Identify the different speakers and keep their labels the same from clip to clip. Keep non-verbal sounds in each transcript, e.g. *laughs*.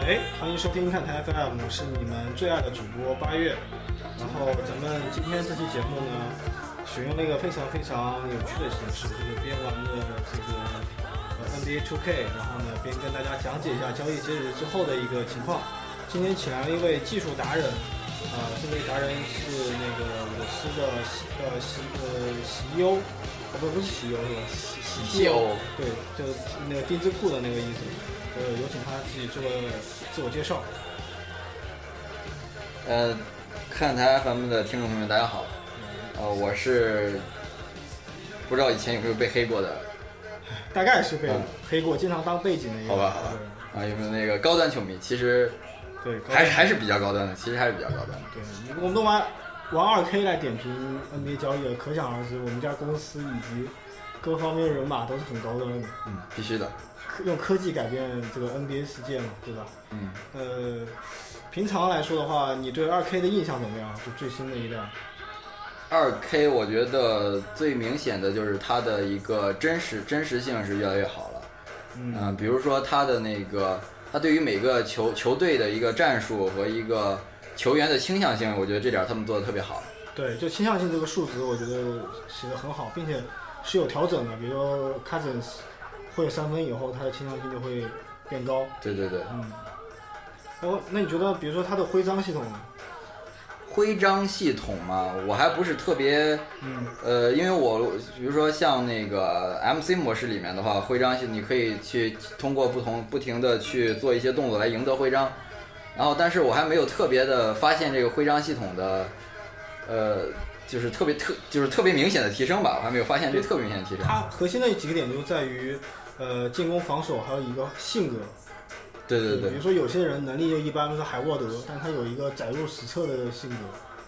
Speaker 1: 哎，欢迎收听看台 FM，我是你们最爱的主播八月。然后咱们今天这期节目呢，选用了一个非常非常有趣的形式，就是边玩的这个呃 NBA 2K，然后呢边跟大家讲解一下交易截止之后的一个情况。今天请来了一位技术达人，呃，这位达人是那个我司的呃席呃席优，哦不不是席优是吧？席
Speaker 2: 西
Speaker 1: 优。
Speaker 2: 欧，
Speaker 1: 对，就是那个丁字裤的那个意思。呃，有请他自己做个自我介绍。
Speaker 2: 呃，看台 FM 的听众朋友们，大家好，呃，我是不知道以前有没有被黑过的
Speaker 1: 大概是被
Speaker 2: 嗯
Speaker 1: 黑过，经常当背景的一个。
Speaker 2: 好吧好吧啊、有没有那个高端球迷？其实
Speaker 1: 对，对，
Speaker 2: 还是
Speaker 1: 高
Speaker 2: 还是比较高端的，其实还是比较高端的。
Speaker 1: 对，我们都玩玩二 K 来点评 NBA 交易了，可想而知，我们家公司以及各方面人马都是很高端的，
Speaker 2: 嗯，必须的。
Speaker 1: 科用科技改变这个 NBA 世界嘛，对吧？
Speaker 2: 嗯，
Speaker 1: 呃，平常来说的话，你对二 K 的印象怎么样？就最新的一代。
Speaker 2: 二 K 我觉得最明显的就是它的一个真实真实性是越来越好了。
Speaker 1: 嗯，
Speaker 2: 嗯，比如说他的那个，他对于每个球球队的一个战术和一个球员的倾向性，我觉得这点儿他们做的特别好。
Speaker 1: 对，就倾向性这个数值，我觉得写的很好，并且是有调整的。比如说 Cousins 会有三分以后，他的倾向性就会变高。
Speaker 2: 对对对，
Speaker 1: 嗯，哦，那你觉得，比如说他的徽章系统呢？
Speaker 2: 徽章系统嘛，我还不是特别，
Speaker 1: 嗯，
Speaker 2: 呃，因为我比如说像那个 MC 模式里面的话，徽章系你可以去通过不同不停的去做一些动作来赢得徽章，然后但是我还没有特别的发现这个徽章系统的，呃，就是特别特就是特别明显的提升吧，我还没有发现这特别明显的提升。
Speaker 1: 它核心的几个点就在于，呃，进攻、防守，还有一个性格。
Speaker 2: 对对对
Speaker 1: 比如，说有些人能力就一般，就是海沃德，但他有一个载入史册的性格。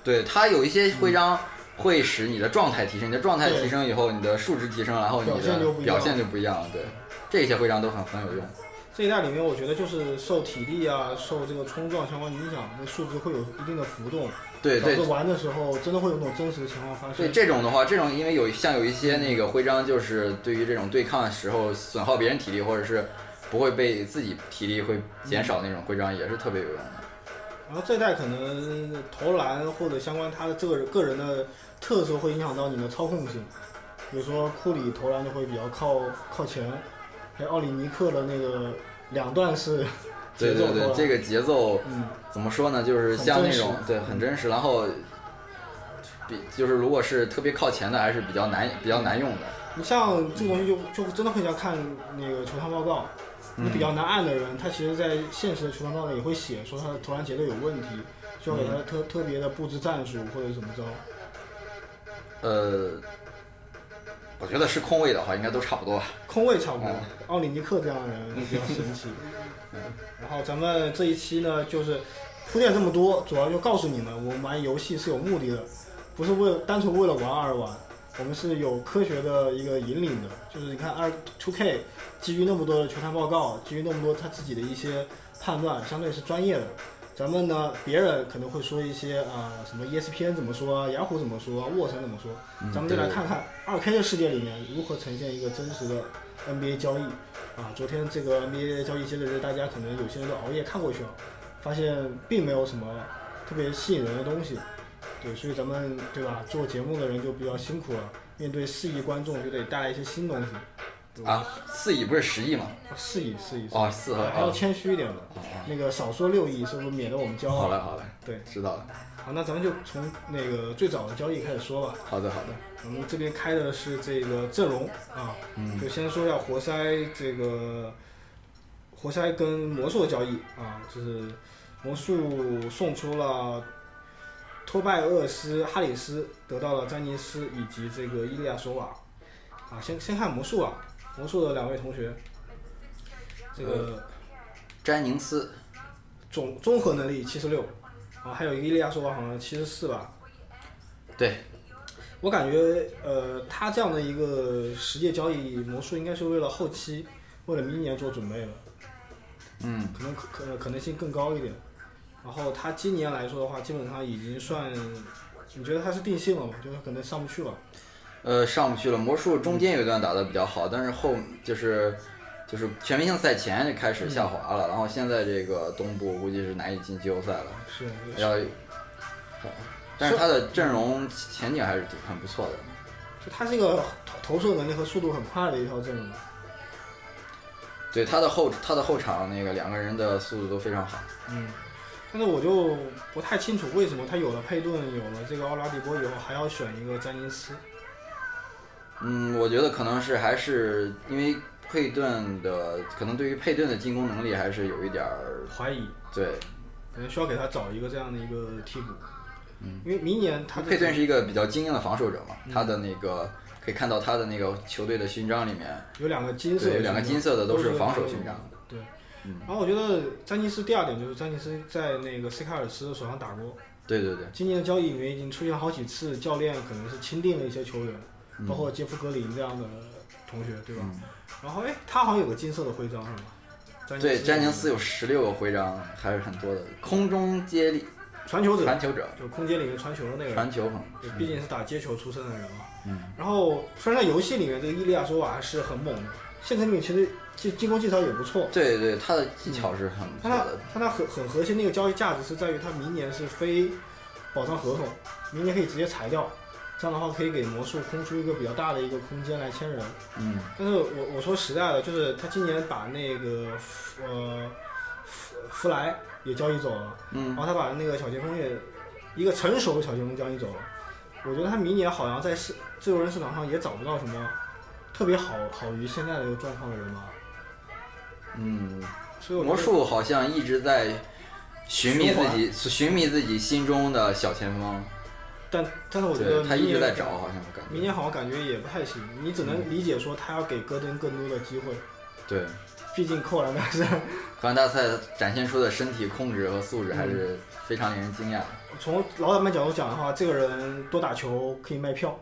Speaker 2: 对它有一些徽章会使你的状态提升，你的状态提升以后，你的数值提升，然后你
Speaker 1: 表现就
Speaker 2: 的
Speaker 1: 不一样
Speaker 2: 表现就不一样了。对，这些徽章都很很有用。
Speaker 1: 这一代里面，我觉得就是受体力啊、受这个冲撞相关影响，那数值会有一定的浮动。
Speaker 2: 对
Speaker 1: 导
Speaker 2: 对
Speaker 1: 致玩的时候真的会有那种真实的情况发
Speaker 2: 对，
Speaker 1: 生。
Speaker 2: 这种的话，这种因为有像有一些那个徽章，就是对于这种对抗的时候损耗别人体力，或者是不会被自己体力会减少那种徽章，也是特别有用的。
Speaker 1: 嗯然后这代可能投篮或者相关他的这个个人的特色会影响到你的操控性，比如说库里投篮就会比较靠靠前，还有奥里尼克的那个两段式
Speaker 2: 对
Speaker 1: 节奏
Speaker 2: 对
Speaker 1: 投
Speaker 2: 对，
Speaker 1: 篮。
Speaker 2: 这个节奏
Speaker 1: 嗯，
Speaker 2: 怎么说呢？就是像那种
Speaker 1: 很真实
Speaker 2: 对很真实，然后比就是如果是特别靠前的，还是比较难比较难用的。
Speaker 1: 你像这个东西就就真的很像看那个球探报告，你比
Speaker 2: 嗯
Speaker 1: 较难按的人，他其实在现实的球探报告里会写说他的投篮节奏有问题，需要给
Speaker 2: 嗯
Speaker 1: 他特特别的布置战术或者怎么着。
Speaker 2: 呃，我觉得是空位的话，应该都差不多吧。
Speaker 1: 空位差不多
Speaker 2: 嗯，
Speaker 1: 奥里尼克这样的人比较神奇。嗯然后咱们这一期呢，就是铺垫这么多，主要就告诉你们，我们玩游戏是有目的的，不是为了单纯为了玩而玩，我们是有科学的一个引领的。就是你看二 Two K 基于那么多的球探报告，基于那么多他自己的一些判断，相对是专业的。咱们呢，别人可能会说一些啊、呃什么 ESPN 怎么说啊，雅虎怎么说啊，沃神怎么说，咱们就来看看二 K 的世界里面如何呈现一个真实的 NBA 交易啊。昨天这个 NBA 交易截止日，大家可能有些人都熬夜看过去了，发现并没有什么特别吸引人的东西。对，所以咱们对吧，做节目的人就比较辛苦了，面对四亿观众就得带来一些新东西。对吧，
Speaker 2: 啊，四亿不是十亿吗？
Speaker 1: 四亿四亿，
Speaker 2: 哦，四和
Speaker 1: 还要
Speaker 2: 哦，
Speaker 1: 谦虚一点的，那个少说六亿，是不是免得我们骄
Speaker 2: 好
Speaker 1: 傲？
Speaker 2: 嘞好嘞，
Speaker 1: 对，
Speaker 2: 知道了。
Speaker 1: 好，那咱们就从那个最早的交易开始说吧。
Speaker 2: 好的好的，
Speaker 1: 我们这边开的是这个阵容啊，
Speaker 2: 嗯
Speaker 1: 就先说一下活塞这个活塞跟魔术的交易啊，就是魔术送出了托拜厄斯、哈里斯，得到了詹尼斯以及这个伊利亚索瓦啊。先先看魔术啊，魔术的两位同学，这
Speaker 2: 呃
Speaker 1: 个
Speaker 2: 詹宁斯
Speaker 1: 总综合能力七十六啊，还有伊利亚索瓦好像七十四吧，
Speaker 2: 对，
Speaker 1: 我感觉，呃，他这样的一个实业交易魔术，应该是为了后期，为了明年做准备的，
Speaker 2: 嗯，
Speaker 1: 可能可可可能性更高一点。然后他今年来说的话，基本上已经算，你觉得他是定性了吗？就是可能上不去了。
Speaker 2: 呃，上不去了。魔术中间有一段打得比较好，但是后就是就是全明星赛前就开始下滑了，然后现在这个东部估计是难以进季后赛了，
Speaker 1: 是，
Speaker 2: 要，但是他的阵容前景还是很不错的。
Speaker 1: 就他是一个投投射能力和速度很快的一条阵容，
Speaker 2: 对他的后他的后场那个两个人的速度都非常好，
Speaker 1: 嗯，但是我就不太清楚为什么他有了佩顿，有了这个奥拉迪波以后，还要选一个詹金斯，
Speaker 2: 嗯，我觉得可能是还是因为佩顿的可能对于佩顿的进攻能力还是有一点儿
Speaker 1: 怀疑，
Speaker 2: 对，
Speaker 1: 可能需要给他找一个这样的一个替补，嗯，因为明年他的
Speaker 2: 他
Speaker 1: 嗯
Speaker 2: 佩顿是一个比较精英的防守者嘛，他的那个可以看到他的那个球队的勋章里面，
Speaker 1: 有两个金色的
Speaker 2: 对，有两个金色的嗯
Speaker 1: 都
Speaker 2: 都是防守
Speaker 1: 勋
Speaker 2: 勋章
Speaker 1: 章。，对。然后我觉得詹金斯第二点就是詹金斯在那个斯凯尔斯手上打过，
Speaker 2: 对对对，
Speaker 1: 今年的交易里面已经出现好几次教练可能是钦定了一些球员，
Speaker 2: 嗯
Speaker 1: 包括杰夫格林这样的同学，对吧？然后哎，他好像有个金色的徽章是吗？詹金斯
Speaker 2: 对，詹宁斯有十六个徽章，还是很多的。空中接力
Speaker 1: 传球者，
Speaker 2: 传球者，
Speaker 1: 就空间里面传球的那个人，
Speaker 2: 传球嘛，
Speaker 1: 对毕竟是打接球出身的人嘛。
Speaker 2: 嗯。
Speaker 1: 然后虽然在游戏里面这个伊利亚索瓦还是很猛的，现实里面其实进进攻技巧也不错，
Speaker 2: 对对，他的技巧是很不
Speaker 1: 但
Speaker 2: 错
Speaker 1: 嗯他
Speaker 2: 的。
Speaker 1: 但他很很核心那个交易价值是在于他明年是非保障合同，明年可以直接裁掉，这样的话可以给魔术空出一个比较大的一个空间来签人。
Speaker 2: 嗯，
Speaker 1: 但是我我说实在的，就是他今年把那个弗呃弗弗莱也交易走了，
Speaker 2: 嗯
Speaker 1: 然后他把那个小前锋也一个成熟的小前锋交易走了，我觉得他明年好像在市自由人市场上也找不到什么特别好好于现在的一个状况的人吧，
Speaker 2: 嗯，
Speaker 1: 所以我觉
Speaker 2: 魔
Speaker 1: 得
Speaker 2: 术好像一直在寻觅自己，寻觅自己心中的小前锋。
Speaker 1: 但但是我觉得
Speaker 2: 对，他
Speaker 1: 明
Speaker 2: 一直
Speaker 1: 年
Speaker 2: 在找，啊嗯好像我感
Speaker 1: 明
Speaker 2: 觉。
Speaker 1: 年好像感觉也不太行，你只能理解说他要给戈登更多的机会，
Speaker 2: 对，
Speaker 1: 毕竟扣篮大是
Speaker 2: 荷兰大赛展现出的身体控制和素质还
Speaker 1: 嗯
Speaker 2: 是非常令人惊讶的。
Speaker 1: *laughs* 从老板们角度讲的话，这个人多打球可以卖票，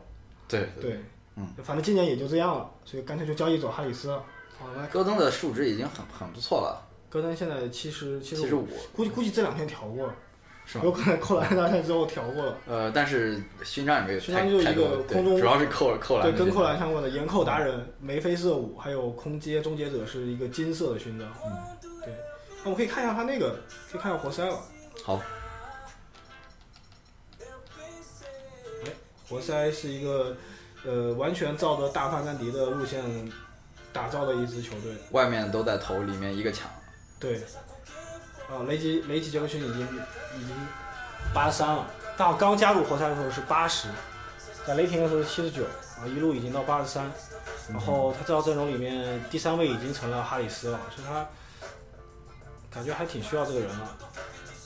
Speaker 2: 对，
Speaker 1: 对，
Speaker 2: 嗯，
Speaker 1: 反正今年也就这样了，所以干脆就交易走哈里斯了。好，那
Speaker 2: 戈登的数值已经很很不错了，
Speaker 1: 戈登现在七十七
Speaker 2: 七
Speaker 1: 十
Speaker 2: 十
Speaker 1: 五，
Speaker 2: 五
Speaker 1: 估计估计这两天调过了，
Speaker 2: 是吗
Speaker 1: 有？可能扣篮大赛之后调过了。
Speaker 2: 呃，但是勋章也没有
Speaker 1: 勋
Speaker 2: 太
Speaker 1: 章就一
Speaker 2: 太
Speaker 1: 个
Speaker 2: 多，
Speaker 1: 空中
Speaker 2: 对，主要是扣扣篮
Speaker 1: 对，
Speaker 2: 这
Speaker 1: 跟
Speaker 2: 些
Speaker 1: 扣篮相关的严扣达人、眉飞色舞，还有空接终结者是一个金色的勋章。
Speaker 2: 嗯
Speaker 1: 对，那我们可以看一下他那个，可以看一下活塞了。
Speaker 2: 好，
Speaker 1: 活塞是一个，呃，完全照着大范甘迪的路线打造的一支球队。
Speaker 2: 外面都在投，里面一个抢。
Speaker 1: 对，啊，雷吉雷吉杰克逊已经已经八十三了，但我刚加入活塞的时候是八十，在雷霆的时候是七十九，啊，一路已经到八十三，然后他这套阵容里面第三位已经成了哈里斯了，所以他感觉还挺需要这个人了。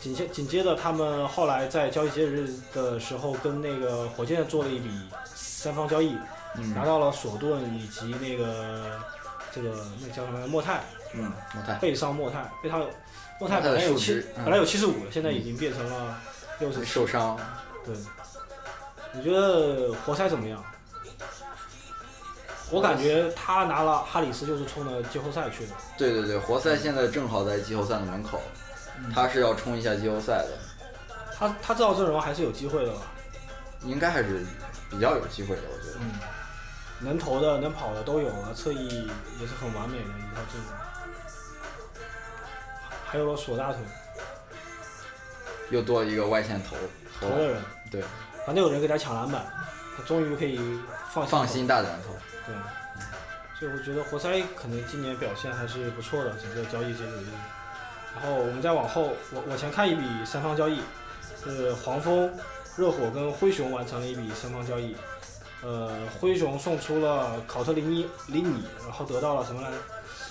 Speaker 1: 紧接紧接着，他们后来在交易截止日的时候跟那个火箭做了一笔三方交易，
Speaker 2: 嗯
Speaker 1: 拿到了索顿以及那个这个那叫什么来着莫泰，
Speaker 2: 嗯，莫泰
Speaker 1: 背上莫泰，被他莫泰
Speaker 2: 莫泰的
Speaker 1: 本来有
Speaker 2: 数
Speaker 1: 七
Speaker 2: 值，嗯
Speaker 1: 本来有七十五了，现在已经变成了六十。
Speaker 2: 受伤，
Speaker 1: 对，你觉得活塞怎么样？我感觉他拿了哈里斯就是冲着季后赛去的。
Speaker 2: 对对对，活塞现在正好在季后赛的门口，
Speaker 1: 嗯
Speaker 2: 他是要冲一下季后赛的，
Speaker 1: 他他这套阵容还是有机会的吧？
Speaker 2: 应该还是比较有机会的，我觉得。
Speaker 1: 嗯，能投的能跑的都有了，侧翼也是很完美的一套阵容，还有了锁大腿
Speaker 2: 又多了一个外线投
Speaker 1: 投
Speaker 2: 投篮，
Speaker 1: 的人，
Speaker 2: 对，
Speaker 1: 反正有人给他抢篮板，他终于可以放
Speaker 2: 放
Speaker 1: 投
Speaker 2: 心大胆投。
Speaker 1: 对，所以我觉得活塞可能今年表现还是不错的，整个交易截止日。然后我们再往后，我我前看一笔三方交易，是黄蜂、热火跟灰熊完成了一笔三方交易。呃，灰熊送出了考特林尼林尼，然后得到了什么来着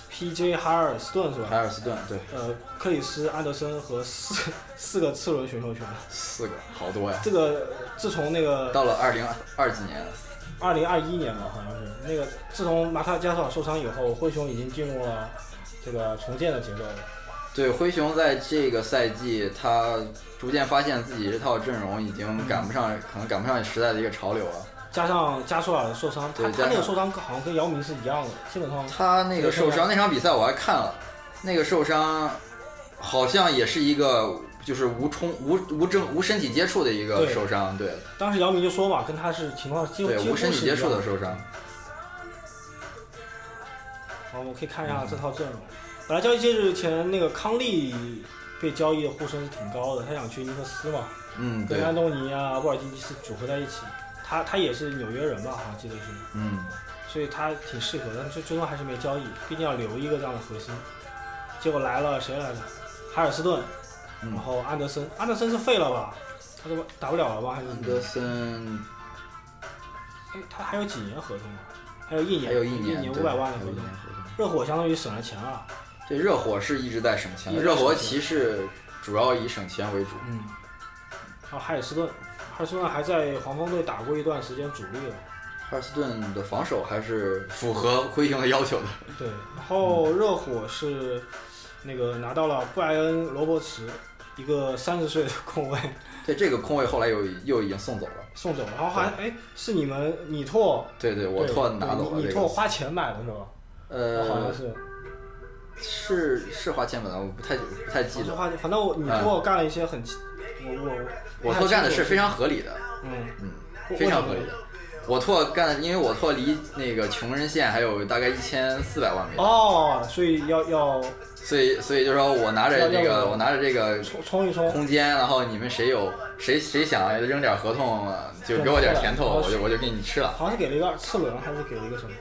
Speaker 1: ？P.J. 哈尔斯顿是吧？
Speaker 2: 海尔斯顿，对，
Speaker 1: 呃，克里斯安德森和四四个次轮选秀权。
Speaker 2: 四个，好多呀。
Speaker 1: 这个自从那个
Speaker 2: 到了二零二几年，
Speaker 1: 二零二一年吧，好像是那个。自从马卡加索尔受伤以后，灰熊已经进入了这个重建的节奏了。
Speaker 2: 对灰熊在这个赛季，他逐渐发现自己这套阵容已经赶不上，可能赶不上时代的一个潮流了。
Speaker 1: 加上加索尔的受伤，他他
Speaker 2: 对加上
Speaker 1: 那个受伤好像跟姚明是一样的，基本上
Speaker 2: 他那个受
Speaker 1: 这个
Speaker 2: 伤那场比赛我还看了，那个受伤好像也是一个就是无冲无无症无身体接触的一个
Speaker 1: 对
Speaker 2: 受伤，对
Speaker 1: 当时姚明就说嘛，跟他是情况几乎
Speaker 2: 对
Speaker 1: 几
Speaker 2: 无
Speaker 1: 乎是
Speaker 2: 身体
Speaker 1: 一
Speaker 2: 接
Speaker 1: 样
Speaker 2: 触的受伤。
Speaker 1: 好，我可以看一下这套阵容。本来交易截止前，那个康利被交易的呼声是挺高的，他想去尼克斯嘛，
Speaker 2: 嗯，对
Speaker 1: 跟，安东尼啊、沃尔基基斯组合在一起。他他也是纽约人吧，好像记得是，
Speaker 2: 嗯，
Speaker 1: 所以他挺适合的，但最最终还是没交易，毕竟要留一个这样的核心。结果来了谁来着？海尔斯顿，
Speaker 2: 嗯
Speaker 1: 然后安德森，安德森是废了吧？他怎么打不了了吧？还是
Speaker 2: 安德森
Speaker 1: 哎他还有几年合同啊？还有一年，
Speaker 2: 还有一
Speaker 1: 年，一
Speaker 2: 年，对
Speaker 1: 五百万的
Speaker 2: 还
Speaker 1: 合
Speaker 2: 有一
Speaker 1: 同
Speaker 2: 年。合同。
Speaker 1: 热火相当于省了钱啊了，
Speaker 2: 这热火是一直在省钱
Speaker 1: 一
Speaker 2: 的，
Speaker 1: 直在
Speaker 2: 热火
Speaker 1: 省钱
Speaker 2: 骑士主要以省钱为主。
Speaker 1: 嗯，还有海尔斯顿，海尔斯顿还在黄蜂队打过一段时间主力了，
Speaker 2: 哈尔斯顿的防守还是符合灰熊的要求的。
Speaker 1: 对，然后热火是那个拿到了布莱恩罗伯茨，一个三十岁的控卫
Speaker 2: *laughs* 对，这个空位后来又又已经送走了。
Speaker 1: 送走了，然后还哎是你们你拓
Speaker 2: 对对，我
Speaker 1: 对
Speaker 2: 托拿走了
Speaker 1: 你
Speaker 2: 这
Speaker 1: 你
Speaker 2: 个
Speaker 1: 拓。花钱买的是吧？好像
Speaker 2: 呃，
Speaker 1: 是，
Speaker 2: 是是花钱买的，我不太不太记
Speaker 1: 不是
Speaker 2: 得。
Speaker 1: 花钱，反正我你拓干了一些很奇，我我
Speaker 2: 我拓干的是非常合理的，
Speaker 1: 嗯
Speaker 2: 嗯，
Speaker 1: 我
Speaker 2: 非常
Speaker 1: 我
Speaker 2: 合理的。我拓干的，因为我拓离那个穷人线还有大概一千四百万米，
Speaker 1: 哦，所以要要
Speaker 2: 所以所以就说我拿着这
Speaker 1: 要要
Speaker 2: 个，我拿着这个
Speaker 1: 冲冲一冲，
Speaker 2: 空间，然后你们谁有谁谁想扔点合同，就给我点甜头，
Speaker 1: 哦
Speaker 2: 我就我就给你吃了。
Speaker 1: 好像是给了一个次轮，还是给了一个什么？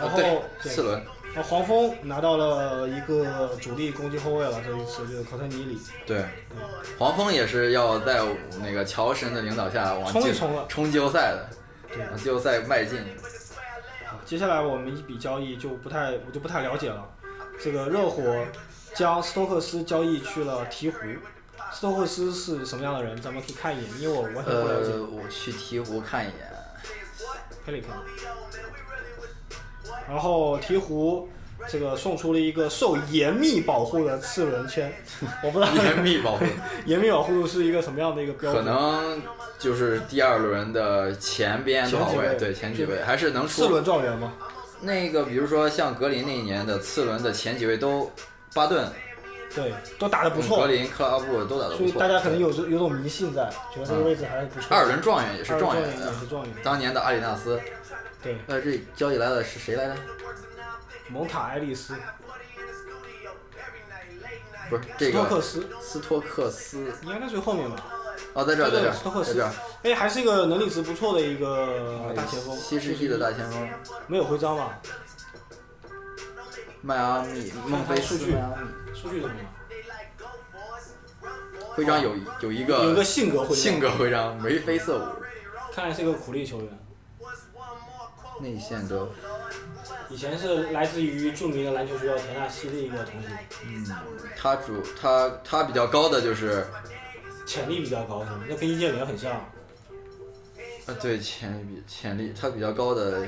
Speaker 1: 然
Speaker 2: 哦
Speaker 1: 后、
Speaker 2: 对，
Speaker 1: 对
Speaker 2: 次轮，
Speaker 1: 然后黄蜂拿到了一个主力攻击后卫了，这一次就是科特尼里，
Speaker 2: 对
Speaker 1: 嗯，
Speaker 2: 黄蜂也是要在那个乔神的领导下往
Speaker 1: 冲一
Speaker 2: 进
Speaker 1: 冲了
Speaker 2: 冲季后赛的，
Speaker 1: 对，
Speaker 2: 往季后赛迈进。
Speaker 1: 好，啊接下来我们一笔交易就不太，我就不太了解了。这个热火将斯托克斯交易去了鹈鹕，斯托克斯是什么样的人？咱们可以看一眼，因为我完全不了解。
Speaker 2: 呃，我去鹈鹕看一眼，
Speaker 1: 佩里康，然后鹈鹕这个送出了一个受严密保护的次轮签，我不知道
Speaker 2: 严密
Speaker 1: *laughs*
Speaker 2: 保护，
Speaker 1: 严密保护是一个什么样的一个标
Speaker 2: 可
Speaker 1: 准。
Speaker 2: 能就是第二轮的前边多少
Speaker 1: 前几
Speaker 2: 位？
Speaker 1: 位
Speaker 2: 对，前几位还是能
Speaker 1: 次
Speaker 2: 出
Speaker 1: 轮状元吗？
Speaker 2: 那个，比如说像格林那一年的次轮的前几位都巴顿、
Speaker 1: 对，都打得不
Speaker 2: 格
Speaker 1: 错，
Speaker 2: 林、克拉布都打得
Speaker 1: 所
Speaker 2: 不
Speaker 1: 以
Speaker 2: 错。
Speaker 1: 大家可能有这有种迷信在，觉得这个位置还是不错。
Speaker 2: 二轮状元也是
Speaker 1: 二
Speaker 2: 状
Speaker 1: 状
Speaker 2: 元，啊
Speaker 1: 也是状元，
Speaker 2: 当年的阿里纳斯，
Speaker 1: 对，
Speaker 2: 呃，这交易来的是谁来着？
Speaker 1: 蒙塔埃利斯、
Speaker 2: 不是这
Speaker 1: 斯托克
Speaker 2: 个
Speaker 1: 斯，
Speaker 2: 斯托克斯，
Speaker 1: 应该在最后面吧？
Speaker 2: 哦，在这儿，
Speaker 1: 对
Speaker 2: 在
Speaker 1: 对
Speaker 2: 这儿，
Speaker 1: 斯托克斯
Speaker 2: 在这儿，
Speaker 1: 哎，还是一个能力值不错的一
Speaker 2: 啊
Speaker 1: 个大前锋，
Speaker 2: 七十亿的大前锋，
Speaker 1: 没有徽章吧？
Speaker 2: 迈阿密孟菲斯
Speaker 1: 数据
Speaker 2: 迈阿密，
Speaker 1: 嗯数据怎么样？
Speaker 2: 徽章有
Speaker 1: 有
Speaker 2: 有一
Speaker 1: 一个
Speaker 2: 个
Speaker 1: 性格徽章，
Speaker 2: 呃性格徽章，眉飞色舞，
Speaker 1: 看来是一个苦力球员。
Speaker 2: 内线的，
Speaker 1: 以前是来自于著名的篮球学校田纳西的一个同学，
Speaker 2: 嗯，他主他他比较高的就是，
Speaker 1: 潜力比较高，是吗？那跟易建联很像。
Speaker 2: 呃，对潜力潜力，他比较高的，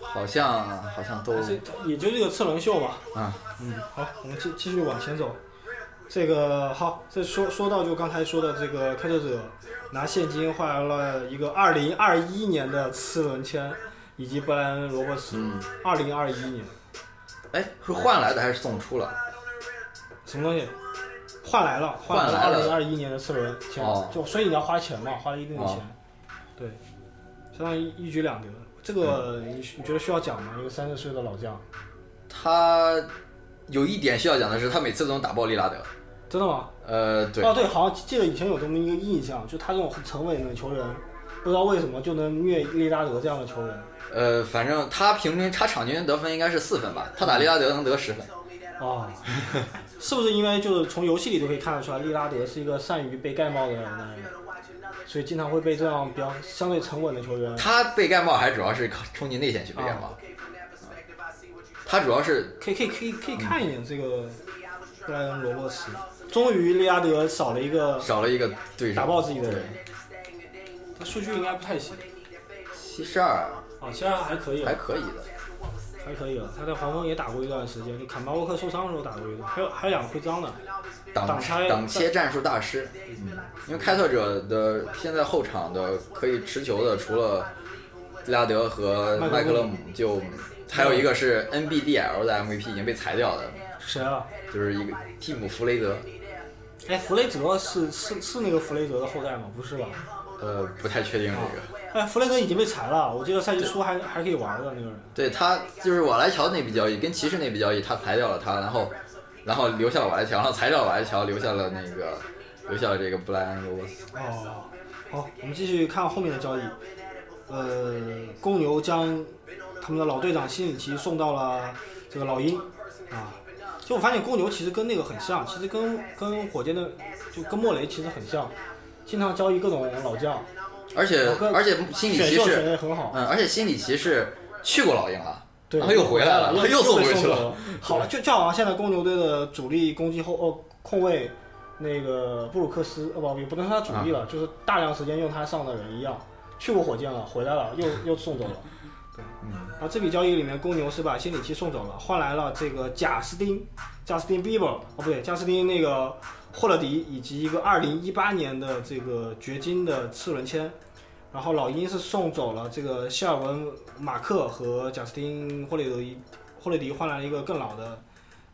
Speaker 2: 好像好像都
Speaker 1: 但是也就这个次轮秀吧。
Speaker 2: 啊，
Speaker 1: 嗯，好，我们继继续往前走。这个好，这说说到就刚才说的这个开拓者拿现金换来了一个二零二一年的次轮签，以及布莱恩罗伯茨。
Speaker 2: 嗯，
Speaker 1: 二零二一年
Speaker 2: 哎，是换来的还是送出了？
Speaker 1: 什么东西？换来了，换来
Speaker 2: 换
Speaker 1: 了二
Speaker 2: 来
Speaker 1: 零
Speaker 2: 了
Speaker 1: 二一年的次轮签，
Speaker 2: 哦
Speaker 1: 就所以你要花钱嘛，花了一定的钱，
Speaker 2: 哦
Speaker 1: 对，相当于一举两得。这个你你觉得需要讲吗？一个三十岁的老将，
Speaker 2: 他有一点需要讲的是，他每次都能打爆利拉德。
Speaker 1: 真的吗？
Speaker 2: 呃，对，
Speaker 1: 哦，对，好像记得以前有这么一个印象，就他这种很沉稳的球员，不知道为什么就能虐利拉德这样的球员。
Speaker 2: 呃，反正他平均他场均得分应该是四分吧，他打利拉德能得十分。 *laughs*
Speaker 1: 啊，是不是因为就是从游戏里都可以看得出来，利拉德是一个善于被盖帽的人，所以经常会被这样比较相对沉稳的球员。
Speaker 2: 他被盖帽还主要是靠冲进内线去被盖帽，嗯他主要是
Speaker 1: 可以可以可以可以
Speaker 2: 嗯
Speaker 1: 看一眼这个布莱恩罗伯茨，终于利拉德少了一个
Speaker 2: 少了一个对手
Speaker 1: 打爆自己的
Speaker 2: 对
Speaker 1: 人，，他数据应该不太行。
Speaker 2: 七十二
Speaker 1: 啊，其实还可以，
Speaker 2: 还可以的，
Speaker 1: 还可以了。他在黄蜂也打过一段时间，就坎巴沃克受伤的时候打过一段，还有还有两个徽章呢。挡
Speaker 2: 挡
Speaker 1: 拆
Speaker 2: 挡切战术大师。嗯因为开拓者的现在后场的可以持球的，除了利拉德和麦克勒姆，就还有一个是 NBDL 的 MVP 已经被裁掉的，
Speaker 1: 谁啊？
Speaker 2: 就是一个蒂姆弗雷德，
Speaker 1: 哎，弗雷泽是是是那个弗雷泽的后代吗？不是吧？
Speaker 2: 呃，不太确定这个。
Speaker 1: 哎，弗雷泽已经被裁了，我记得赛季初还还可以玩的那个人。
Speaker 2: 对他就是瓦莱乔那笔交易，跟骑士那笔交易，他裁掉了他，然后然后留下了瓦莱乔，然后裁掉了瓦莱乔，留下了那个留下了这个布莱恩罗伯斯。
Speaker 1: 哦，好，我们继续看后面的交易。呃，公牛将他们的老队长辛里奇送到了这个老鹰啊。就我发现公牛其实跟那个很像，其实跟跟火箭的就跟莫雷其实很像，经常交易各种老将，
Speaker 2: 而且
Speaker 1: 老哥
Speaker 2: 而且心理
Speaker 1: 选
Speaker 2: 骑
Speaker 1: 秀选
Speaker 2: 士，
Speaker 1: 的也很好。
Speaker 2: 嗯，而且心理骑士去过老鹰了，
Speaker 1: 对，
Speaker 2: 啊然后又回来了
Speaker 1: 又
Speaker 2: 又送
Speaker 1: 被
Speaker 2: 回去了 *laughs*
Speaker 1: 走。好了，就就好像现在公牛队的主力攻击后哦控卫那个布鲁克斯，呃不也不能说他主力
Speaker 2: 啊
Speaker 1: 了，就是大量时间用他上的人一样，去过火箭了，回来了，又又送走
Speaker 2: *laughs*
Speaker 1: 了。
Speaker 2: 嗯，
Speaker 1: 啊，这笔交易里面，公牛是把辛里奇送走了，换来了这个贾斯汀、贾斯汀 Bieber 哦，不对，贾斯汀那个霍勒迪以及一个2018年的这个掘金的次轮签。然后老鹰是送走了这个谢尔文、马克和贾斯汀霍雷迪，霍雷迪换来了一个更老的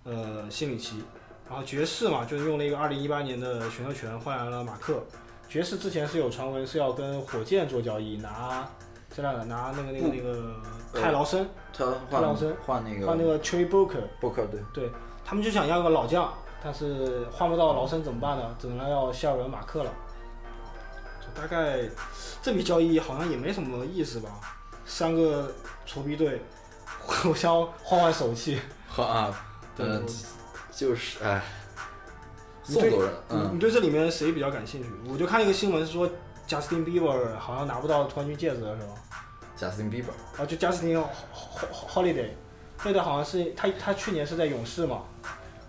Speaker 1: 呃辛里奇。然后爵士嘛，就是用了一个2018年的选秀权换来了马克。爵士之前是有传闻是要跟火箭做交易，拿这样的拿那个那个那个泰劳森，
Speaker 2: 他
Speaker 1: 布
Speaker 2: 换
Speaker 1: 朗森
Speaker 2: 换那
Speaker 1: 换那
Speaker 2: 个
Speaker 1: 个 Trey Booker，
Speaker 2: 布克对，
Speaker 1: 他们就想要个老将，但是换不到劳森怎么办呢？只能要谢尔文马克了。就大概这笔交易好像也没什么意思吧？三个球逼队互相换换手气。
Speaker 2: 换啊，
Speaker 1: 对
Speaker 2: 嗯，就是哎，
Speaker 1: 你
Speaker 2: 送
Speaker 1: 对
Speaker 2: 走人，
Speaker 1: 你
Speaker 2: 嗯，
Speaker 1: 你对这里面谁比较感兴趣？我就看一个新闻是说，Justin Bieber 好像拿不到冠军戒指了，是吧？
Speaker 2: 贾斯汀比伯，
Speaker 1: 啊，就 Justin Holiday，那个好像是他他去年是在勇士嘛，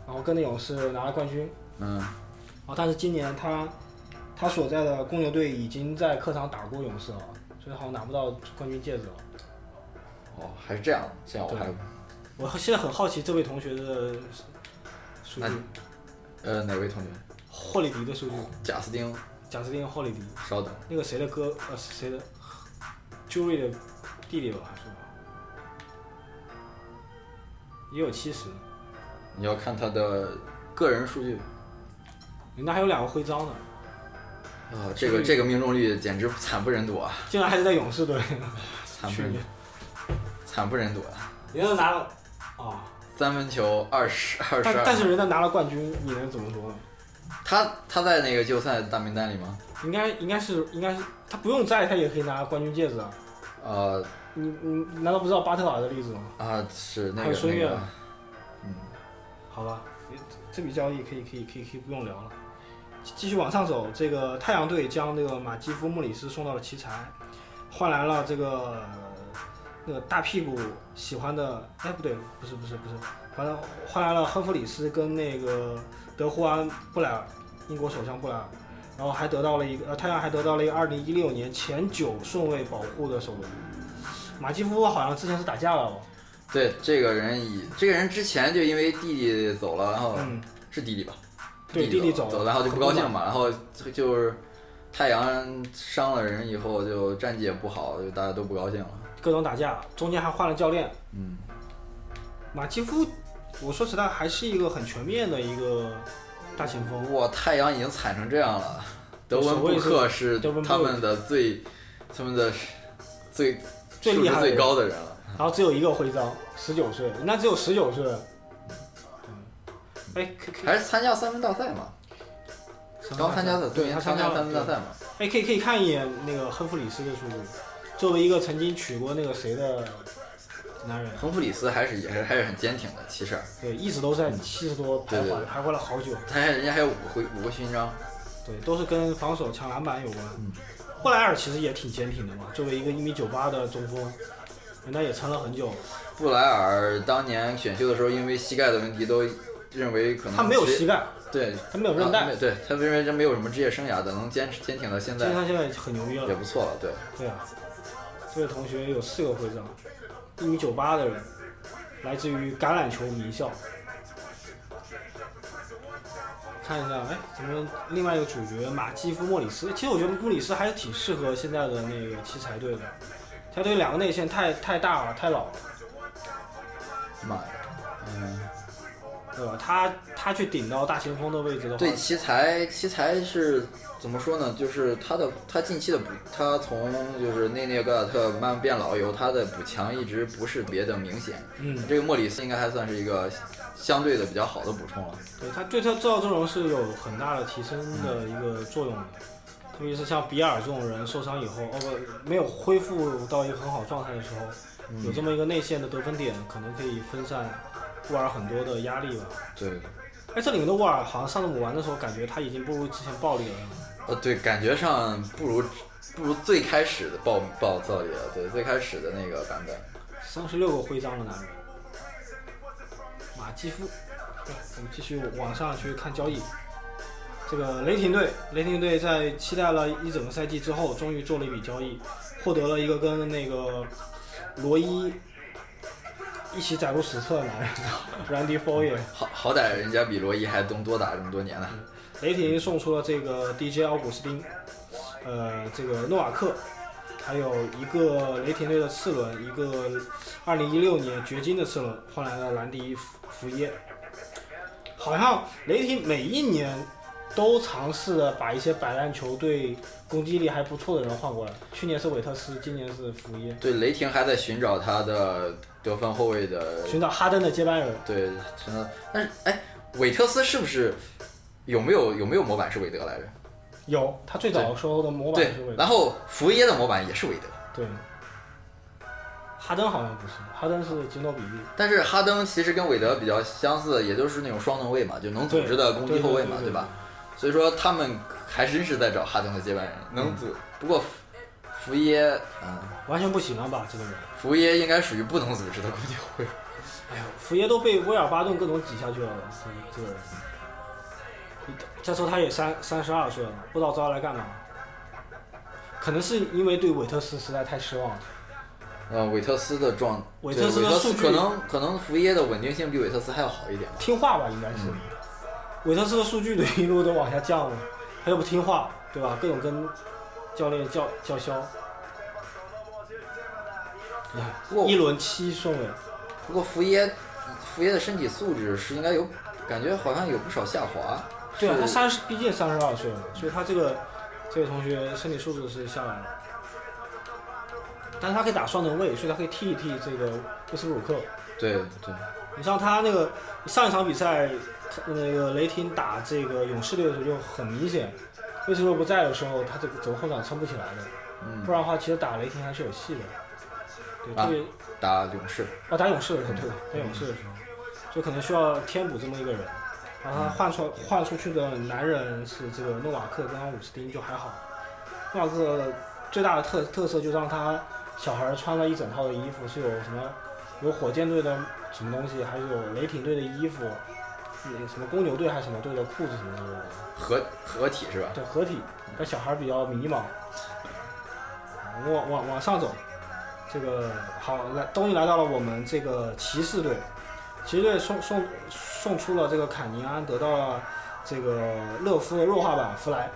Speaker 1: 然后跟着勇士拿了冠军。
Speaker 2: 嗯，
Speaker 1: 啊，但是今年他他所在的公牛队已经在客场打过勇士了，所以好像拿不到冠军戒指了。
Speaker 2: 哦，还是这样，这样我还
Speaker 1: 我现在很好奇这位同学的数据
Speaker 2: 那，呃哪位同学？
Speaker 1: 霍利迪的数据，
Speaker 2: 贾斯汀，
Speaker 1: 贾斯汀霍利迪，
Speaker 2: 稍等，
Speaker 1: 那个谁的哥，呃，谁的 Jury 的弟弟吧，还是什么？也有七十，
Speaker 2: 你要看他的个人数据。
Speaker 1: 人家还有两个徽章呢，
Speaker 2: 啊，这个这个命中率简直惨不忍睹啊！
Speaker 1: 竟然还是在勇士队，
Speaker 2: 惨不
Speaker 1: 去
Speaker 2: 忍睹
Speaker 1: 年，
Speaker 2: 惨不忍睹啊！
Speaker 1: 人家拿了啊，
Speaker 2: 三分球二十二十
Speaker 1: 但但
Speaker 2: 二，
Speaker 1: 是人家拿了冠军，你能怎么说呢？
Speaker 2: 他他在那个季后赛大名单里吗？
Speaker 1: 应该应该是应该是他不用在，他也可以拿冠军戒指啊！
Speaker 2: 呃
Speaker 1: 你你难道不知道巴特尔的例子吗？
Speaker 2: 啊，是那
Speaker 1: 还
Speaker 2: 个
Speaker 1: 有孙
Speaker 2: 那
Speaker 1: 悦
Speaker 2: 个
Speaker 1: 呢，
Speaker 2: 嗯，
Speaker 1: 好吧，这笔交易可以可以可以可以不用聊了。继继续往上走，这个太阳队将这个马基夫·穆里斯送到了奇才，换来了这个那个大屁股喜欢的，哎不对，不是不是不是，反正换来了亨弗里斯跟那个德胡安·布莱尔，英国首相布莱尔，然后还得到了一个，呃，太阳还得到了一个2016年前九顺位保护的首轮。马基夫好像之前是打架了哦，
Speaker 2: 对，这个人以这个人之前就因为弟弟走了，然后
Speaker 1: 嗯，
Speaker 2: 是弟弟吧？
Speaker 1: 对，
Speaker 2: 哦弟
Speaker 1: 弟
Speaker 2: 走
Speaker 1: 走
Speaker 2: 了，
Speaker 1: 了，
Speaker 2: 然后就不高兴
Speaker 1: 很
Speaker 2: 嘛，然后就就是太阳伤了人以后，就战绩也不好，就大家都不高兴了。
Speaker 1: 各种打架，中间还换了教练。
Speaker 2: 嗯，
Speaker 1: 马基夫，我说实在还是一个很全面的一个大前锋。
Speaker 2: 哇，太阳已经惨成这样了，德文布克是
Speaker 1: 德文布克
Speaker 2: 他们的最，他们的最
Speaker 1: 最厉害的
Speaker 2: 素质最高的人了。
Speaker 1: 然后只有一个徽章，十九岁，人家只有十九岁。
Speaker 2: 嗯
Speaker 1: 哎，可可
Speaker 2: 还是参加三分大赛嘛，刚参加的，
Speaker 1: 对他参
Speaker 2: 参
Speaker 1: 加
Speaker 2: 加
Speaker 1: 了
Speaker 2: 三分大赛嘛。
Speaker 1: 哎，可以可以看一眼那个亨弗里斯的数据，作为一个曾经娶过那个谁的男人，
Speaker 2: 亨弗里斯还是也是还是很坚挺的，骑士，
Speaker 1: 对，一直都在七十多徘
Speaker 2: 对对
Speaker 1: 徊，
Speaker 2: 对
Speaker 1: 徘徊了好久。
Speaker 2: 他还人家还有五个回五个勋章，
Speaker 1: 对，都是跟防守抢篮板有关
Speaker 2: 嗯。
Speaker 1: 布莱尔其实也挺坚挺的嘛，作为一个一米九八的中锋，人家也撑了很久。
Speaker 2: 布莱尔当年选秀的时候，因为膝盖的问题，都认为可能
Speaker 1: 他没有
Speaker 2: 职
Speaker 1: 膝盖，
Speaker 2: 对
Speaker 1: 他没有韧带
Speaker 2: 啊，对他认为这没有什么职业生涯的，能坚持坚挺到现
Speaker 1: 其实
Speaker 2: 在
Speaker 1: 他现在很牛逼
Speaker 2: 也
Speaker 1: 了。
Speaker 2: 不错了。对，
Speaker 1: 对啊，这位同学有四个徽章，一米九八的人，来自于橄榄球名校。看一下，哎，咱们另外一个主角马基夫·莫里斯，其实我觉得莫里斯还是挺适合现在的那个奇才队的。奇才队两个内线太太大了，太老了。
Speaker 2: 妈呀，嗯，
Speaker 1: 对吧？他他去顶到大前锋的位置的话，
Speaker 2: 对奇才，奇才是怎么说呢？就是他的他近期的补，他从就是内涅戈尔特慢慢变老以后，他的补强一直不是特别的明显。
Speaker 1: 嗯，
Speaker 2: 这个莫里斯应该还算是一个相对的比较好的补充了。
Speaker 1: 对他对他制造阵容是有很大的提升的一个作用的，特别是像比尔这种人受伤以后，哦不，没有恢复到一个很好状态的时候，
Speaker 2: 嗯
Speaker 1: 有这么一个内线的得分点，可能可以分散沃尔很多的压力吧。
Speaker 2: 对，
Speaker 1: 哎，这里面的沃尔好像上次我玩的时候，感觉他已经不如之前暴力了。
Speaker 2: 呃，对，感觉上不如不如最开始的暴暴躁力了。对，最开始的那个版本。
Speaker 1: 三十六个徽章的男人，马基夫。对我们继续往上去看交易。这个雷霆队，雷霆队在期待了一整个赛季之后，终于做了一笔交易，获得了一个跟那个罗伊一起载入史册的男人 *laughs* ，Randy Foye。
Speaker 2: 好好歹人家比罗伊还东多打这么多年呢。
Speaker 1: 雷霆送出了这个 DJ 奥古斯丁，呃，这个诺瓦克，还有一个雷霆队的次轮，一个2016年掘金的次轮，换来了兰迪福福耶。好像雷霆每一年都尝试着把一些摆烂球队攻击力还不错的人换过来，去年是韦特斯，今年是福耶，
Speaker 2: 对，雷霆还在寻找他的得分后卫的
Speaker 1: 寻找哈登的接班人。
Speaker 2: 对，真的。但是，哎，韦特斯是不是有没有有没有模板是韦德来着？
Speaker 1: 有，他最早时候的模板
Speaker 2: 对
Speaker 1: 是韦，特
Speaker 2: 然后福耶的模板也是韦德，
Speaker 1: 对。哈登好像不是，哈登是吉诺比利。
Speaker 2: 但是哈登其实跟韦德比较相似，也就是那种双能卫嘛，就能组织的攻击后卫嘛，
Speaker 1: 对对对对嗯
Speaker 2: 吧？所以说他们还真是在找哈登的接班人，能组。不过福福耶，嗯，
Speaker 1: 完全不行了吧？这个人，
Speaker 2: 福耶应该属于不能组织的攻击后卫。
Speaker 1: 哎呦，福耶都被威尔巴顿各种挤下去了，这个这个人。再说他也三三十二岁了，不知道招来干嘛。可能是因为对韦特斯实在太失望了。
Speaker 2: 呃，韦特斯的状，
Speaker 1: 韦
Speaker 2: 对
Speaker 1: 特斯的数据
Speaker 2: 可能可能福耶的稳定性比韦特斯还要好一点吧。
Speaker 1: 听话吧，应该
Speaker 2: 嗯
Speaker 1: 是。韦特斯的数据都 *laughs* 一路都往下降了，他又不听话，对吧？各种跟教练叫叫嚣。哎
Speaker 2: 不过
Speaker 1: 一轮七顺位，
Speaker 2: 不过福耶，福耶的身体素质是应该有，感觉好像有不少下滑。
Speaker 1: 对啊，
Speaker 2: 是
Speaker 1: 他三十，毕竟三十二岁了，所以他这个这位同学身体素质是下来了，但是他可以打双能卫，所以他可以替一替这个威斯布鲁克。
Speaker 2: 对对，
Speaker 1: 你像他那个上一场比赛，那个雷霆打这个勇士队的时候就很明显，威斯布鲁克不在的时候，他这个整个后场撑不起来的，
Speaker 2: 嗯
Speaker 1: 不，然的话其实打雷霆还是有戏的。对，
Speaker 2: 啊
Speaker 1: 特别
Speaker 2: 打勇士，
Speaker 1: 哦，打勇士的时候，对，打勇士的时候，就可能需要填补这么一个人。然后他换出换出去的男人是这个诺瓦克跟伍斯丁，就还好。诺瓦克最大的特特色就让他小孩穿了一整套的衣服，是有什么有火箭队的什么东西，还有雷霆队的衣服，嗯什么公牛队还是什么队的裤子什么之类的。
Speaker 2: 合合体是吧？
Speaker 1: 对，合体，但小孩儿比较迷茫。我往往往上走，这个好来，终于来到了我们这个骑士队。骑士队送送送出了这个坎尼安，得到了这个勒夫的弱化版弗莱。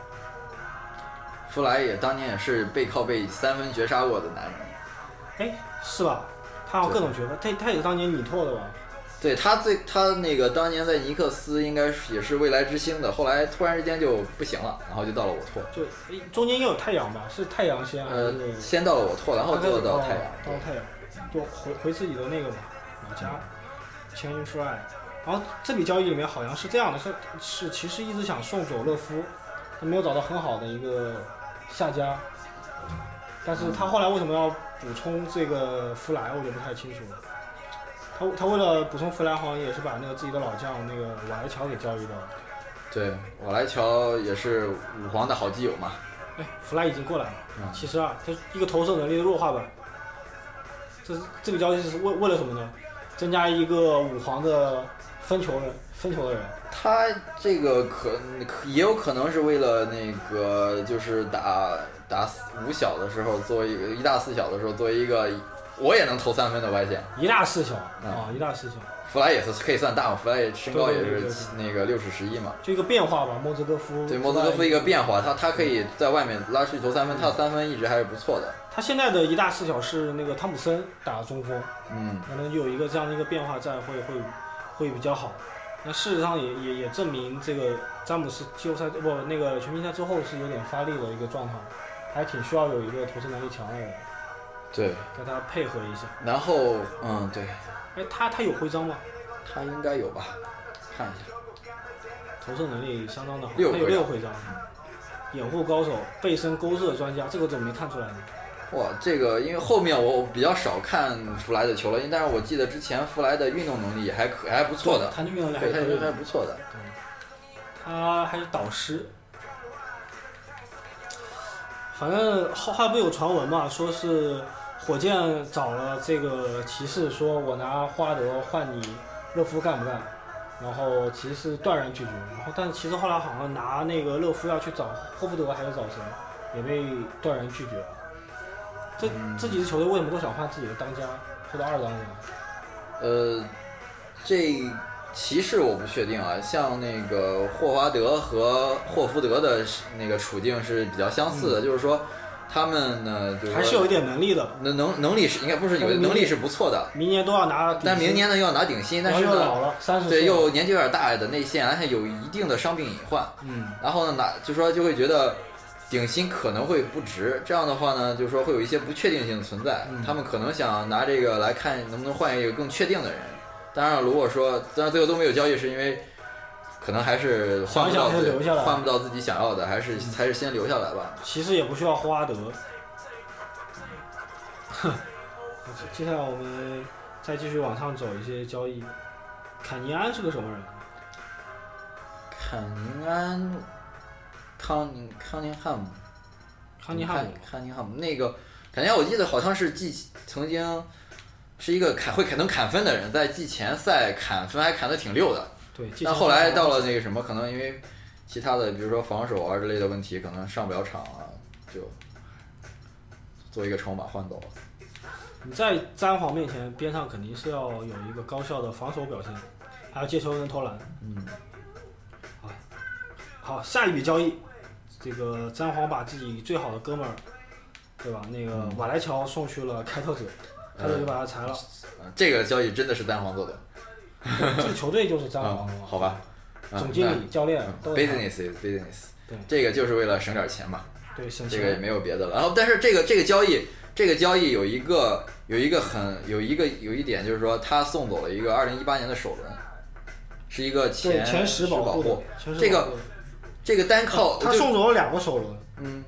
Speaker 2: 弗莱也当年也是背靠背三分绝杀我的男人，
Speaker 1: 哎，是吧？他有各种角色，他他也是当年米拓的吧？
Speaker 2: 对他最他那个当年在尼克斯应该是也是未来之星的，后来突然之间就不行了，然后就到了我拓，
Speaker 1: 就诶中间也有太阳吧？是太阳先还
Speaker 2: 呃
Speaker 1: 是？，
Speaker 2: 先到了我拓，然后就到太阳，
Speaker 1: 哦到
Speaker 2: 对
Speaker 1: 太阳，就回回自己的那个嘛，老家，
Speaker 2: 嗯
Speaker 1: 签约 fly。然后这笔交易里面好像是这样的，是是其实一直想送走勒夫，他没有找到很好的一个下家，但是他后来为什么要补充这个弗莱，我就不太清楚了。他他为了补充弗莱，好像也是把那个自己的老将那个瓦莱乔给交易掉了。
Speaker 2: 对，我来乔也是五皇的好基友嘛，
Speaker 1: 哎，弗莱已经过来了
Speaker 2: 嗯，
Speaker 1: 七十二，他一个投射能力的弱化版。这是这个交易是为为了什么呢？增加一个五皇的分球人，分球的人。
Speaker 2: 他这个可可也有可能是为了那个，就是打打四五小的时候，作为一个一大四小的时候，作为一个我也能投三分的外线，
Speaker 1: 一大四小
Speaker 2: 嗯
Speaker 1: 啊，一大四小，
Speaker 2: 弗莱也是可以算大嘛，弗莱也身高也
Speaker 1: 对对
Speaker 2: 是
Speaker 1: 对
Speaker 2: 那个六尺十一嘛，
Speaker 1: 就一个变化吧。莫兹科夫
Speaker 2: 对莫兹科夫一
Speaker 1: 个，
Speaker 2: 个变化，他他可以在外面拉出去投三分，他的三分一直还是不错的，
Speaker 1: 他现在的一大四小是那个汤普森打中锋，
Speaker 2: 嗯，
Speaker 1: 可能有一个这样的一个变化在，会会会比较好。那事实上也也也证明这个詹姆斯季后赛不那个全明星赛之后是有点发力的一个状态，还挺需要有一个投射能力强的人
Speaker 2: 对，
Speaker 1: 跟他配合一下。
Speaker 2: 然后嗯，对
Speaker 1: 哎，他他有徽章吗？
Speaker 2: 他应该有吧，看一下，
Speaker 1: 投射能力相当的好，他
Speaker 2: 六
Speaker 1: 有
Speaker 2: 徽
Speaker 1: 六徽章，掩护高手、背身勾射专家，这个怎么没看出来呢？
Speaker 2: 哇，这个因为后面我比较少看弗莱的球了，因为但是我记得之前弗莱的运动能力也还可还不错的，
Speaker 1: 他的运动力还
Speaker 2: 对，他
Speaker 1: 可
Speaker 2: 应
Speaker 1: 以
Speaker 2: 该，还不错的。
Speaker 1: 他还是导师。反正后后来不有传闻嘛，说是火箭找了这个骑士，说我拿花德换你勒夫干不干？然后骑士断然拒绝。然后但骑士后来好像拿那个勒夫要去找霍福德还是找谁，也被断然拒绝了。这这几支球队为什么都想换自己的当家或者二当家？
Speaker 2: 呃，这骑士我不确定啊，像那个霍华德和霍福德的是那个处境是比较相似的，就是说他们呢，就是
Speaker 1: 嗯还是有一点能力的，
Speaker 2: 能能能力是应该不是有
Speaker 1: 但是明
Speaker 2: 能力是不错的，
Speaker 1: 明年都要拿底薪。
Speaker 2: 但明年呢又要拿顶薪，但
Speaker 1: 然后
Speaker 2: 是
Speaker 1: 又
Speaker 2: 呢
Speaker 1: 老了，三十岁了，
Speaker 2: 对又年纪有点大的内线，而且有一定的伤病隐患，
Speaker 1: 嗯，
Speaker 2: 然后呢拿就说就会觉得。顶薪可能会不值，这样的话呢，就是说会有一些不确定性的存在。
Speaker 1: 嗯
Speaker 2: 他们可能想拿这个来看能不能换一个更确定的人。当然，如果说，当然最后都没有交易，是因为可能还是换不到
Speaker 1: 想一想还
Speaker 2: 自
Speaker 1: 是
Speaker 2: 己
Speaker 1: 留下来
Speaker 2: 换不到自己想要的，还是还是先留下来吧。
Speaker 1: 其实也不需要霍华德。 *laughs* 接下来我们再继续往上走一些交易。坎尼安是个什么人？
Speaker 2: 坎宁安，康宁康宁汉姆，
Speaker 1: 康尼汉姆。
Speaker 2: 嗯康宁汉姆那个，感觉我记得好像是季曾经是一个砍会砍能砍分的人，在季前赛砍分还砍得挺溜的。
Speaker 1: 对，季前
Speaker 2: 但后来
Speaker 1: 赛
Speaker 2: 到了那个什么，可能因为其他的，比如说防守啊之类的问题，可能上不了场了，就做一个筹码换走了。
Speaker 1: 你在詹皇面前，边上肯定是要有一个高效的防守表现，还有接球能投篮。
Speaker 2: 嗯，
Speaker 1: 好，下一笔交易，这个詹皇把自己最好的哥们儿，对吧？那
Speaker 2: 嗯
Speaker 1: 个瓦莱乔送去了开拓者，开拓者就把他裁了。
Speaker 2: 呃这个交易真的是单黄做的
Speaker 1: 这个球队就是詹
Speaker 2: 啊
Speaker 1: 皇嘛，，
Speaker 2: 嗯好吧。啊
Speaker 1: 总经理、教
Speaker 2: 那
Speaker 1: 练
Speaker 2: 嗯
Speaker 1: 都是他。
Speaker 2: business is business，
Speaker 1: 对
Speaker 2: 这个就是为了省点钱嘛，
Speaker 1: 对，省
Speaker 2: 这个也
Speaker 1: 钱。
Speaker 2: 没有别的了。然后，但是这个这个交易，这个交易有一个有一个很有一个有一点就是说，他送走了一个二零一八年的首轮，是一个
Speaker 1: 对，前
Speaker 2: 十
Speaker 1: 保
Speaker 2: 保
Speaker 1: 的，前十
Speaker 2: 这
Speaker 1: 保
Speaker 2: 个
Speaker 1: 护的
Speaker 2: 这个单靠
Speaker 1: 他
Speaker 2: 就
Speaker 1: 送走了两个首轮，
Speaker 2: 嗯。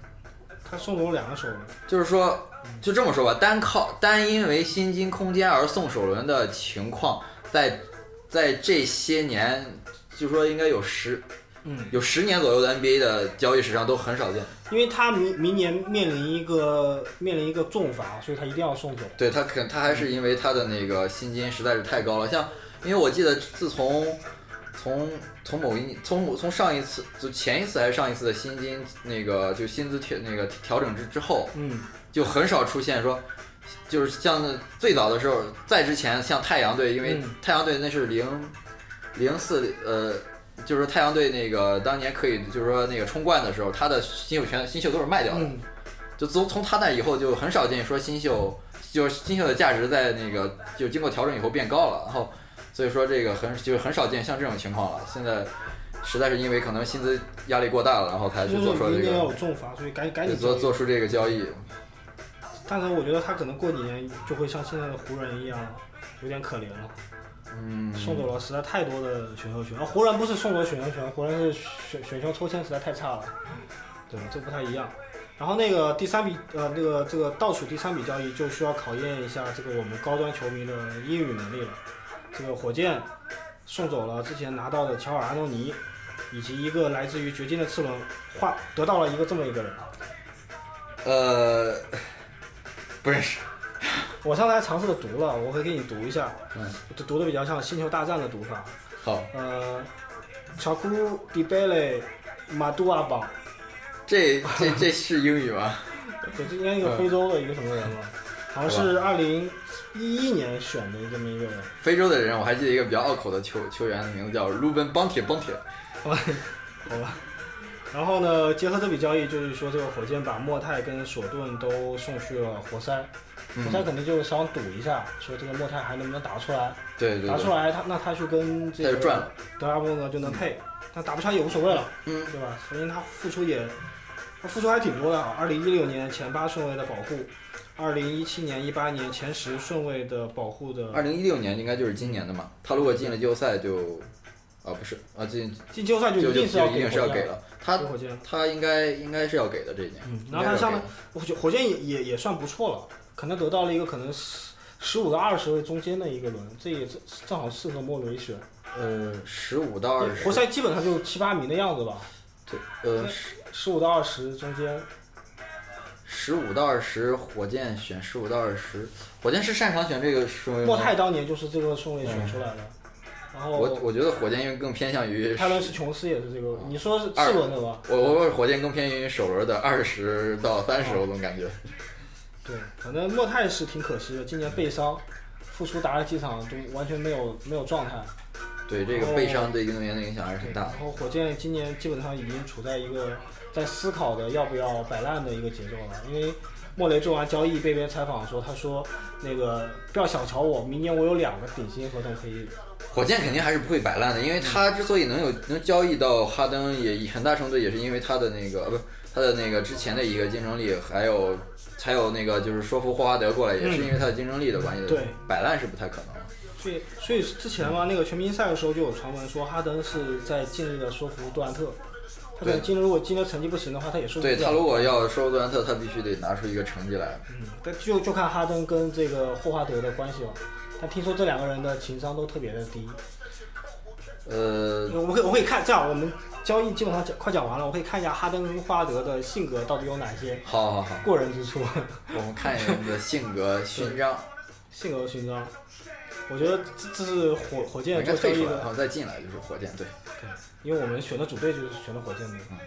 Speaker 1: 他送走了两个首轮，
Speaker 2: 就是说，就这么说吧，单靠单因为薪金空间而送首轮的情况，在在这些年，就说应该有十
Speaker 1: 嗯，
Speaker 2: 有十年左右的 NBA 的交易史上都很少见。
Speaker 1: 因为他明明年面临一个面临一个重罚，所以他一定要送走。
Speaker 2: 对他肯他还是因为他的那个薪金实在是太高了，像因为我记得自从从从某一从某从上一次就前一次还是上一次的薪金那个就薪资调那个调整之之后，
Speaker 1: 嗯，
Speaker 2: 就很少出现说，就是像那最早的时候，在之前像太阳队，因为
Speaker 1: 嗯
Speaker 2: 太阳队那是零零四呃，就是太阳队那个当年可以就是说那个冲冠的时候，他的新秀权新秀都是卖掉的，
Speaker 1: 嗯，
Speaker 2: 就从从他那以后就很少见说新秀就是新秀的价值在那个就经过调整以后变高了，然后所以说这个很就是很少见像这种情况了，现在。实在是因为可能薪资压力过大了，然后才去
Speaker 1: 就是
Speaker 2: 做出了
Speaker 1: 嗯明
Speaker 2: 这
Speaker 1: 年要
Speaker 2: 个，
Speaker 1: 有重罚，所以赶赶紧
Speaker 2: 做
Speaker 1: 交易。
Speaker 2: 做出这个交易。
Speaker 1: 但是我觉得他可能过几年就会像现在的湖人一样，有点可怜了，
Speaker 2: 嗯，
Speaker 1: 送走了实在太多的选秀权。啊，湖人不是送走选秀权，湖人是选选秀抽签实在太差了，对，这不太一样。然后那个第三笔，呃，那个这个倒数第三笔交易就需要考验一下这个我们高端球迷的英语能力了。这个火箭送走了之前拿到的乔尔安东尼，以及一个来自于掘金的次轮，换得到了一个这么一个人。
Speaker 2: 呃， *laughs* 不认识。
Speaker 1: 我上次还尝试的读了，我会给你读一下，
Speaker 2: 嗯，
Speaker 1: 读读的比较像《星球大战》的读法。
Speaker 2: 好，
Speaker 1: 呃，乔库迪贝勒马杜阿堡，
Speaker 2: 这这这是英语吗？
Speaker 1: 对，这应该一个非洲的一个什么人了，
Speaker 2: 嗯
Speaker 1: 好像是二零一一年选的这么一个人。
Speaker 2: 非洲的人，我还记得一个比较拗口的球球员，名字叫 Ruben Bonte Bonte。
Speaker 1: 好吧。然后呢，结合这笔交易，就是说这个火箭把莫泰跟索顿都送去了活塞，
Speaker 2: 嗯
Speaker 1: 莫泰肯定就是想赌一下，说这个莫泰还能不能打出来，
Speaker 2: 对对
Speaker 1: 打出
Speaker 2: 对，
Speaker 1: 来他那他去跟这
Speaker 2: 他就赚
Speaker 1: 个
Speaker 2: 了，
Speaker 1: 德拉布呢就能配，但打不出来也无所谓了，
Speaker 2: 嗯，
Speaker 1: 对吧？所以他付出也，他付出还挺多的啊。二零一六年前八顺位的保护，二零一七年、一八年前十顺位的保护的
Speaker 2: 二零一六年应该就是今年的嘛，他如果进了季后赛就，啊不是啊进
Speaker 1: 进季后赛就
Speaker 2: 就
Speaker 1: 一
Speaker 2: 就
Speaker 1: 定是
Speaker 2: 就
Speaker 1: 要
Speaker 2: 一定是
Speaker 1: 火
Speaker 2: 要
Speaker 1: 箭
Speaker 2: 给
Speaker 1: 的
Speaker 2: 了，他
Speaker 1: 给火箭。
Speaker 2: 他应该应该是要给的这一年，
Speaker 1: 嗯，
Speaker 2: 应
Speaker 1: 然后
Speaker 2: 该
Speaker 1: 他
Speaker 2: 是
Speaker 1: 下
Speaker 2: 要给
Speaker 1: 面
Speaker 2: 的，
Speaker 1: 火箭火箭也也也算不错了，可能得到了一个可能十十五到二十位中间的一个轮，这也正正好适合莫雷选。
Speaker 2: 呃十五到二十
Speaker 1: 活，塞基本上就七八名的样子吧，
Speaker 2: 对，呃
Speaker 1: 十五到二十中间。
Speaker 2: 嗯十五到二十，火箭选十五到二十，火箭是擅长选这个顺位
Speaker 1: 莫
Speaker 2: 吗？
Speaker 1: 泰当年就是这个顺位选出来的，然
Speaker 2: 嗯我
Speaker 1: 后
Speaker 2: 我觉得火箭因为更偏向于
Speaker 1: 泰伦斯琼斯也是这个
Speaker 2: 啊，
Speaker 1: 你说是
Speaker 2: 二
Speaker 1: 次轮的吧？
Speaker 2: 我我火箭更偏于首轮的二十到三
Speaker 1: 哦
Speaker 2: 十，我总感觉。
Speaker 1: 对，反正莫泰是挺可惜的，今年背伤，复出打了几场就完全没有没有状态。
Speaker 2: 对
Speaker 1: 哦
Speaker 2: 这个背伤对运动员的影响还是
Speaker 1: 对
Speaker 2: 很大
Speaker 1: 然
Speaker 2: 的。
Speaker 1: 后火箭今年基本上已经处在一个在思考的要不要摆烂的一个节奏了，因为莫雷做完交易被别人采访说，他说那个不要小瞧我，明年我有两个顶薪合同可以。
Speaker 2: 火箭肯定还是不会摆烂的，
Speaker 1: 嗯
Speaker 2: 因为他之所以能有能交易到哈登也，也很大程度也是因为他的那个呃不是他的那个之前的一个竞争力，还有还有那个就是说服霍华德过来，也是因为他的竞争力的关系。
Speaker 1: 嗯对，
Speaker 2: 摆烂是不太可能的。
Speaker 1: 所以，所以之前嘛，那个全明星赛的时候就有传闻说哈登是在尽力的说服杜兰特，他可能
Speaker 2: 对
Speaker 1: 今天如果今天成绩不行的话，他也说服
Speaker 2: 对
Speaker 1: 不
Speaker 2: 他
Speaker 1: 了。
Speaker 2: 如果要收杜兰特，他必须得拿出一个成绩来。
Speaker 1: 嗯，但就就看哈登跟这个霍华德的关系了。但听说这两个人的情商都特别的低。
Speaker 2: 呃，
Speaker 1: 我们可以我可以看这样，我们交易基本上讲快讲完了，我可以看一下哈登跟霍华德的性格到底有哪些
Speaker 2: 好好好，
Speaker 1: 过人之处， *laughs*
Speaker 2: 我们看一下你的性格勋章，
Speaker 1: 性格勋章。我觉得这这是火火
Speaker 2: 我
Speaker 1: 箭
Speaker 2: 应该
Speaker 1: 做交
Speaker 2: 退
Speaker 1: 易
Speaker 2: 出啊来，然
Speaker 1: 的，
Speaker 2: 后再进来就是火箭队。
Speaker 1: 对，因为我们选的主队就是选的火箭队
Speaker 2: 嗯，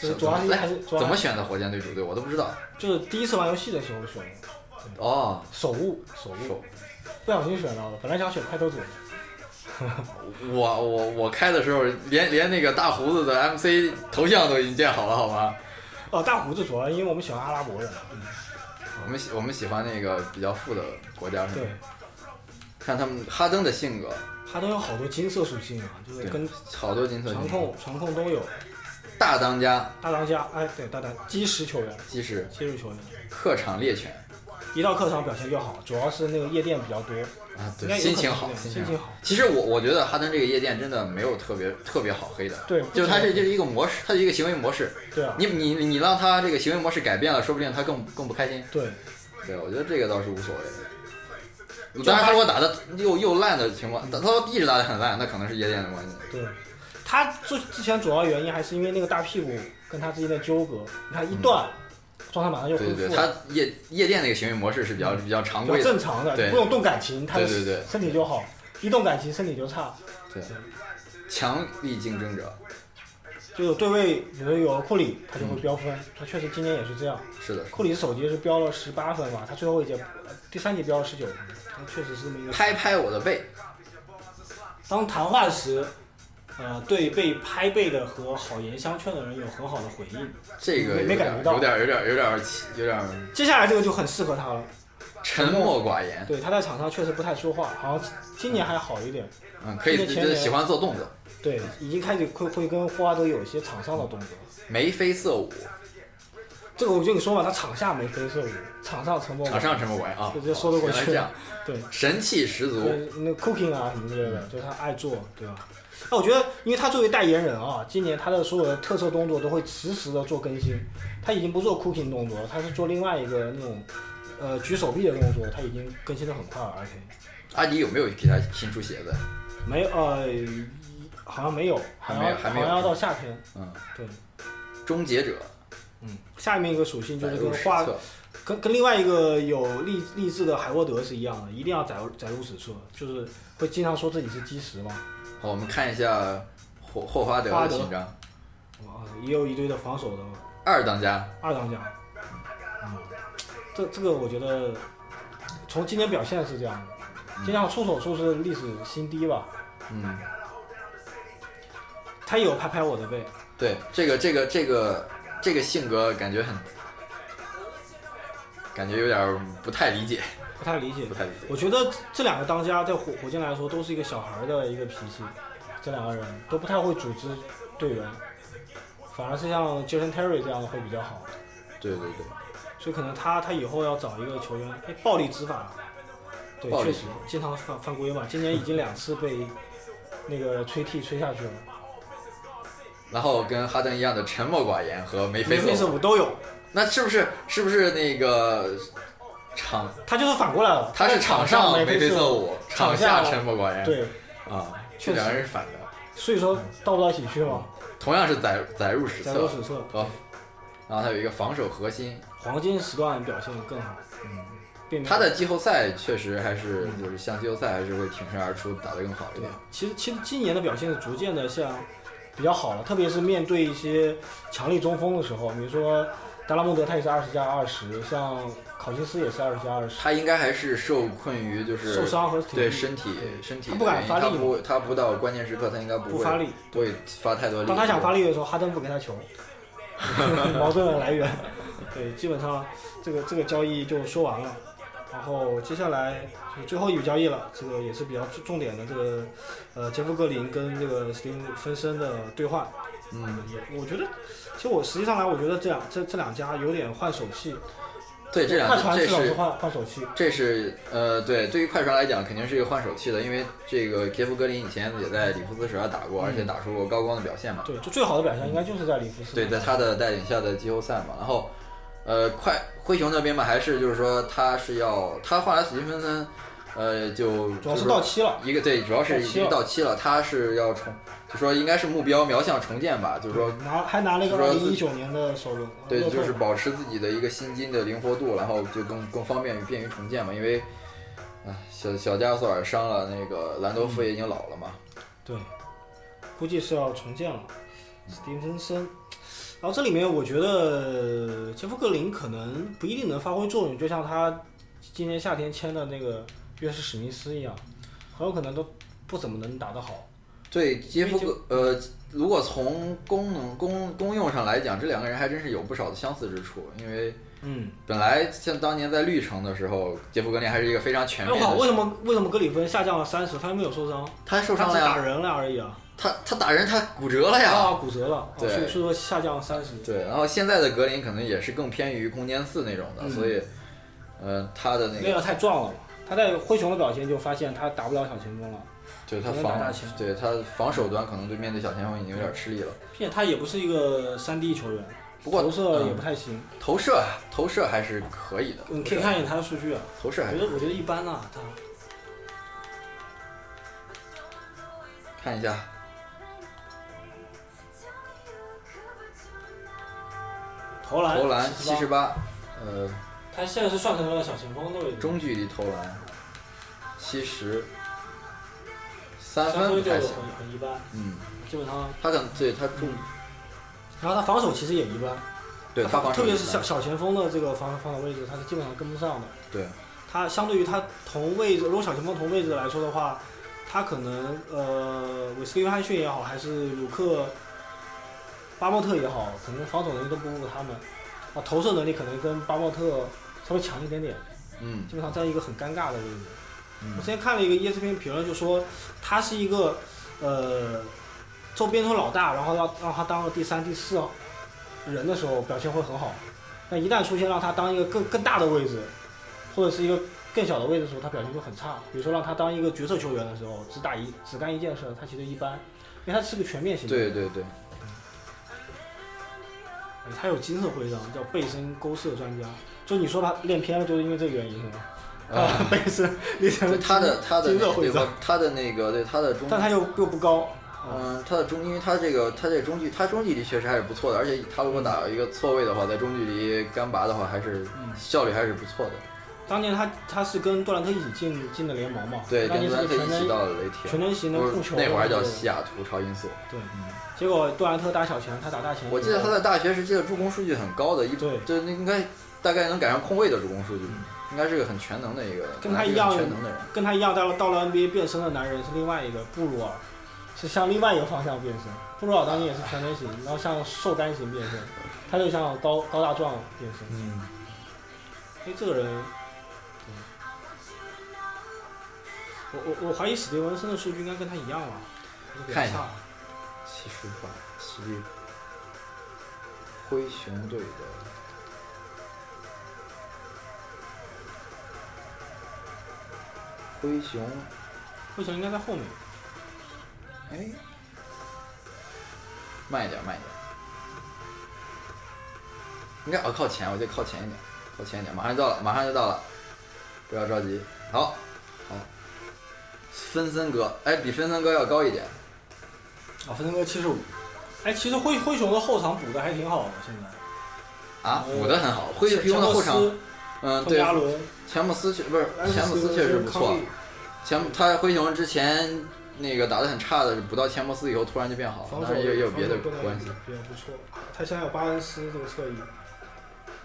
Speaker 1: 对，就是主要是
Speaker 2: 哎
Speaker 1: 还是主要
Speaker 2: 怎么选的火箭队主队，我都不知道。
Speaker 1: 就是第一次玩游戏的时候选的，
Speaker 2: 哦，
Speaker 1: 手误手误
Speaker 2: 手，
Speaker 1: 不小心选到了，本来想选开拓者，
Speaker 2: 我我我开的时候，连连那个大胡子的 MC 头像都已经建好了，好吗？
Speaker 1: 哦，大胡子主要因为我们喜欢阿拉伯人，嗯
Speaker 2: 我们喜我们喜欢那个比较富的国家，是吗
Speaker 1: 对，
Speaker 2: 看他们哈登的性格，
Speaker 1: 哈登有好多金色属性啊，就是
Speaker 2: 对
Speaker 1: 跟
Speaker 2: 好多金色
Speaker 1: 传
Speaker 2: 球
Speaker 1: 控传控都有，
Speaker 2: 大当家，
Speaker 1: 大当家，哎，对，大当基石球员，
Speaker 2: 即使
Speaker 1: 基石球员，
Speaker 2: 客场猎犬
Speaker 1: 一到客场表现就好，主要是那个夜店比较多，
Speaker 2: 啊，
Speaker 1: 应该有可
Speaker 2: 对，
Speaker 1: 能
Speaker 2: 心
Speaker 1: 是这
Speaker 2: 情
Speaker 1: 样
Speaker 2: 好，
Speaker 1: 心
Speaker 2: 情好。
Speaker 1: 情好，
Speaker 2: 其实我我觉得哈登这个夜店真的没有特别特别好黑的，
Speaker 1: 对，
Speaker 2: 就是他这
Speaker 1: 这
Speaker 2: 就是一个模式，他的一个行为模式。
Speaker 1: 对啊，
Speaker 2: 你你你让他这个行为模式改变了，说不定他更更不开心。
Speaker 1: 对，
Speaker 2: 对，我觉得这个倒是无所谓的。当然，他如果打的又又烂的情况，他他一直打的很烂，那可能是夜店的关系。
Speaker 1: 对，他之之前主要原因还是因为那个大屁股跟他之间的纠葛，你看一断，状态马上就
Speaker 2: 嗯对
Speaker 1: 恢
Speaker 2: 对，
Speaker 1: 复嗯
Speaker 2: 他
Speaker 1: 了，
Speaker 2: 夜夜店那个行为模式是比较比较常
Speaker 1: 比
Speaker 2: 规
Speaker 1: 较
Speaker 2: 的。
Speaker 1: 正常的，
Speaker 2: 对
Speaker 1: 不用动感情，他的
Speaker 2: 对对对
Speaker 1: 身体就好，一动感情身体就差，
Speaker 2: 对，强力竞争者
Speaker 1: 就有对位，比如有了库里，他就
Speaker 2: 嗯
Speaker 1: 会飙分，他确实今年也是这样，
Speaker 2: 是的，
Speaker 1: 库里首节是飙了十八分吧，他最后一节呃第三节飙了十九分，他确实是这么一个。
Speaker 2: 拍拍我的背，
Speaker 1: 当谈话时，呃，对被拍背的和好言相劝的人有很好的回应。
Speaker 2: 这个
Speaker 1: 没
Speaker 2: 有
Speaker 1: 没
Speaker 2: 点
Speaker 1: 感觉到
Speaker 2: 有点有点有点有点
Speaker 1: 接下来这个就很适合他了，
Speaker 2: 沉默寡言。
Speaker 1: 对，他在场上确实不太说话，好像今年还好一点。
Speaker 2: 嗯，可以
Speaker 1: 这
Speaker 2: 就
Speaker 1: 个前
Speaker 2: 就
Speaker 1: 沿
Speaker 2: 喜欢做动作，
Speaker 1: 对，已经开始会会跟霍华德有一些场上的动作。
Speaker 2: 眉飞色舞，
Speaker 1: 这个我跟你说嘛，他场下眉飞色舞，场上沉默
Speaker 2: 场上沉默寡言啊，
Speaker 1: 对这哦说得过去
Speaker 2: 原来这样，
Speaker 1: 对，
Speaker 2: 神气十足。
Speaker 1: 对那 cooking 啊什么之类的，就是他爱做，对吧？那我觉得，因为他作为代言人啊，今年他的所有的特色动作都会实时的做更新。他已经不做 cooking 动作了，他是做另外一个那种，呃，举手臂的动作，他已经更新的很快了。而且
Speaker 2: 阿迪有没有给他新出鞋子？
Speaker 1: 没呃，好像没有，好
Speaker 2: 还
Speaker 1: 像
Speaker 2: 没有还没有
Speaker 1: 好像要到夏天。
Speaker 2: 嗯，
Speaker 1: 对，
Speaker 2: 终结者，
Speaker 1: 嗯，下面一个属性就
Speaker 2: 载
Speaker 1: 是
Speaker 2: 入
Speaker 1: 跟
Speaker 2: 史
Speaker 1: 画
Speaker 2: 册。
Speaker 1: 跟跟另外一个有励励志的海沃德是一样的，一定要载入载入史册，就是会经常说自己是基石嘛。
Speaker 2: 好，我们看一下霍霍华德
Speaker 1: 花
Speaker 2: 的
Speaker 1: 德
Speaker 2: 勋章，
Speaker 1: 啊，也有一堆的防守的
Speaker 2: 二当家，
Speaker 1: 二当家，嗯，这这个我觉得从今年表现是这样的，今年出手数是历史新低吧，
Speaker 2: 嗯，
Speaker 1: 他也有拍拍我的背，
Speaker 2: 对，这个这个这个这个性格感觉很，感觉有点儿不太理解，
Speaker 1: 不太理解
Speaker 2: 不。太理解。
Speaker 1: 我觉得这两个当家在火火箭来说都是一个小孩的一个脾气，这两个人都不太会组织队员，反而是像 Jason Terry 这样的会比较好。
Speaker 2: 对对对，
Speaker 1: 所以可能他他以后要找一个球员，哎，暴力执法，对，
Speaker 2: 暴
Speaker 1: 确
Speaker 2: 力执
Speaker 1: 实经常犯犯规嘛，今年已经两次被那个吹替吹下去了，
Speaker 2: 然后跟哈登一样的沉默寡言和眉
Speaker 1: 梅
Speaker 2: 飞色
Speaker 1: 菲
Speaker 2: 舞，
Speaker 1: 斯我都有，
Speaker 2: 那是不是是不是那个场？
Speaker 1: 他就是反过来了，
Speaker 2: 他是场上
Speaker 1: 梅
Speaker 2: 眉飞色
Speaker 1: 舞，
Speaker 2: 舞，
Speaker 1: 场
Speaker 2: 场
Speaker 1: 下
Speaker 2: 下沉默寡言。
Speaker 1: 对，
Speaker 2: 啊，
Speaker 1: 确实
Speaker 2: 这两个人是反的，
Speaker 1: 所以说到不到一起去嘛，
Speaker 2: 同样是载载入史
Speaker 1: 载入
Speaker 2: 册
Speaker 1: 史册，
Speaker 2: 和，然后他有一个防守核心，
Speaker 1: 黄金时段表现得更好，
Speaker 2: 嗯，
Speaker 1: 并没有
Speaker 2: 他在季后赛确实还是
Speaker 1: 嗯
Speaker 2: 就是像季后赛还是会挺身而出，打得更好一
Speaker 1: 对
Speaker 2: 点。，
Speaker 1: 其实其实今年的表现是逐渐的像比较好了，特别是面对一些强力中锋的时候，比如说达拉蒙德他也是二十加二十，像考辛斯也是二十加二十，
Speaker 2: 他应该还是受困于就是
Speaker 1: 受伤和体
Speaker 2: 对
Speaker 1: 力
Speaker 2: 身体身体
Speaker 1: 他
Speaker 2: 的
Speaker 1: 不敢
Speaker 2: 原因
Speaker 1: 发力
Speaker 2: 他
Speaker 1: 嘛
Speaker 2: 不他不到关键时刻他应该不
Speaker 1: 不发
Speaker 2: 会
Speaker 1: 力。
Speaker 2: 不会发太多力。
Speaker 1: 当他想发力的时候，哈登不给他球，矛盾的来源。对，基本上这个这个交易就说完了。然后接下来就是最后一笔交易了，这个也是比较重重点的这个，呃，杰夫格林跟这个史蒂芬森的兑换。
Speaker 2: 嗯，
Speaker 1: 也我觉得，其实我实际上来，我觉得这两这这两家有点换手气，
Speaker 2: 对，这
Speaker 1: 快
Speaker 2: 两
Speaker 1: 船
Speaker 2: 这
Speaker 1: 至少
Speaker 2: 是
Speaker 1: 是换换手气，
Speaker 2: 这是呃，对，对于快船来讲，肯定是一个换手气的，因为这个杰夫格林以前也在里弗斯手下打过，而
Speaker 1: 嗯
Speaker 2: 且打出过高光的表现嘛。
Speaker 1: 对，就最好的表现应该就是在里弗斯，
Speaker 2: 对，在他的带领下的季后赛嘛。然后，呃，快灰熊那边吧，还是就是说他是要他换来史蒂芬森，呃，就
Speaker 1: 主要
Speaker 2: 就是说
Speaker 1: 到期了，
Speaker 2: 一个对，主要是
Speaker 1: 到
Speaker 2: 已
Speaker 1: 期
Speaker 2: 经
Speaker 1: 了
Speaker 2: 到期了，他是要重，就说应该是目标瞄向重建吧，就是说。
Speaker 1: 拿还拿了一个
Speaker 2: 就
Speaker 1: 二
Speaker 2: 说
Speaker 1: 零一九年的首轮，呃
Speaker 2: 对，
Speaker 1: 乐透
Speaker 2: 就是保持自己的一个薪金的灵活度，然后就更更方便于便于重建嘛。因为，啊，小小加索尔伤了，那个兰多
Speaker 1: 嗯
Speaker 2: 夫也已经老了嘛。
Speaker 1: 对，估计是要重建了。史蒂芬森，然后这里面我觉得杰夫格林可能不一定能发挥作用，就像他今年夏天签的那个约什史密斯一样，很有可能都不怎么能打得好。
Speaker 2: 对，杰夫格呃，如果从功能功功用上来讲，这两个人还真是有不少的相似之处。因为
Speaker 1: 嗯，
Speaker 2: 本来像当年在绿城的时候，杰夫格林还是一个非常全
Speaker 1: 那
Speaker 2: 面
Speaker 1: 哎好，为
Speaker 2: 的。
Speaker 1: 什么为什么格里芬下降了三十？他又没有受伤，
Speaker 2: 他受伤
Speaker 1: 他只
Speaker 2: 了
Speaker 1: 打
Speaker 2: 呀，
Speaker 1: 人了而已啊，
Speaker 2: 他他打人，他骨折了呀。
Speaker 1: 啊，骨折了，哦所
Speaker 2: 对
Speaker 1: 以所以说下降三十。
Speaker 2: 对，然后现在的格林可能也是更偏于空间四那种的，
Speaker 1: 嗯啊
Speaker 2: 所以，呃，他的那个
Speaker 1: 那个太壮了嘛，他在灰熊的表现就发现他打不了小前锋了，
Speaker 2: 对他
Speaker 1: 可能打大
Speaker 2: 防
Speaker 1: 前，锋
Speaker 2: 对他防守端可能对面对小前锋已经有点吃力了。
Speaker 1: 并且他也不是一个三 D 球员，
Speaker 2: 不过
Speaker 1: 投射
Speaker 2: 嗯
Speaker 1: 也不太行。
Speaker 2: 投射啊投射还是可以的，
Speaker 1: 你可以看一眼他的数据啊，
Speaker 2: 投射
Speaker 1: 我
Speaker 2: 还
Speaker 1: 觉
Speaker 2: 是
Speaker 1: 得我觉得一般啊，他
Speaker 2: 看一下。
Speaker 1: 投篮
Speaker 2: 投篮
Speaker 1: 七
Speaker 2: 哎七十，八，呃，
Speaker 1: 他现在是算成了小前锋的位置，
Speaker 2: 中距离投篮七十，三
Speaker 1: 三
Speaker 2: 分不
Speaker 1: 分就嗯
Speaker 2: 太
Speaker 1: 很
Speaker 2: 行。
Speaker 1: 很一般，
Speaker 2: 嗯，
Speaker 1: 基本上。
Speaker 2: 他可能对他中，
Speaker 1: 然后他防守其实也一般，
Speaker 2: 对他防守
Speaker 1: 特别
Speaker 2: 一
Speaker 1: 是
Speaker 2: 般
Speaker 1: 小小前锋的这个防防守位置，他是基本上跟不上的。
Speaker 2: 对
Speaker 1: 他相对于他同位置，如果小前锋同位置来说的话，他可能呃，韦斯利约翰逊也好，还是鲁克巴莫特也好，可能防守能力都不如他们，啊，投射能力可能跟巴莫特稍微强一点点，
Speaker 2: 嗯
Speaker 1: 基本上在一个很尴尬的位置。
Speaker 2: 嗯
Speaker 1: 我之前看了一个 ESPN 评论，就说他是一个呃做边锋老大，然后要让他当个第三、第四人的时候表现会很好，但一旦出现让他当一个更更大的位置，或者是一个更小的位置的时候，他表现就很差。比如说让他当一个角色球员的时候，只打一只干一件事，他其实一般，因为他是个全面型的，
Speaker 2: 对对对，
Speaker 1: 他有金色徽章，叫背身勾射专
Speaker 2: 嗯
Speaker 1: 家。就你说他练偏了，就是因为这个原因是吗？ *laughs*
Speaker 2: 啊，
Speaker 1: 背身练成
Speaker 2: 对他的他的
Speaker 1: 金
Speaker 2: 那
Speaker 1: 色徽
Speaker 2: 个
Speaker 1: 章，
Speaker 2: 他的那个对他的中
Speaker 1: 但他又又不高，啊
Speaker 2: 嗯，他的中，因为他这个他这个中距，他中距离确实还是不错的，而且他如果打一个错位的话，在中距离干拔的话，还是
Speaker 1: 嗯
Speaker 2: 效率还是不错的。
Speaker 1: 当年他他是跟杜兰特一起进进的联盟嘛，
Speaker 2: 对，
Speaker 1: 当
Speaker 2: 跟
Speaker 1: 年
Speaker 2: 杜
Speaker 1: 是
Speaker 2: 兰
Speaker 1: 个
Speaker 2: 特一
Speaker 1: 全
Speaker 2: 起
Speaker 1: 能
Speaker 2: 到了雷霆，
Speaker 1: 全能型的
Speaker 2: 不
Speaker 1: 控
Speaker 2: 是
Speaker 1: 球，啊
Speaker 2: 那会儿叫西
Speaker 1: 瞎。
Speaker 2: 雅图超音速。
Speaker 1: 对
Speaker 2: 嗯，
Speaker 1: 结果杜兰特打小前，他打大前。
Speaker 2: 我记得他在大学时期的助攻数据很高的，一
Speaker 1: 对
Speaker 2: 就那应该大概能赶上空位的助攻数据
Speaker 1: 嗯，
Speaker 2: 应该是个很全能的一个，
Speaker 1: 跟他
Speaker 2: 本来是
Speaker 1: 一
Speaker 2: 个
Speaker 1: 样
Speaker 2: 很全能的人。
Speaker 1: 跟他一样，到了到了 NBA 变身的男人是另外一个布鲁尔，是向另外一个方向变身。布鲁尔当年也是全能型，然后向瘦干型变身，他就向高高大壮变身。
Speaker 2: 嗯，
Speaker 1: 哎，这个人，嗯我我我怀疑史蒂文森的数据应该跟他一样吧，还是比较
Speaker 2: 看一下
Speaker 1: 差。
Speaker 2: 七十八，七力灰熊队的。灰熊，
Speaker 1: 灰熊应该在后面，
Speaker 2: 哎，慢一点，慢一点，应该哦靠前，我就靠前一点，靠前一点，马上就到了，马上就到了，不要着急，好，好，芬森哥，哎，比芬森哥要高一点，
Speaker 1: 啊，分哥七十五。哎，其实灰灰熊的后场补的还挺好的，现在。
Speaker 2: 啊，
Speaker 1: 哦
Speaker 2: 补的很好，灰熊的后
Speaker 1: 乔
Speaker 2: 场，
Speaker 1: 布斯
Speaker 2: 嗯，
Speaker 1: 托尼
Speaker 2: 对，
Speaker 1: 阿伦，
Speaker 2: 钱姆斯确不是嗯
Speaker 1: 埃文斯
Speaker 2: 钱姆斯确实不错啊
Speaker 1: 康利，
Speaker 2: 钱他灰熊之前那个打得很差的，补到钱姆斯以后突然就变好
Speaker 1: 防
Speaker 2: 了，
Speaker 1: 守
Speaker 2: 但是也也有别的
Speaker 1: 防守不能
Speaker 2: 关系。
Speaker 1: 也不错。他现在有巴恩斯这个侧翼，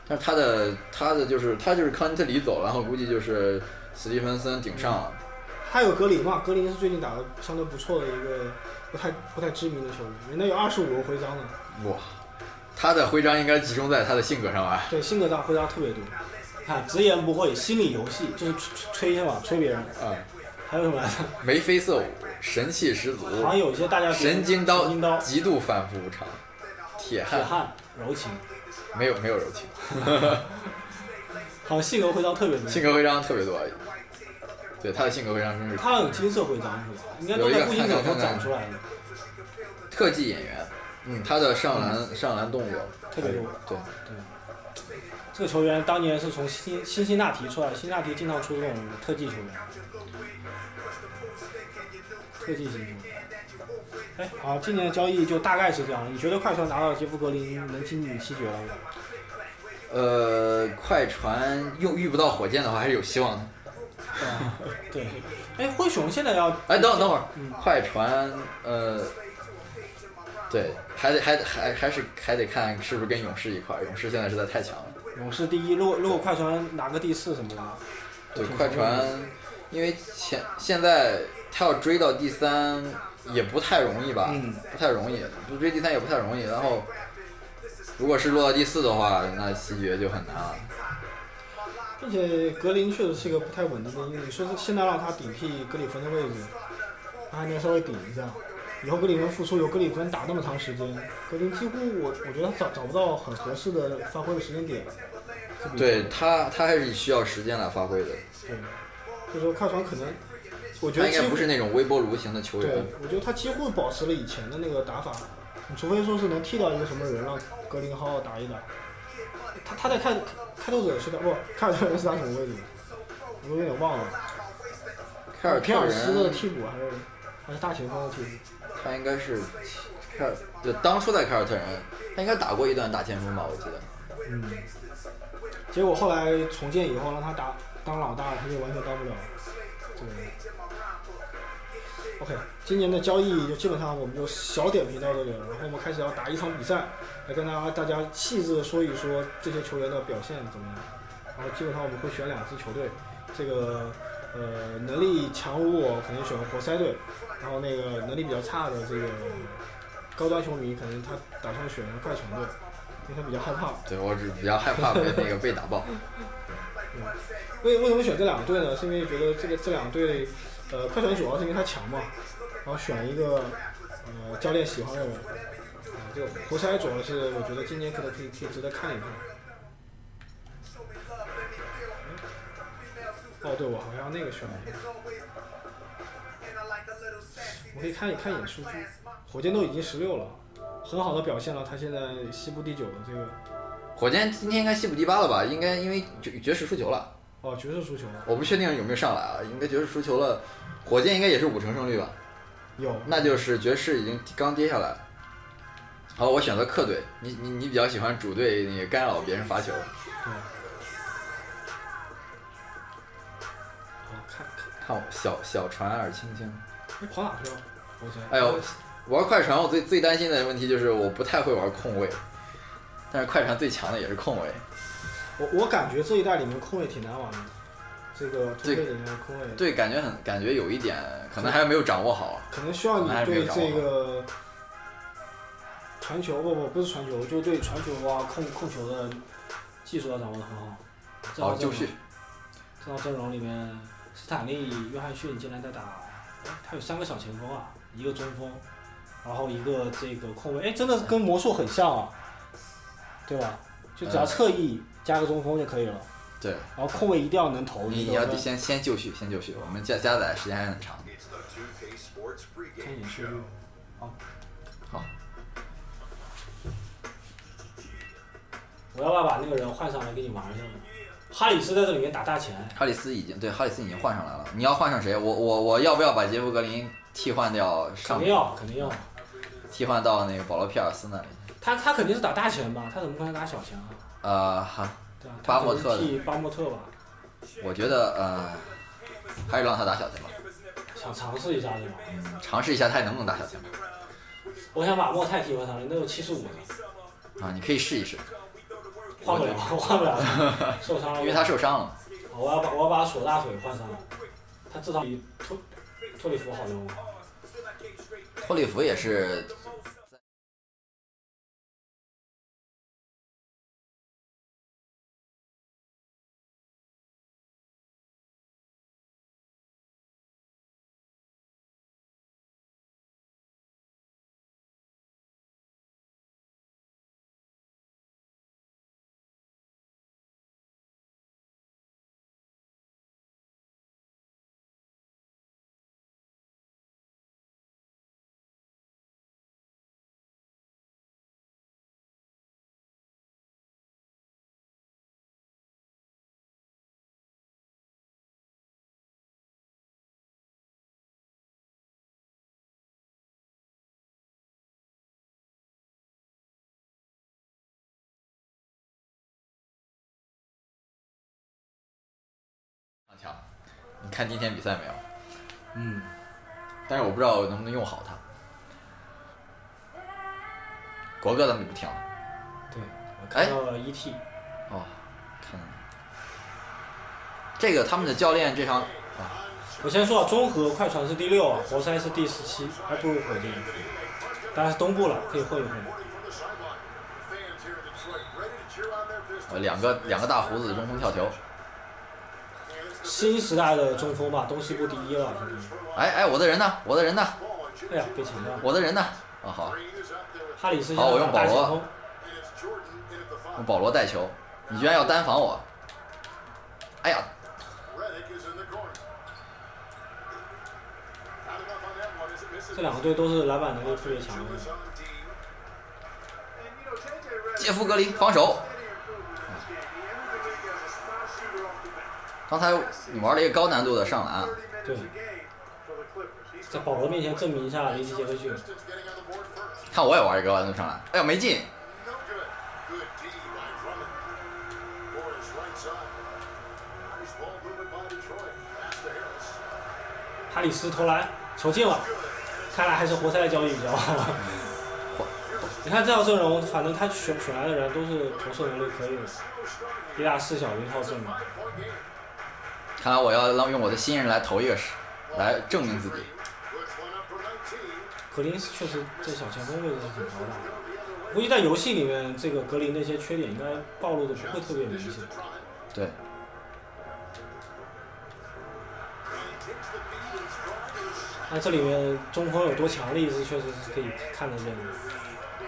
Speaker 2: 但是他的他的就是他就是康特里走了，然后估计就是史蒂芬森顶上了。
Speaker 1: 还有格林嘛？格林是最近打的相对不错的一个不太不太知名的球员，人家有二十五个徽章呢。
Speaker 2: 哇，他的徽章应该集中在他的性格上啊吧？
Speaker 1: 对，性格上徽章特别多。看，直言不讳，心理游戏就是吹吹吹嘛，吹别人。
Speaker 2: 啊、
Speaker 1: 还有什么 *laughs* 来着？
Speaker 2: 眉飞色舞，神气十足，
Speaker 1: 好像有一些大家觉得
Speaker 2: 神经刀
Speaker 1: 神经刀、
Speaker 2: 极度反复无常，
Speaker 1: 铁
Speaker 2: 铁汉
Speaker 1: 汉、柔情，
Speaker 2: 没有没有柔情，
Speaker 1: 好像性格徽章特别多。
Speaker 2: 性格徽章特别多。对他的性格徽章真是
Speaker 1: 他好像有金色徽章是吧？应该都在步行者中长出来的，
Speaker 2: 特技演员，嗯，他的上篮上篮动作
Speaker 1: 特别多。
Speaker 2: 对，
Speaker 1: 这个球员当年是从辛辛辛那提出来，辛那提经常出这种特技球员，特技型球员。哎，好，今年的交易就大概是这样了。你觉得快船拿到杰夫格林能进你七绝了吗？
Speaker 2: 呃，快船用遇不到火箭的话还是有希望的。
Speaker 1: 啊，对。哎，灰熊现在要
Speaker 2: 哎，等等会儿，
Speaker 1: 嗯
Speaker 2: 快船，呃，对，还得还得还还是还得看是不是跟勇士一块儿，勇士现在实在太强了。
Speaker 1: 勇士第一，如果如果快船拿个第四什么的，
Speaker 2: 对，
Speaker 1: 挺
Speaker 2: 快
Speaker 1: 挺好
Speaker 2: 船
Speaker 1: 的，
Speaker 2: 因为前现在他要追到第三也不太容易吧，
Speaker 1: 嗯
Speaker 2: 不太容易，不追第三也不太容易。然后，如果是落到第四的话，那西决就很难了。
Speaker 1: 并且格林确实是一个不太稳定的因为你说是现在让他顶替格里芬的位置，他还能稍微顶一下。以后格里芬复出，有格里芬打那么长时间，格林几乎我我觉得他找找不到很合适的发挥的时间点。这比
Speaker 2: 对他，他还是需要时间来发挥的。
Speaker 1: 对，所以说快船可能，我觉得
Speaker 2: 他应
Speaker 1: 几
Speaker 2: 该
Speaker 1: 乎
Speaker 2: 不是那种微波炉型的球
Speaker 1: 对
Speaker 2: 员。，
Speaker 1: 我觉得他几乎保持了以前的那个打法，你除非说是能替到一个什么人让格林好好打一打。他他在开开拓者是打不开拓者是打什么位置？我都有点忘了。
Speaker 2: 凯尔
Speaker 1: 皮
Speaker 2: 特
Speaker 1: 尔斯的
Speaker 2: 人，
Speaker 1: 替补还是还是大前锋的替补？
Speaker 2: 他应该是凯尔，就当初在凯尔特人，他应该打过一段大前锋吧，我记得。
Speaker 1: 嗯。结果后来重建以后，让他打当老大，他就完全当不了。对。OK，今年的交易就基本上我们就小点评到这里了，然后我们开始要打一场比赛，来跟大家大家细致的说一说这些球员的表现怎么样。然后基本上我们会选两支球队，这个呃能力强如我肯定选活塞队，然后那个呃能力比较差的这个高端球迷可能他打算选快船队，因为他比较害怕。
Speaker 2: 对我只比较害怕被那个被打爆。 *laughs*
Speaker 1: 为为什么选这两队呢？是因为觉得这个这两队，呃，快船主要是因为他强嘛，然后选一个呃教练喜欢的人，啊、这个活塞主要是我觉得今年可能可以可以值得看一看。哦，对，我好像那个选了一个，我可以看一看一眼数据，火箭都已经十六了，很好的表现了，他现在西部第九的这个，
Speaker 2: 火箭今天应该西部第八了吧？应该因为爵爵士输球了，
Speaker 1: 哦，爵士输球了，
Speaker 2: 我不确定有没有上来啊，应该爵士输球了。火箭应该也是五成胜率吧？
Speaker 1: 有
Speaker 2: 那就是爵士已经刚跌下来。好，我选择客队，你你你比较喜欢主队那个干扰别人罚球，
Speaker 1: 好看看，
Speaker 2: 看我小小船儿轻轻。
Speaker 1: 哎，跑哪去了？活塞。
Speaker 2: 哎呦，玩快船我最最担心的问题就是我不太会玩控卫，但是快船最强的也是控卫。
Speaker 1: 我我感觉这一代里面控卫挺难玩的，这个突
Speaker 2: 对
Speaker 1: 队里面的控卫
Speaker 2: 对，感觉很感觉有一点可能还没有掌握好。
Speaker 1: 可能需要你
Speaker 2: 那还没
Speaker 1: 对
Speaker 2: 掌握
Speaker 1: 这个传球不不不是传球，就对传球啊控控球的技术要掌握的很好。这
Speaker 2: 好，
Speaker 1: 套
Speaker 2: 哦就
Speaker 1: 阵
Speaker 2: 绪
Speaker 1: 容，这套阵容里面，斯坦利、约翰逊竟然在打，哎他有三个小前锋啊，一个中锋，然后一个这个控卫，哎，真的是跟魔术很像啊，对吧？就只要
Speaker 2: 嗯
Speaker 1: 侧翼加个中锋就可以了，
Speaker 2: 对，
Speaker 1: 然后控卫一定要能投。比
Speaker 2: 你你
Speaker 1: 如
Speaker 2: 要
Speaker 1: 说
Speaker 2: 先先就绪，先就绪，我们加加载时间还是很长。
Speaker 3: It's the 2K Sports
Speaker 1: 看啊一
Speaker 3: pregame
Speaker 1: 眼数
Speaker 3: show.
Speaker 1: 据，
Speaker 2: 好，
Speaker 1: 我要不要把那个人换上来给你玩一下呢？哈里斯在这里面打大前，
Speaker 2: 哈里斯已经对哈里斯已经换上来了，你要换上谁？我我我要不要把杰夫格林替换掉
Speaker 1: 肯
Speaker 2: 上
Speaker 1: 定要，肯定要。
Speaker 2: 替换到那个保罗皮尔斯那里？
Speaker 1: 他他肯定是打大前吧？他怎么可能打小前啊？
Speaker 2: 呃，好，
Speaker 1: 对吧？
Speaker 2: 巴莫特
Speaker 1: 他只是替巴莫特吧，
Speaker 2: 我觉得呃，还是让他打小前吧，
Speaker 1: 想尝试一下对吧？
Speaker 2: 尝试一下他能不能打小前吧。
Speaker 1: 我想把莫泰替换上来，那有七十五的，
Speaker 2: 啊，你可以试一试，
Speaker 1: 换不了，换不了，受伤了。
Speaker 2: *laughs* 因为他受伤了嘛。
Speaker 1: 我要把我要把索大腿换上来，他至少比托托里弗好用。
Speaker 2: 托里弗也是上强。你看今天比赛没有？
Speaker 1: 嗯，
Speaker 2: 但是我不知道我能不能用好它。国歌咱们就不听了。
Speaker 1: 对，我
Speaker 2: 哎
Speaker 1: 看到了 E ET，
Speaker 2: 哦，看看这个他们的教练这场
Speaker 1: 我先说啊，中和快船是第六啊，活塞是第十七，还不如火箭。当然是东部了，可以混一混。
Speaker 3: Fans here in Detroit ready to cheer on their Pistons.
Speaker 2: 呃两个两个大胡子的中锋跳球，
Speaker 1: 新时代的中锋吧，东西部第一了，现
Speaker 2: 哎哎，我的人呢？我的人呢？
Speaker 1: 在。哎呀，被抢掉了。
Speaker 2: 我的人呢？啊好，
Speaker 1: 哈里斯现
Speaker 2: 好我
Speaker 1: 在
Speaker 2: 用
Speaker 1: 打大
Speaker 2: 保
Speaker 1: 前
Speaker 2: 罗
Speaker 1: 锋，
Speaker 3: And it's Jordan in at the
Speaker 2: 用
Speaker 3: five.
Speaker 2: 保罗带球，你居然要单防我！哎呀，
Speaker 3: Redick is in the corner. Not enough on that one as it misses
Speaker 1: 这两个队都是篮板能力特别强的。
Speaker 3: his own team. And you know, JJ Redick
Speaker 2: 杰夫格林防守！
Speaker 3: steady improvement in this game. He entered the league as a spot shooter off the bench.
Speaker 2: 刚才你玩了一个高难度的上篮，
Speaker 3: 30 minutes a game for the Clippers. He's
Speaker 1: 在保罗面前证明一下雷吉杰克逊，
Speaker 3: Pistons getting on the board first.
Speaker 2: 看我也玩一个高难度上篮，哎呀没进，
Speaker 3: No good. Good D by Drummond. Morris right side. Nice ball movement by Detroit. Pass to Harris.
Speaker 1: 哈里斯投篮球进了，看来还是活塞的交易比较好。 *laughs* 你看这套阵容，反正他选选来的人都是投射能力可以的，一大四小的一套阵容。
Speaker 2: 看来我要让用我的新人来投一个是，来证明自己。
Speaker 3: Puts one up for 19.
Speaker 1: 格林是确实这小前锋位置是挺高的，估计在游戏里面，这个格林的一些缺点应该暴露的不会特别明显。
Speaker 2: 对，
Speaker 1: 那这里面中锋有多强力是确实是可以看得见的，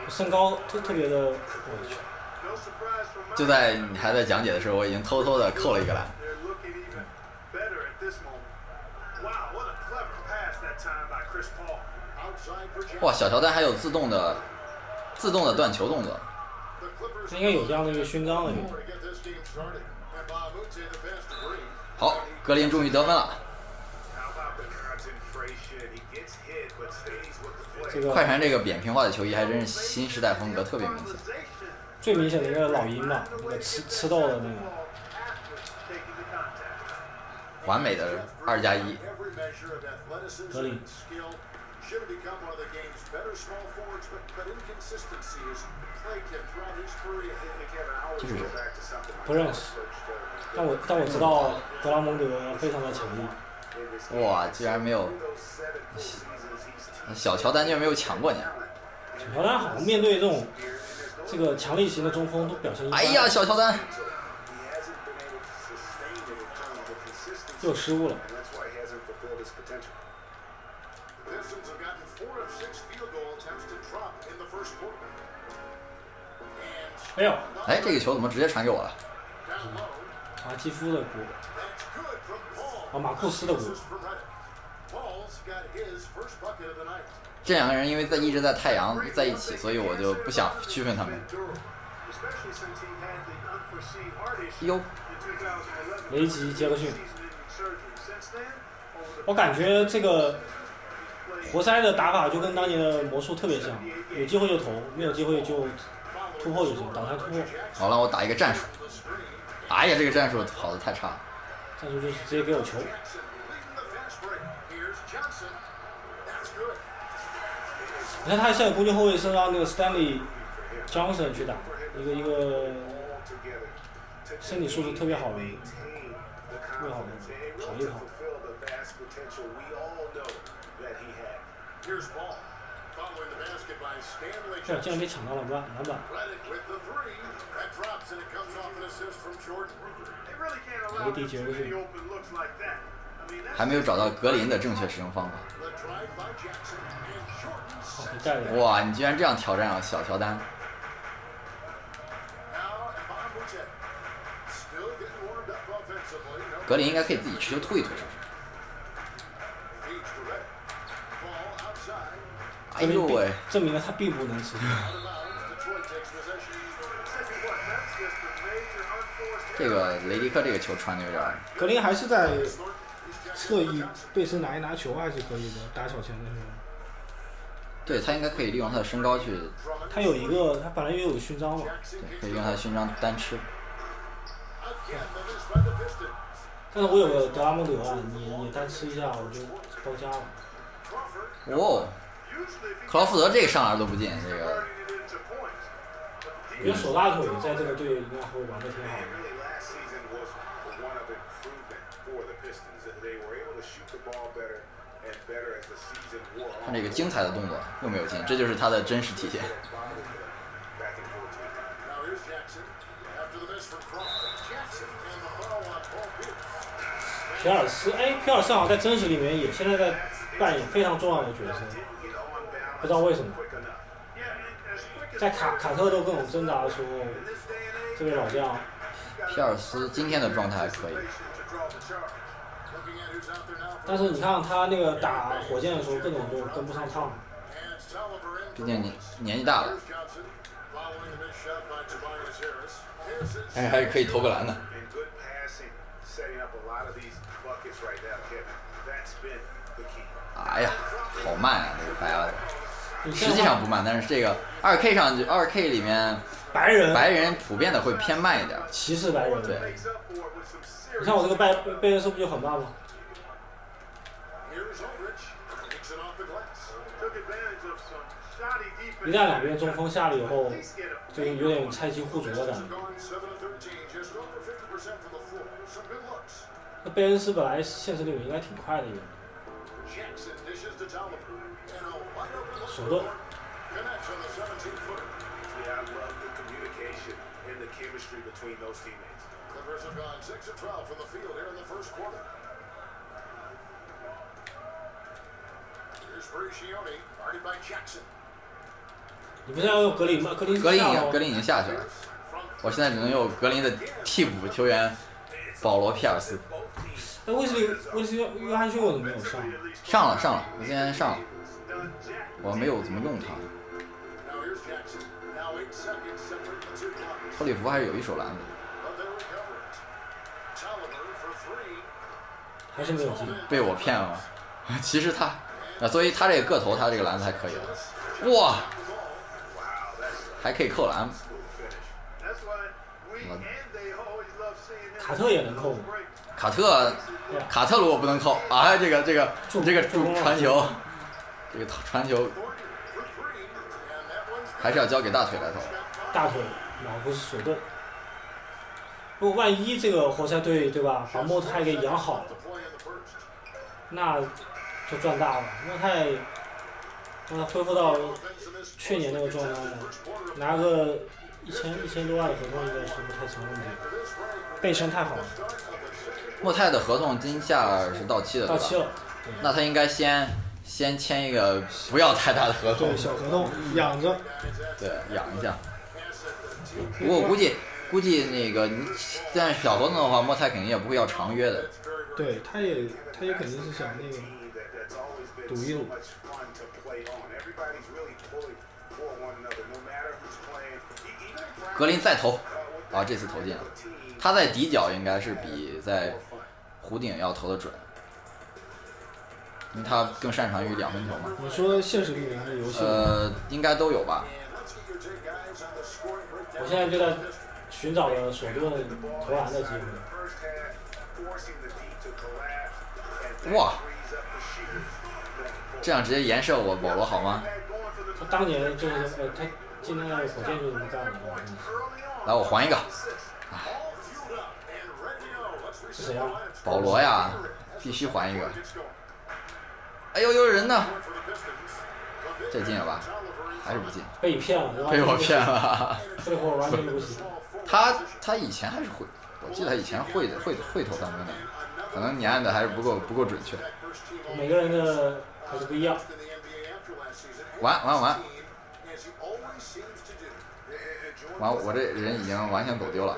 Speaker 1: 身高特特别的，我去，
Speaker 3: No surprise for
Speaker 2: 就在你还在讲解的时候，我已经偷偷的扣了一个篮。
Speaker 3: They're looking even better at this moment. Wow, what a clever pass that time by Chris Paul. Outside for Jack.
Speaker 2: 哇，小乔丹还有自动的自动的断球动作，
Speaker 3: The Clippers
Speaker 1: 他应该有这样的一个勋章的。
Speaker 3: to get this game started. And Bob Uche the pass to Green.
Speaker 2: 好，格林终于得分了。
Speaker 3: How about the concentration? He gets hit but stays with the play.
Speaker 1: 这个
Speaker 2: 快船这个扁平化的球衣还真是新时代风格，特别明显。
Speaker 3: Realization.
Speaker 1: 最明显的一个老鹰吧，那个吃吃豆的那个，
Speaker 3: After taking the contact.
Speaker 2: 完美的二加一。
Speaker 3: Every measure of athleticism
Speaker 1: Got it.
Speaker 3: and skill should have become one of the game's better small forwards, but, but inconsistency has plagued him throughout his career. Again, I always
Speaker 2: go
Speaker 3: back to something
Speaker 1: 不认识。但我但我知道格拉蒙德非常的强力，
Speaker 2: 哇，居然没有小乔丹居然没有抢过你！啊
Speaker 1: 小乔丹好像面对这种这个强力型的中锋都表现一般。
Speaker 2: 哎呀，，小乔丹，
Speaker 3: He hasn't been able to
Speaker 1: 又失误了。
Speaker 3: and that's why he hasn't fulfilled his potential. The Pistons have gotten four of six field goal attempts to drop in the first quarter. And
Speaker 1: 哎呦，
Speaker 2: 哎，这个球怎么直接传给我了？
Speaker 3: down low,
Speaker 1: 马基夫的鼓，
Speaker 3: that's good from Paul.
Speaker 1: 啊，马库斯的鼓，
Speaker 3: Assist from Reddick. Paul's got his first bucket of the night.
Speaker 2: 这两个人因为在一直在太阳在一起，所以我就不想区分他们。
Speaker 3: Especially since he had the unforeseen heart issue
Speaker 2: 哟，
Speaker 3: in 2011.
Speaker 1: 雷吉杰克逊。
Speaker 3: Season-ending surgery. Since then, over the
Speaker 1: 我感觉这个活塞的打法就跟当年的魔术特别像，有机会就投，没有机会就突破就行，挡拆突破。
Speaker 2: 好了，我打一个战术。哎呀，这个战术跑的太差了。
Speaker 1: 战术就是直接给我球，
Speaker 3: Jackson leading the fast break. Here's Johnson. That's good.
Speaker 1: 你看他现在攻击后卫是让那个 Stanley Johnson 去打，一个一个
Speaker 3: Together.
Speaker 1: 身体素质特别好的人，
Speaker 3: Maintain the
Speaker 1: 特别好的人
Speaker 3: confidence and
Speaker 1: 跑
Speaker 3: really
Speaker 1: 一
Speaker 3: to
Speaker 1: 跑。
Speaker 3: fulfill the vast potential we all know that he had. Here's Ball. Following the basket by Stanley
Speaker 1: 这啊竟然
Speaker 3: Johnson.
Speaker 1: 被抢到了篮板，篮板。
Speaker 3: Reddick with the three. That drops and it comes off an assist from Jordan. They really can't
Speaker 1: allow Maybe too Jordan. many
Speaker 3: open looks like that. I mean,
Speaker 2: 还没有找到格林的正确使用方法。
Speaker 3: the drive by Jackson and Jordan
Speaker 1: 好
Speaker 3: sets
Speaker 1: 你带人，
Speaker 2: 哇，你居然这样挑战啊，小乔丹！
Speaker 3: Now, Bob Boutet. Still getting warmed up offensively. No
Speaker 2: 格林应该可以自己持球突一突，是不是？
Speaker 3: feeds to Reddick. Ball outside.
Speaker 2: 哎
Speaker 1: 证
Speaker 2: 呦
Speaker 1: 明
Speaker 2: 喂
Speaker 1: 并，证明了他并不能持球。
Speaker 3: Out of bounds. Detroit takes possession.
Speaker 2: 这个雷迪克这个球传的有点儿……
Speaker 4: 格林还是在
Speaker 3: Norton. Here's Jackson.
Speaker 4: 侧翼背身拿一拿球还是可以的，打小前的时候。
Speaker 2: 对他应该可以利用他的身高去，
Speaker 3: Drummond.
Speaker 1: 他有一个，他本来也有勋章嘛，
Speaker 3: Jackson
Speaker 2: 对，
Speaker 3: kicks
Speaker 2: 可以用他的勋章单吃。
Speaker 3: again. The miss by the Pistons.
Speaker 1: 但是我有个德拉蒙德啊，你你单吃一下我就包夹了。
Speaker 3: Crawford.
Speaker 2: 哇、哦，
Speaker 3: Usually if he
Speaker 2: 克劳福德这个上篮都不进，这个
Speaker 3: converted it into points.
Speaker 1: 我
Speaker 3: But he
Speaker 1: 觉得手拉腿在这个队应该会玩的挺好的。
Speaker 3: Really, last season was one of improvement for the Pistons. that They were able to shoot the ball better and better as the season wore
Speaker 2: 他
Speaker 3: on.
Speaker 2: 这个精彩的动作又没有进，这就是他的真实体现。
Speaker 3: Back and forth. Now here's Jackson. After the miss from Crawford, Jackson and the foul on Paul Pierce.
Speaker 1: 皮尔斯，哎，皮尔斯好像在真实里面也现在在扮演非常重要的角色，不知道为什么，在卡卡特都各种挣扎的时候，这位老将
Speaker 2: 皮尔斯今天的状态还可以，
Speaker 3: Looking at who's out there now.
Speaker 1: 但是你看他那个打火箭的时候，各种就跟不上趟。
Speaker 3: Hands Tolliver in.
Speaker 2: 毕竟年年纪大了
Speaker 3: Here's，Johnson. Following the miss shot by Tobias Harris. Here's his
Speaker 2: 但是哎还是可以投个篮的。
Speaker 3: and good passing, setting up a lot of these buckets right now, Kevin. That's been the key.
Speaker 2: 哎呀，好慢啊，这个白袜子。
Speaker 1: 你
Speaker 2: 实际上不慢，但是这个二 K 上就二 K 里面
Speaker 1: 白人
Speaker 2: 白人普遍的会偏慢一点。
Speaker 1: 歧视白人，
Speaker 2: 对
Speaker 3: Makes up for it with
Speaker 1: 你
Speaker 3: some serious.
Speaker 1: 看我这个拜贝恩是不是就很慢吗？
Speaker 3: Here's Aldridge. Kicks it off the glass. Took advantage of some shoddy
Speaker 1: 一
Speaker 3: defense.
Speaker 1: 旦两边中锋下了以后，
Speaker 3: get a
Speaker 1: 就有点菜鸡互啄的感觉。
Speaker 3: Gone 7 of 13, just over 50% from the floor. Some good looks.
Speaker 1: 那贝恩斯本来现实里面应该挺快的一个人，
Speaker 3: Jackson dishes to Tolliver. And a wide open look.
Speaker 1: 手动
Speaker 3: Connects on the 17 footer. Yeah, I love the communication and the chemistry between those teammates. Clippers have gone 6 of 12 from the field here in the first quarter. Here's Bricioni, guarded by Jackson.
Speaker 1: 你不是要用格林吗？格林
Speaker 2: 格林已
Speaker 1: 下吗
Speaker 2: 经格林已经下去了，
Speaker 3: From
Speaker 2: 我现在只能用格林的替补球员 *laughs* 保罗皮尔斯
Speaker 3: both teams.
Speaker 1: 哎，威斯利威斯利约翰逊我怎么没有上？
Speaker 2: 上了上了，我今天上了，
Speaker 3: Done Jack.
Speaker 2: 我没有怎么用他。
Speaker 3: Now here's Jackson. Now 8 seconds separate the two blocks.
Speaker 2: 托里弗还是有一手篮子，
Speaker 3: But they recover it. Tolliver for three.
Speaker 1: 还是没有进？
Speaker 2: 被我骗了。 *laughs* 其实他，啊，作为他这个个头，他这个篮子还可以的。哇，还可以扣篮，
Speaker 3: That's why we
Speaker 2: What?
Speaker 3: and they always love seeing them.
Speaker 1: 卡特也能扣吗？
Speaker 2: 卡特
Speaker 1: 对啊，
Speaker 2: 卡特如果不能扣，啊，这个这个
Speaker 1: 助
Speaker 2: 这个
Speaker 1: 助攻
Speaker 2: 助
Speaker 1: 了
Speaker 2: 传球，这个传球
Speaker 3: Gordon for three, and that one's
Speaker 2: 还是要交给大腿来投。
Speaker 1: 大腿马库斯手动。如果万一这个活塞队对吧，把莫泰给养好了，
Speaker 3: play in the first.
Speaker 1: 那就赚大了。莫泰让他恢复到去年那个状态了，拿个一千一千多万的合同应该是不太成问题。背身太好了，
Speaker 2: 莫泰的合同今夏是到期的，
Speaker 1: 到期
Speaker 2: 对吧？
Speaker 1: 了，
Speaker 2: 那他应该先先签一个不要太大的合同
Speaker 5: 对，，小合同养着，
Speaker 2: 对，养一下。不过我估计估计那个你但是小合同的话，莫泰肯定也不会要长约的，
Speaker 5: 对，他也他也肯定是想那个，
Speaker 3: 赌一赌。
Speaker 2: 格林再投，啊，这次投进了。他在底角应该是比在弧顶要投的准，因为他更擅长于两分球嘛。
Speaker 5: 我说现实里面还是游戏里面，
Speaker 2: 呃，应该都有吧。
Speaker 1: 我现在就在寻找着索顿投篮的机会。
Speaker 2: 哇，这样直接延射我保罗好吗？
Speaker 1: 他当年就是呃，他今天那个火箭就这么干的，我真的
Speaker 2: 来，我还一个
Speaker 1: 是谁啊？
Speaker 2: 保罗呀，必须还一个。哎呦，有人呢！这进了吧？还是不进？
Speaker 1: 被你骗了，
Speaker 2: 被我骗。了。 *laughs*
Speaker 1: 这货完全不行。
Speaker 2: 他他以前还是会，我记得他以前会的会会投三分的，可能你按的还是不够不够准确。
Speaker 1: 每个人的还是不一样。
Speaker 2: 完完完完，我这人已经完全走丢了。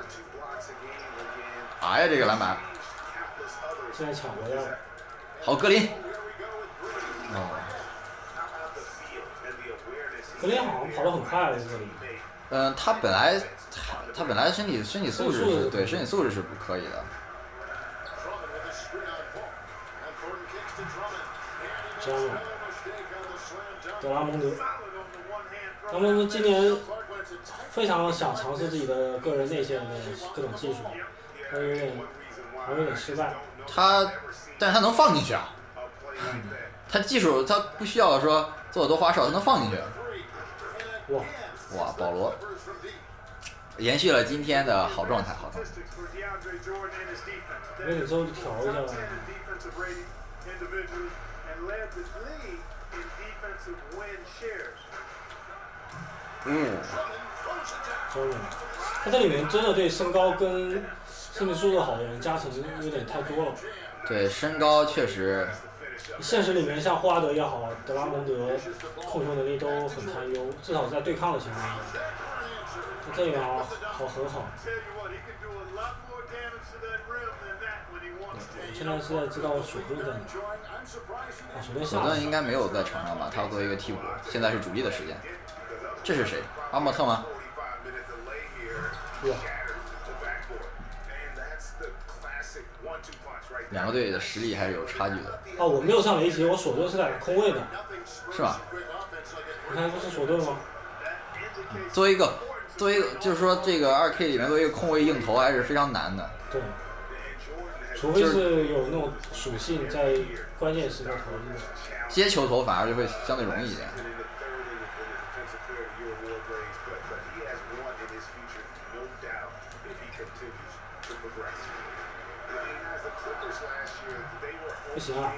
Speaker 2: 哎呀，这个篮板，
Speaker 1: 现在抢回来了，
Speaker 2: 好格林。哦，
Speaker 1: 格林好像跑得很快了，这里。
Speaker 2: 嗯，他本来他本来身体身体素质
Speaker 1: 身体素
Speaker 2: 是
Speaker 1: 质
Speaker 2: 对身体素质是不可以的，
Speaker 1: 知道吗？德拉蒙德，德拉蒙德今年非常想尝试自己的个人内线的各种技术，但是有点，还有点失败。
Speaker 2: 他但是他能放进去啊，他技术他不需要说做得多花哨，他能放进去。
Speaker 1: 哇，
Speaker 2: 哇，保罗延续了今天的好状态，好状态。
Speaker 1: 我有时候调一下吧。
Speaker 2: 嗯，
Speaker 1: 周勇，他这里面真的对身高跟身体素质好的人加成有点太多了。
Speaker 2: 对，身高确实
Speaker 1: 现实里面，像霍华德也好，德拉蒙德控球能力都很堪忧，至少在对抗的情况下，他这里面好好很好。我现在是在知道索顿在哪，啊，索顿
Speaker 2: 索
Speaker 1: 下
Speaker 2: 顿
Speaker 1: 了，
Speaker 2: 应该没有在场上吧？他要做一个替补，现在是主力的时间。这是谁？阿莫特吗？
Speaker 1: 哇，
Speaker 2: 两个队的实力还是有差距的，
Speaker 1: 啊，我没有上雷吉，我索顿是在空位的，
Speaker 2: 是吧？
Speaker 1: 你看这是索顿吗？
Speaker 2: 作为一个，作为一个，就是说这个二 K 里面作为一个空位硬投还是非常难的。
Speaker 1: 对，除非是有那种属性在关键时刻投进的。
Speaker 2: 接球投反而就会相对容易一点。
Speaker 1: 不行啊，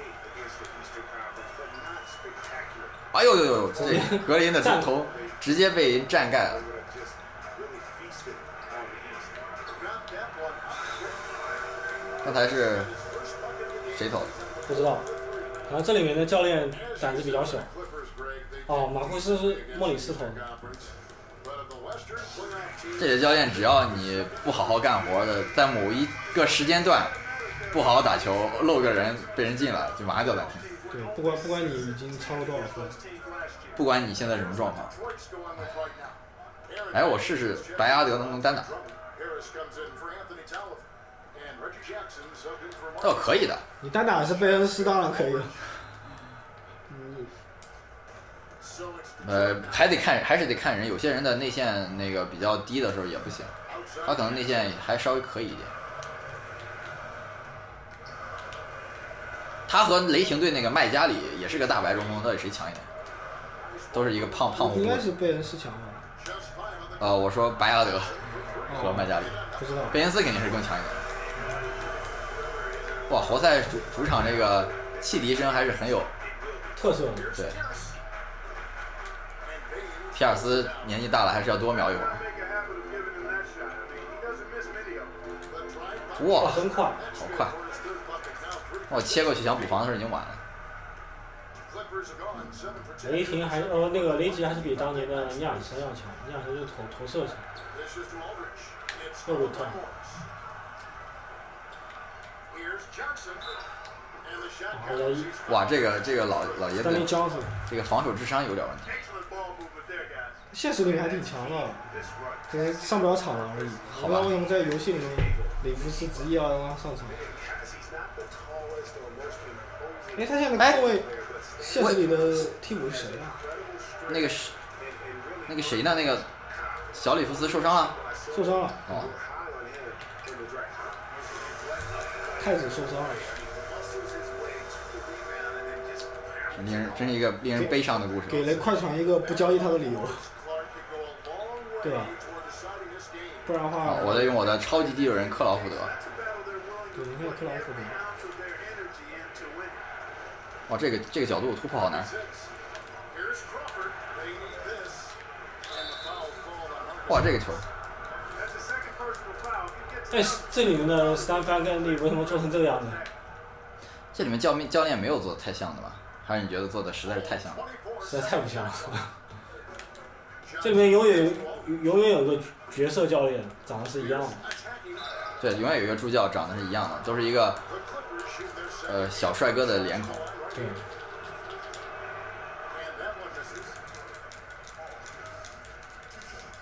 Speaker 2: 哎呦呦呦，这格林的
Speaker 1: 站
Speaker 2: 头直接被人站盖了。刚才是谁投的？
Speaker 1: 不知道。然后这里面的教练胆子比较小。哦，马库斯是莫里斯投的，
Speaker 2: 这些教练只要你不好好干活的，在某一个时间段不好好打球，漏个人被人进了，就马上叫暂停。
Speaker 5: 对，不管不管你已经超了多少分，
Speaker 2: 不管你现在什么状况。哎，我试试白阿德能不能单打？倒可以的，
Speaker 5: 你单打是贝恩斯当然可以了，
Speaker 2: 呃，还得看，还是得看人。有些人的内线那个比较低的时候也不行，他可能内线还稍微可以一点。他和雷霆队那个麦加里也是个大白中锋，到底谁强一点？都是一个胖胖乎乎
Speaker 5: 应该
Speaker 2: 的。
Speaker 5: 是哦贝恩斯强吧？
Speaker 2: 呃，我说白阿德和麦加里。
Speaker 5: 不知道，
Speaker 2: 贝恩斯肯定是更强一点。哇，活塞主主场这个汽笛声还是很有
Speaker 1: 特色的。
Speaker 2: 对。皮尔斯年纪大了，还是要多瞄一会儿。哇，
Speaker 1: 哇，真快！
Speaker 2: 哦
Speaker 5: 哦
Speaker 2: 好快！我切过去想补防的时候已经晚了。
Speaker 6: 雷霆还是呃那个雷吉还是比当年的尼尔森要强，尼尔森就投投射强。
Speaker 3: Oh,
Speaker 6: good time.
Speaker 3: Here's Jackson. And the
Speaker 6: 然后
Speaker 3: shotgun.
Speaker 6: 一
Speaker 2: 哇，这个这个老老爷
Speaker 6: 三林
Speaker 2: 子，
Speaker 6: 江子，
Speaker 2: 这个防守智商有点问题。
Speaker 3: Excellent ball movement there, guys.
Speaker 1: 现实里面还挺强的，
Speaker 3: This run.
Speaker 1: 只是上不了场了而已。我不知道为什么在游戏里面，里弗斯执意要让他上场。
Speaker 3: Because he's not the tallest or most imposing
Speaker 1: 哎，他现在后卫，
Speaker 3: player, but it's
Speaker 1: 现实里的替补是谁啊？
Speaker 3: incredible strength
Speaker 2: 那个谁
Speaker 3: and, and really
Speaker 2: 那个谁呢？那个小里弗斯受伤了。
Speaker 1: 受伤了，
Speaker 2: 哦，
Speaker 3: high on him in the draft.
Speaker 1: 太子受伤了。
Speaker 3: Muscles his way to the rebound and then just
Speaker 2: 令人真是一个令人悲伤的故
Speaker 1: 给
Speaker 2: 事。
Speaker 1: 了快船一个不交易他的理由，
Speaker 3: Clark could go a long way
Speaker 1: 对吧？
Speaker 3: toward deciding this game.
Speaker 1: 不然的
Speaker 2: 啊
Speaker 1: 话，
Speaker 2: 我在用我的超级第六人克劳福德。
Speaker 3: That's a battle
Speaker 1: 对，
Speaker 3: they're willing
Speaker 1: 你看克劳福德，
Speaker 3: to put their energy into winning.
Speaker 2: 哇，哦这个这个角度突破好难。
Speaker 3: Six. Here's Crawford. They need this. And the foul's called on Hunter.
Speaker 2: 哇，这个球，
Speaker 3: That's the second personal foul. You
Speaker 1: 哎
Speaker 3: get
Speaker 6: 但是
Speaker 3: to
Speaker 6: 这里面的斯丹范甘利为什么做成这个样子？
Speaker 2: 这里面教教练没有做的太像的吧？还是你觉得做的实在是太像了？
Speaker 3: 20 points.
Speaker 6: 实在太不像了。这里面永远有永远有个角色教练长得是一样的，
Speaker 3: Attacking.
Speaker 2: 对，永远有一个助教长得是一样的，都是一个
Speaker 3: The Clippers shoot their second.
Speaker 2: 呃小帅哥的脸孔。
Speaker 6: 对，
Speaker 3: And that one misses.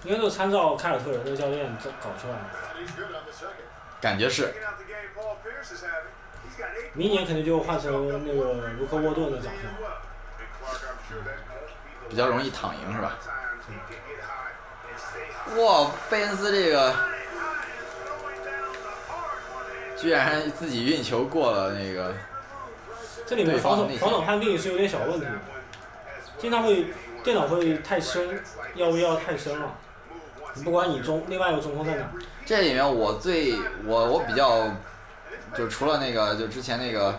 Speaker 6: 应该就是参照凯尔特人的教练这搞出来的。
Speaker 3: And he's good on the second.
Speaker 2: 感觉是
Speaker 3: Taking out the game Paul Pierce is having. He's got eight.
Speaker 6: 明年肯定就换成那个卢克沃顿的长
Speaker 3: Tell you
Speaker 6: 相，
Speaker 3: what. And Clark, I'm sure that won't be the
Speaker 2: 比较容易躺赢是吧？
Speaker 3: times he can get hot and stay hot.
Speaker 2: 哇，贝恩斯这个
Speaker 3: High and throwing down the hard one hand.
Speaker 2: 居然自己运球过了那个，
Speaker 6: 这里面防守
Speaker 2: 对
Speaker 6: 防守判定是有点小问题，经常会电脑会太深，要不要太深了？你不管你中另外一个中锋在哪，
Speaker 2: 这里面我最我我比较，就除了那个就之前那个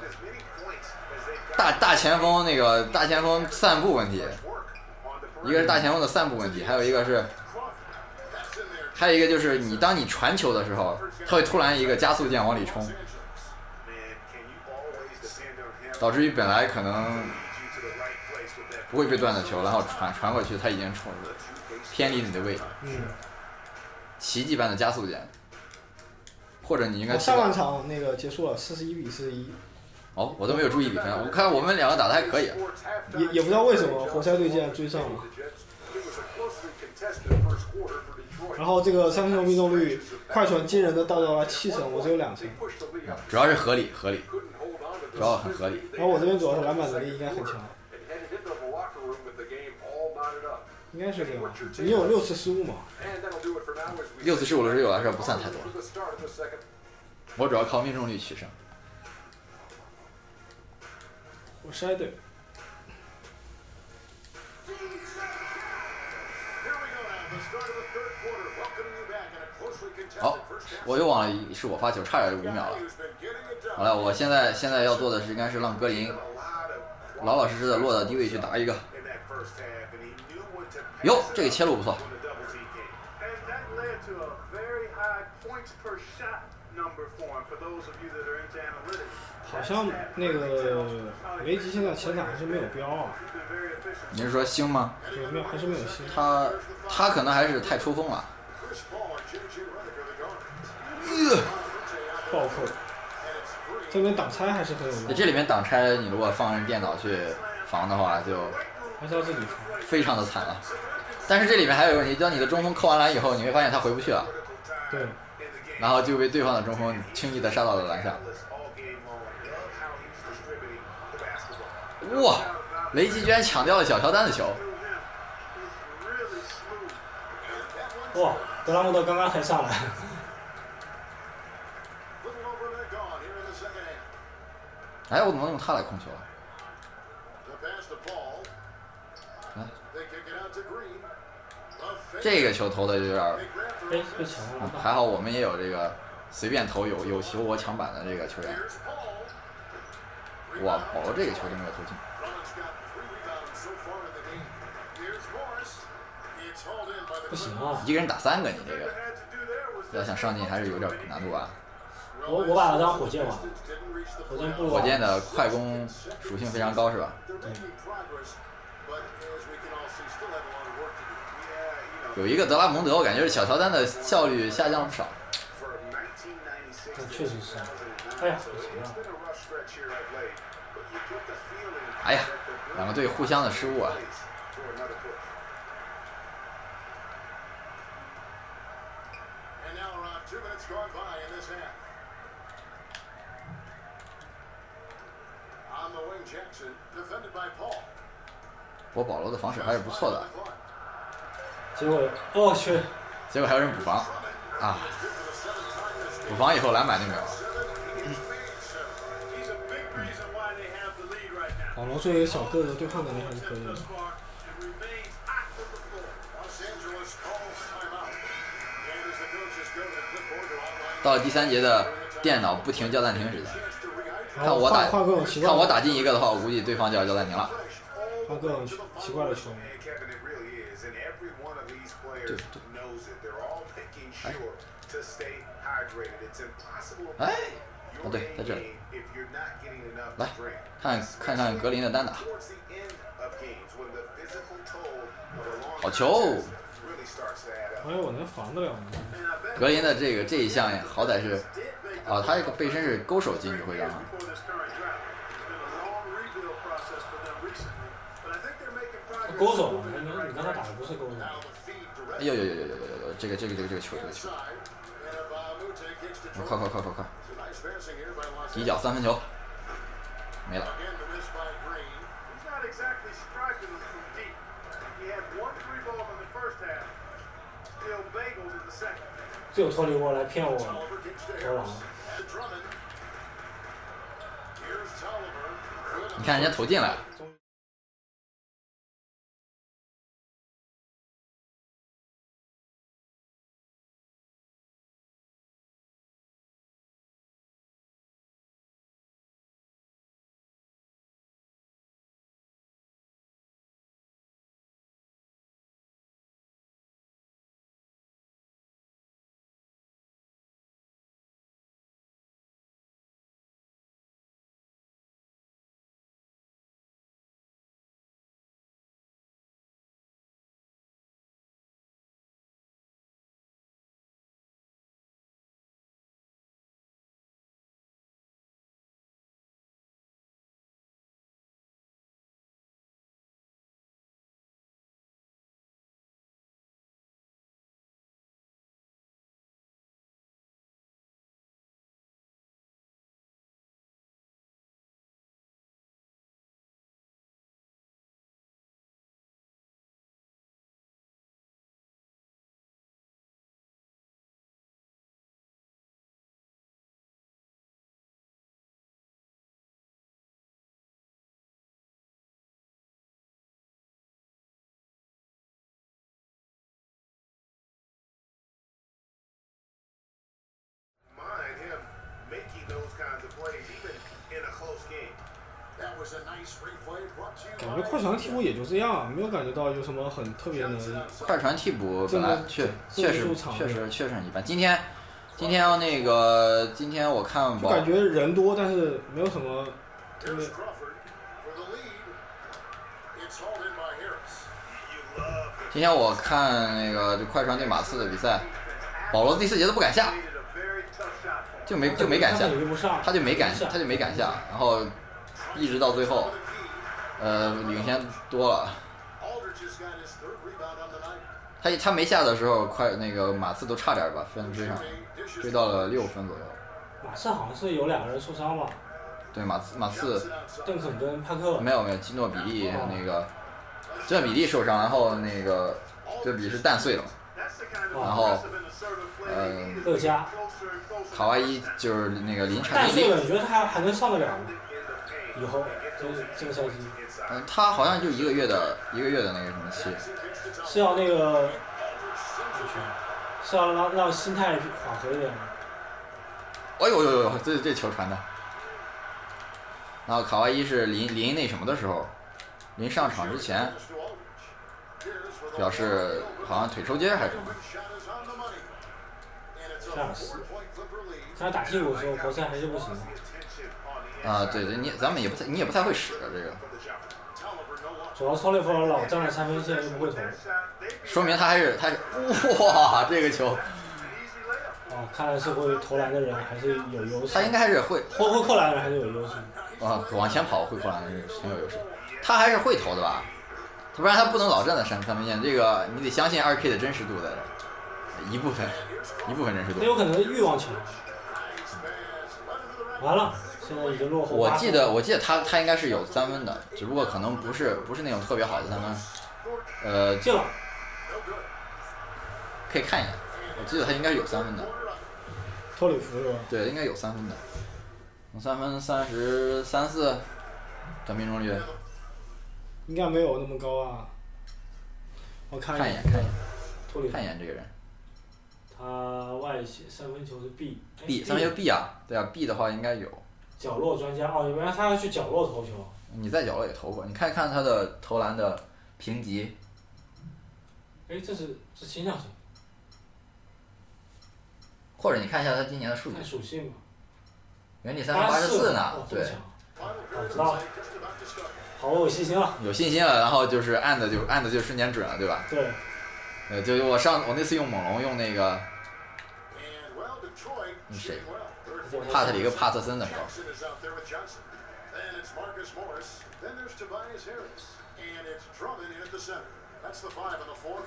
Speaker 2: 大大前锋那个大前锋散步问题，一个是大前锋的散步问题，还有一个是，还有一个就是你当你传球的时候，他会突然一个加速键往里冲，
Speaker 3: Man, can you always depend on him
Speaker 2: 导致于本来可能
Speaker 3: you to the right place with that
Speaker 2: 不会被断的球，然后传传过去，他已经冲偏离你的位置，
Speaker 1: 嗯，
Speaker 2: 奇迹般的加速键，或者你应该
Speaker 1: 哦
Speaker 2: 记得
Speaker 1: 上半场那个结束了，四十一比四十一，
Speaker 2: 哦，我都没有注意比分，我看我们两个打的还可以，啊
Speaker 1: 也也不知道为什么活塞队竟然追上了。
Speaker 2: 嗯
Speaker 1: 然后这个三分球命中率，快船惊人的到达了七成，我只有两成。
Speaker 2: 主要是合理合理，主要很合理。
Speaker 1: 然后我这边主要是篮板能力应该很强，应该是这样吧。你有六次失误嘛？
Speaker 2: 六次失误轮对我来说不算太多，我主要靠命中率取胜。
Speaker 1: 我筛队，
Speaker 2: 好，我又忘了一是我发球，差点五秒了。好了，我现在现在要做的是应该是让格林老老实实的落到低位去打一个。哟，这个切入不错，
Speaker 3: And that led to a very high points per shot number for him, for those of you that are into analytics.
Speaker 1: 好像那个雷吉现在前场还是没有标啊，
Speaker 3: He's been very efficient.
Speaker 2: 你是说星吗？
Speaker 1: 对，没有还是没有星。
Speaker 2: 他他可能还是太出风了。
Speaker 3: Chris Paul and J.J. Redick are the guards.
Speaker 1: 暴扣，这边挡拆还是很有
Speaker 2: 那
Speaker 1: 用，
Speaker 2: 这里面挡拆，你如果放人电脑去防的话，就
Speaker 1: 还是要自己防。
Speaker 2: 非常的惨了。但是这里面还有一个问题，当你的中锋扣完篮以后，你会发现他回不去了，
Speaker 1: 对，
Speaker 2: 然后就被对方的中锋轻易的杀到了篮下。
Speaker 3: All game long. Love how he's distributing the basketball.
Speaker 2: 哇，雷吉居然抢掉了小乔丹的球，
Speaker 3: Through him is really smooth. And that one's
Speaker 6: 哇，德拉蒙德刚刚才上来，
Speaker 3: little over and they're gone here in the second half.
Speaker 2: 哎，我怎么能用他来控球啊？
Speaker 3: They pass the ball.
Speaker 2: 哎，
Speaker 3: They kick it out to Green. Love fakes.
Speaker 2: 这个球投的有点儿，
Speaker 3: They grab the
Speaker 6: 哎，被抢
Speaker 2: 嗯
Speaker 6: 了。
Speaker 2: 还好我们也有这个随便投有有球我抢板的这个球员。
Speaker 3: Here's Paul.
Speaker 2: 哇，保罗这个球就没有投进。
Speaker 3: Rollins got three rebounds so far in the game. Here's Morris. It's hauled in by the
Speaker 6: 不行
Speaker 3: Clippers.
Speaker 6: 啊，
Speaker 2: 一个人打三个，你这个
Speaker 3: Had to do there was
Speaker 2: 要想上进还是有点难度啊。
Speaker 6: 我我把他当火箭吧，火箭部落
Speaker 2: 火箭的快攻属性非常高，是吧？有一个德拉蒙德，我感觉小乔丹的效率下降了不少。
Speaker 6: 这确实是。哎呀，有谁啊？
Speaker 2: 哎呀，两个队互相的失误啊！
Speaker 3: And now around two minutes gone by in this half. On the wing, Jackson, defended by Paul.
Speaker 2: 博保罗的防守还是不错的，
Speaker 6: 结果我去，
Speaker 2: 结果还有人补防啊！补防以后篮板就没有了。
Speaker 3: He's a big reason why they have the lead right now.
Speaker 1: 保罗作为小个子，对抗能力还是可以的。
Speaker 3: Far, it remains hot on the floor. Los Angeles calls timeout. And as the coaches go to the clipboard to outline
Speaker 2: 到了第三节的电脑不停叫暂停时间，
Speaker 3: to re-ice
Speaker 1: 然
Speaker 2: 看
Speaker 1: 后
Speaker 2: 我打
Speaker 1: 哦换换各种奇怪
Speaker 2: 看
Speaker 1: 的，
Speaker 2: 我打进一个的话，我估计对方就要叫暂停了。
Speaker 1: 换各种奇怪的球。
Speaker 3: Man, Kevin, it really is, and every one of these players knows it. They're all making sure to stay hydrated. It's impossible to
Speaker 2: 哎
Speaker 3: play，
Speaker 2: 不
Speaker 3: your
Speaker 2: 对，在
Speaker 3: main
Speaker 2: 这里
Speaker 3: game if you're not getting enough
Speaker 2: 来
Speaker 3: to drink.
Speaker 2: 看看看格林的单打，
Speaker 3: Towards the end of games, when the physical toll of a long
Speaker 2: 好球！
Speaker 3: really starts to add up.
Speaker 1: 哎，我能防得了吗？
Speaker 3: And I bet
Speaker 2: 格林的这个这一项好歹是
Speaker 3: did make
Speaker 2: 啊，他这个背身是勾手进去会让啊
Speaker 3: before this current drought. It's been a long rebuild process for them recently, but I think they're making progress.
Speaker 6: 勾手嘛，你你刚才打的不是勾手，
Speaker 3: Now the feed
Speaker 2: 哎
Speaker 3: directly
Speaker 2: 呦呦呦呦呦呦呦呦，这个这个这个这个球这个球，
Speaker 3: inside, and Abamute gets to
Speaker 2: 快
Speaker 3: Jordan.
Speaker 2: 快快快快，
Speaker 3: It's a nice passing here by Los
Speaker 2: 底角三分球没了。
Speaker 3: Again, the miss by Green. He's not exactly striking from deep. He had one three ball in the first half. Still bagels in the second.
Speaker 6: 最有脱离过来骗我，
Speaker 3: Tolliver kicks to
Speaker 6: 投篮
Speaker 3: Harris. To Drummond. Here's Tolliver.
Speaker 2: 你看人家投进来了，
Speaker 3: mind him making those kinds of plays, even in a close game. That was a nice replay brought to you
Speaker 1: 感觉
Speaker 3: by
Speaker 1: 快船替补也就这样，啊没有感觉到有什么很特别的。
Speaker 2: 快船替补本来确
Speaker 1: 这么
Speaker 2: 确实
Speaker 1: 入场
Speaker 2: 确实确实很一般。今天今天要那个今天我看
Speaker 1: 就
Speaker 2: 保
Speaker 1: 感觉人多，但是没有什么
Speaker 3: Here's Crawford for the lead. It's hauled in by Harris. You love the
Speaker 2: 今天我看那个这快船对马刺的比赛，保罗第四节都不敢下，
Speaker 3: needed a very tough shot for him.
Speaker 2: 就没就没敢下
Speaker 6: 根，本就不上，
Speaker 2: 他就没敢
Speaker 6: 下，
Speaker 2: 他就没敢下，然后一直到最后，呃，领先多了。
Speaker 3: Aldridge has got his third rebound on the night.
Speaker 2: 他他没下的时候，快那个马刺都差点把分追上，
Speaker 3: Dishes
Speaker 2: 追到了六分左右。
Speaker 6: 马刺好像是有两个人受伤吧，
Speaker 2: 对马刺马刺
Speaker 3: Johnson outside.
Speaker 6: 邓肯跟帕克，
Speaker 2: 没有没有基诺比利那个基诺比利受伤，然后那个基诺比利是蛋碎了嘛，
Speaker 3: That's the kind of
Speaker 2: 然后
Speaker 3: aggressive and assertive play
Speaker 2: 呃
Speaker 6: 乐嘉
Speaker 3: closer and closer
Speaker 2: 卡哇伊就是那个临
Speaker 6: 但
Speaker 2: 产
Speaker 6: 是
Speaker 2: 临
Speaker 6: 了，你觉得他还能上得了吗？
Speaker 3: in the paint.
Speaker 6: 以后这个这个赛季
Speaker 2: 嗯，他好像就一个月的一个月的那个什么期，
Speaker 6: 是要那个，我去，是要让让心态缓和一点吗？
Speaker 2: 哎呦呦呦呦，这这球传的。然后卡哇伊是临临那什么的时候，临上场之前
Speaker 3: Here's to Aldridge. Here's for the
Speaker 2: 表示好像腿抽筋儿还是什么，
Speaker 3: shot is on the money. And it's 塞尔斯，他呃打替补的时候，活塞还是不行啊。
Speaker 2: 啊，对对，你咱们也不太，你也不太会使啊这个，
Speaker 3: 主要托雷弗劳老站在三分线又不会投。
Speaker 1: 啊
Speaker 2: 说明他还是他 *laughs* 是哇，这个球
Speaker 3: 啊，看来是会投篮的人还是有优势
Speaker 2: 他，应该还是会
Speaker 3: 会会扣篮的人还是有优势。
Speaker 2: 啊往前跑会扣篮是很有优势，他还是会投的吧？不然他不能老站在三三分线，这个你得相信二 K 的真实度在这儿，一部分一部分真实
Speaker 3: 那
Speaker 2: 度。
Speaker 3: 有可能是欲望强。完了，现在已经落后
Speaker 2: 我
Speaker 3: 八分
Speaker 2: 记得我记得他他应该是有三分的，只不过可能不是不是那种特别好的三分，呃，
Speaker 3: 进了，
Speaker 2: 可以看一眼，我记得他应该是有三分的。
Speaker 1: 托里弗是吧？
Speaker 2: 对，应该有三分的，三分三十三四的命中率，
Speaker 1: 应该没有那么高啊。我看
Speaker 2: 看一眼看一眼
Speaker 3: 托里弗
Speaker 2: 看一眼这个人
Speaker 3: 他外线三分球是 B
Speaker 2: ，B 三分球 B 啊，对啊 B 的话应该有，
Speaker 3: 角落专家哦，原来他要去角落投球，
Speaker 2: 你在角落也投过，你看一看他的投篮的评级，
Speaker 3: 哎，这是这倾向性，
Speaker 2: 或者你看一下他今年的数据
Speaker 3: 看，属性嘛，
Speaker 2: 原地三分八十四呢
Speaker 3: 哦，这么
Speaker 2: 对，
Speaker 3: 强，我知道了，好，我有信心了，
Speaker 2: 有信心了，然后就是按的就按的就瞬间准了，对吧？
Speaker 3: 对，
Speaker 2: 呃，就就我上我那次用猛龙用那个那谁帕特里克帕特森的时候，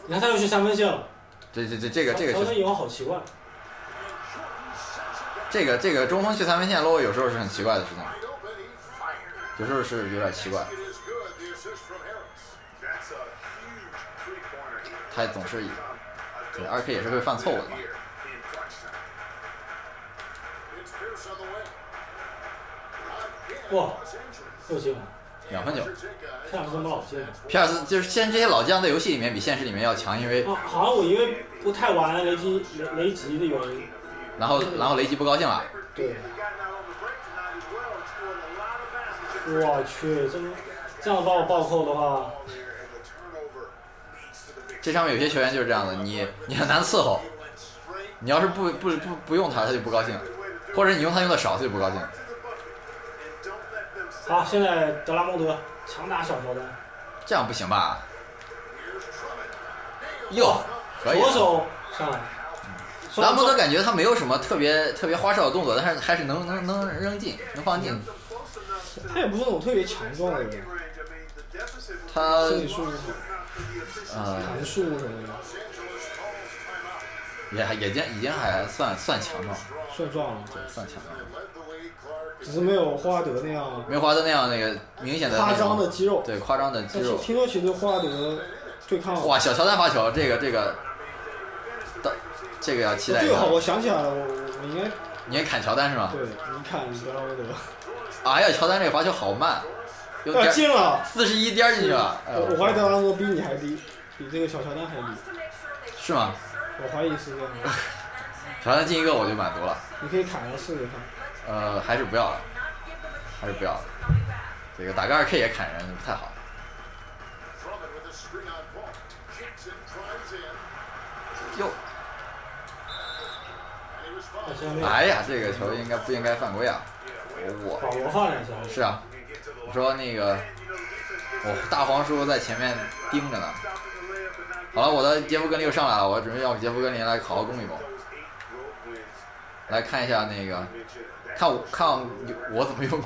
Speaker 3: 你看他又去三分线了，
Speaker 2: 对对对，这个这个
Speaker 3: 投
Speaker 2: 就
Speaker 3: 篮
Speaker 2: 是
Speaker 3: 以后好奇怪，
Speaker 2: 这个这个中锋去三分线落，有时候是很奇怪的事情，有时候是有点奇怪。他总是以对二 K 也是会犯错误的嘛。
Speaker 3: 哇，又进了，
Speaker 2: 两分球，
Speaker 3: 这样是怎么老进了？
Speaker 2: 皮尔斯就是现在这些老将在游戏里面比现实里面要强，因为
Speaker 1: 哦
Speaker 3: 啊，好像我因为不太玩雷击雷雷吉的原因，
Speaker 2: 然后然后雷吉不高兴了，
Speaker 3: 对，我去，这么这样把我暴扣的话，
Speaker 2: 这上面有些球员就是这样的，你你很难伺候，你要是不不不不用他，他就不高兴，或者你用他用的少，他就不高兴。
Speaker 3: 好，现在德拉蒙德强打小乔丹，
Speaker 2: 这样不行吧？哟，可以
Speaker 3: 左
Speaker 2: 啊。
Speaker 3: 手上来，双
Speaker 2: 拉莫德
Speaker 3: 双
Speaker 2: 感觉他没有什么特别特别花哨的动作，但是还是能能能扔进，能放
Speaker 1: 嗯
Speaker 2: 进。
Speaker 1: 他也不是那种特别强壮的人，
Speaker 2: 他
Speaker 1: 身体素质好，
Speaker 2: 呃
Speaker 1: 弹速什么的
Speaker 2: 也还也已经已经还算算强壮，
Speaker 1: 算壮了，
Speaker 2: 对，算强壮。
Speaker 1: 只是没有霍华德那样
Speaker 2: 梅华德那样那个明显的那
Speaker 1: 夸
Speaker 2: 种
Speaker 1: 张的肌肉。
Speaker 2: 对夸张的肌
Speaker 1: 但是
Speaker 2: 肉。
Speaker 1: 听说其实霍华德对抗
Speaker 2: 哇，小乔丹发球，这个这个，到这个要期待一
Speaker 1: 这个
Speaker 2: 下
Speaker 1: 好，。我想起来了，我我我应该
Speaker 2: 你也砍乔丹是吗？
Speaker 1: 对，你看德拉蒙德，
Speaker 2: 哎呀，乔丹这个罚球好慢，有
Speaker 1: *laughs* 啊
Speaker 2: 点
Speaker 1: 进了，
Speaker 2: 四十一颠儿进去了。哎呦
Speaker 1: 我我怀疑德拉蒙德比你还低，比这个小乔丹还低，
Speaker 2: 是吗？
Speaker 1: 我怀疑是这样的，
Speaker 2: *laughs* 乔丹进一个我就满足了，
Speaker 1: 你可以砍上试试看，
Speaker 2: 呃，还是不要了，还是不要了。这个打个二 K 也砍人不太好。哟，
Speaker 3: 好像没有
Speaker 2: 哎呀，这个球应该不应该犯规啊？我
Speaker 3: 保罗放两下，
Speaker 2: 是啊，我说那个，我大黄叔在前面盯着呢。好了，我的杰夫格林又上来了，我准备要杰夫格林来好好攻一攻，来看一下那个，看我看我怎么用，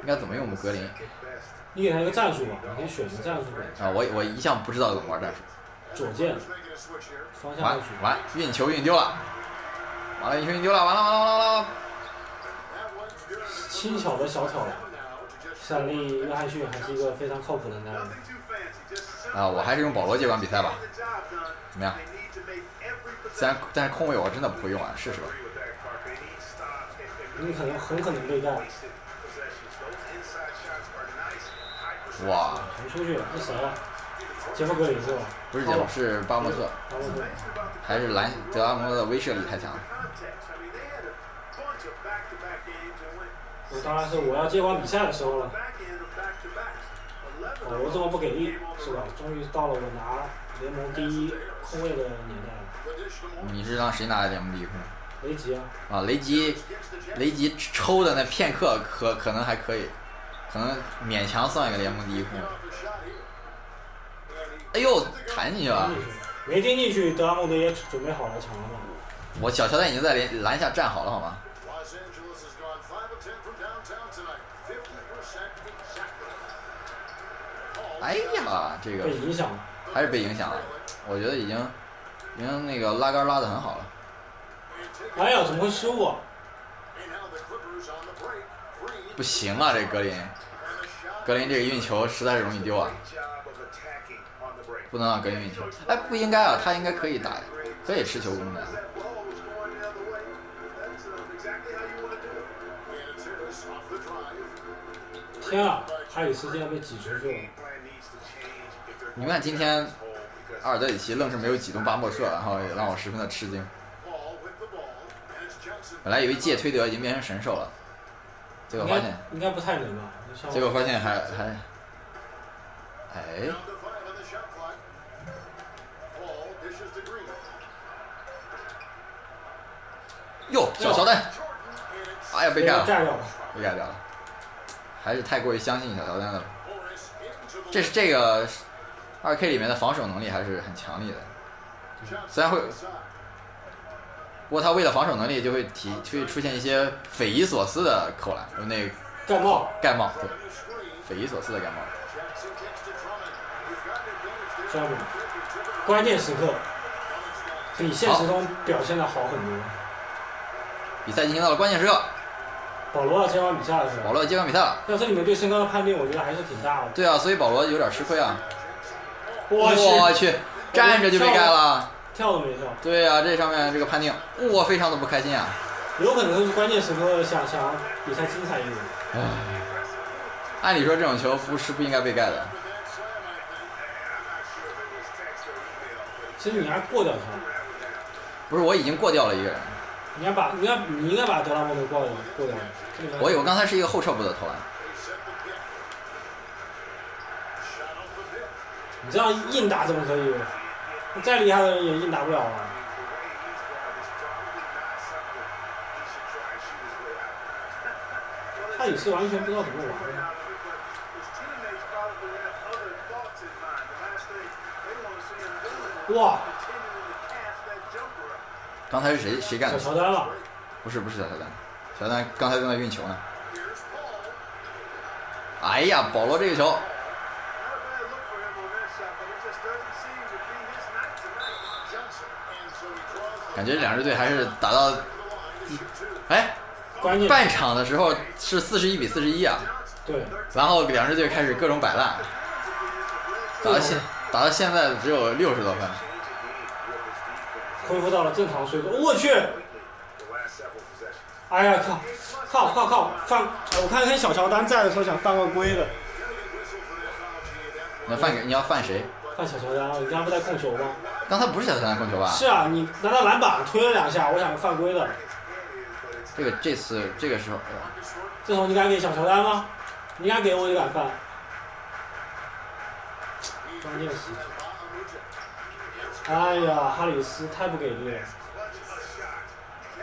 Speaker 2: 应该怎么用我们格林
Speaker 3: 你给他一个战术吧，你可以选一个战术呗，
Speaker 2: 啊？我我一向不知道怎么玩战术，
Speaker 3: 左键方向
Speaker 2: 完
Speaker 3: 部署，
Speaker 2: 完运球运丢了，完了运球运丢了，完了完了完了完了，
Speaker 3: 轻巧的小挑篮。闪利约翰逊还是一个非常靠谱的男人，
Speaker 2: 啊，我还是用保罗接管比赛吧，怎么样？虽然但是空位我真的不会用啊，试试吧。
Speaker 3: 你可能很可能被盖，
Speaker 2: 哇，
Speaker 3: 传出去了，那谁啊？杰夫格里是吧？
Speaker 2: 不是杰夫，是巴莫特，
Speaker 3: 巴洛特，
Speaker 2: 还是兰德拉蒙德的威慑力太强了。
Speaker 1: Oh.
Speaker 3: 我当然是我要接管比赛的时候了。
Speaker 1: 保罗这么不给力，是吧？终于到了我拿联盟第一控卫的年代了，
Speaker 2: 你是让谁拿的 MVP
Speaker 1: 雷吉啊，
Speaker 2: 啊？雷吉，雷吉抽的那片刻可可能还可以，可能勉强算一个联盟第一控卫。哎呦，弹进去了！
Speaker 1: 没进进去，德拉蒙德也准备好了抢了嘛。
Speaker 2: 我小乔丹已经在篮篮下站好了，好吗？
Speaker 3: Los Angeles has gone 5 of 10 from downtown tonight. 50% exactly.
Speaker 2: 哎呀，这个
Speaker 1: 被影响了。
Speaker 2: 还是被影响了。我觉得已经，已经那个拉杆拉的很好了。
Speaker 1: 哎呀，怎么会失误、啊？
Speaker 3: And now the Clippers on the break. Green,
Speaker 2: 不行啊，这格林，格林这个运球实在是容易丢啊，
Speaker 3: job of attacking on the break.
Speaker 2: 不能让格林运球。哎，不应该啊，他应该可以打呀，可以持球攻的呀。
Speaker 3: That ball was going the other way. That's uh, exactly how you want to do it. And it's Harris off the drive.
Speaker 1: 天啊，哈里斯竟然被挤出去了。
Speaker 3: Plan needs to change if they're
Speaker 2: 你们看今天
Speaker 3: goal because
Speaker 2: 阿尔德里奇愣是没有挤中巴莫特，然后也让我十分的吃惊。
Speaker 3: ball with the ball. And it's Johnson.
Speaker 2: 本来以为借推德已经变成神兽了，结果
Speaker 1: 应
Speaker 2: 发
Speaker 1: 该
Speaker 2: 现，
Speaker 1: 应该不太能吧？像
Speaker 2: 结果发现还还，哎，
Speaker 3: Down to five on the shot clock. Ball dishes to Green.
Speaker 2: 哟，小乔丹，
Speaker 3: Jordan. And it's
Speaker 2: 哎呀被
Speaker 1: 被
Speaker 2: 干了，
Speaker 1: 炸掉了。
Speaker 2: 被干掉了，还是太过于相信小乔丹了。
Speaker 3: Morris into the
Speaker 2: 这是这个二 K 里面的防守能力还是很强力的，虽然会，不过他为了防守能力就会提，就会出现一些匪夷所思的扣篮，就那
Speaker 1: 盖帽，
Speaker 2: 盖帽，对，
Speaker 3: new screen.
Speaker 2: 匪夷所思的盖帽。
Speaker 3: Jackson kicks to Drummond. He's got an advantage.
Speaker 1: 知道吗？关键时刻比现实中表现的好很多。
Speaker 2: 比赛进行到了关键时刻，
Speaker 1: 保罗要接管比赛的时
Speaker 2: 保
Speaker 1: 候，
Speaker 2: 罗接管比赛了。
Speaker 1: 但这里面对身高的判定，我觉得还是挺大的。
Speaker 2: 对啊，所以保罗有点吃亏啊。
Speaker 1: 我
Speaker 2: 我
Speaker 1: 去，
Speaker 2: 去，站着就被盖了。
Speaker 1: 跳都没跳，
Speaker 2: 对啊，这上面这个判定，我非常的不开心啊。
Speaker 1: 有可能是关键时刻想想让比赛精彩一点。
Speaker 2: 按理说这种球不是不应该被盖的，
Speaker 1: 其实你应该过掉他，
Speaker 2: 不是我已经过掉了一个人，
Speaker 1: 你应该把，你应该你应该把德拉蒙德过掉，过掉。这里面
Speaker 2: 我有刚才是一个后撤步的投篮，
Speaker 1: 你这样硬打怎么可以？你再厉害的人也硬打不了啊！他也是完全不知道怎么玩的。哇，
Speaker 2: 刚才是谁谁干
Speaker 1: 小
Speaker 2: 的？
Speaker 1: 乔丹了，
Speaker 2: 不是不是小乔丹，小乔丹刚才正在运球呢。哎呀，保罗这个球，感觉两支队还是打到，哎，
Speaker 1: 关键
Speaker 2: 半场的时候是四十一比四十一啊，
Speaker 1: 对，
Speaker 2: 然后两支队开始各种摆烂，打到现打到现在只有六十多分。
Speaker 1: 恢复到了正常水准。我去，哎呀靠，靠靠靠，犯！我看跟小乔丹在的时候想犯个规的，
Speaker 2: 那犯给你要犯谁？
Speaker 1: 犯小乔丹了，人家不在控球吗？
Speaker 2: 刚才不是小乔丹控球吧？
Speaker 1: 是啊，你拿到篮板推了两下，我想犯规的，
Speaker 2: 这个这次这个时候，哎呀
Speaker 1: 这时候你敢给小乔丹吗？你敢给我就敢犯。关键时刻，哎呀，哈里斯太不给力了。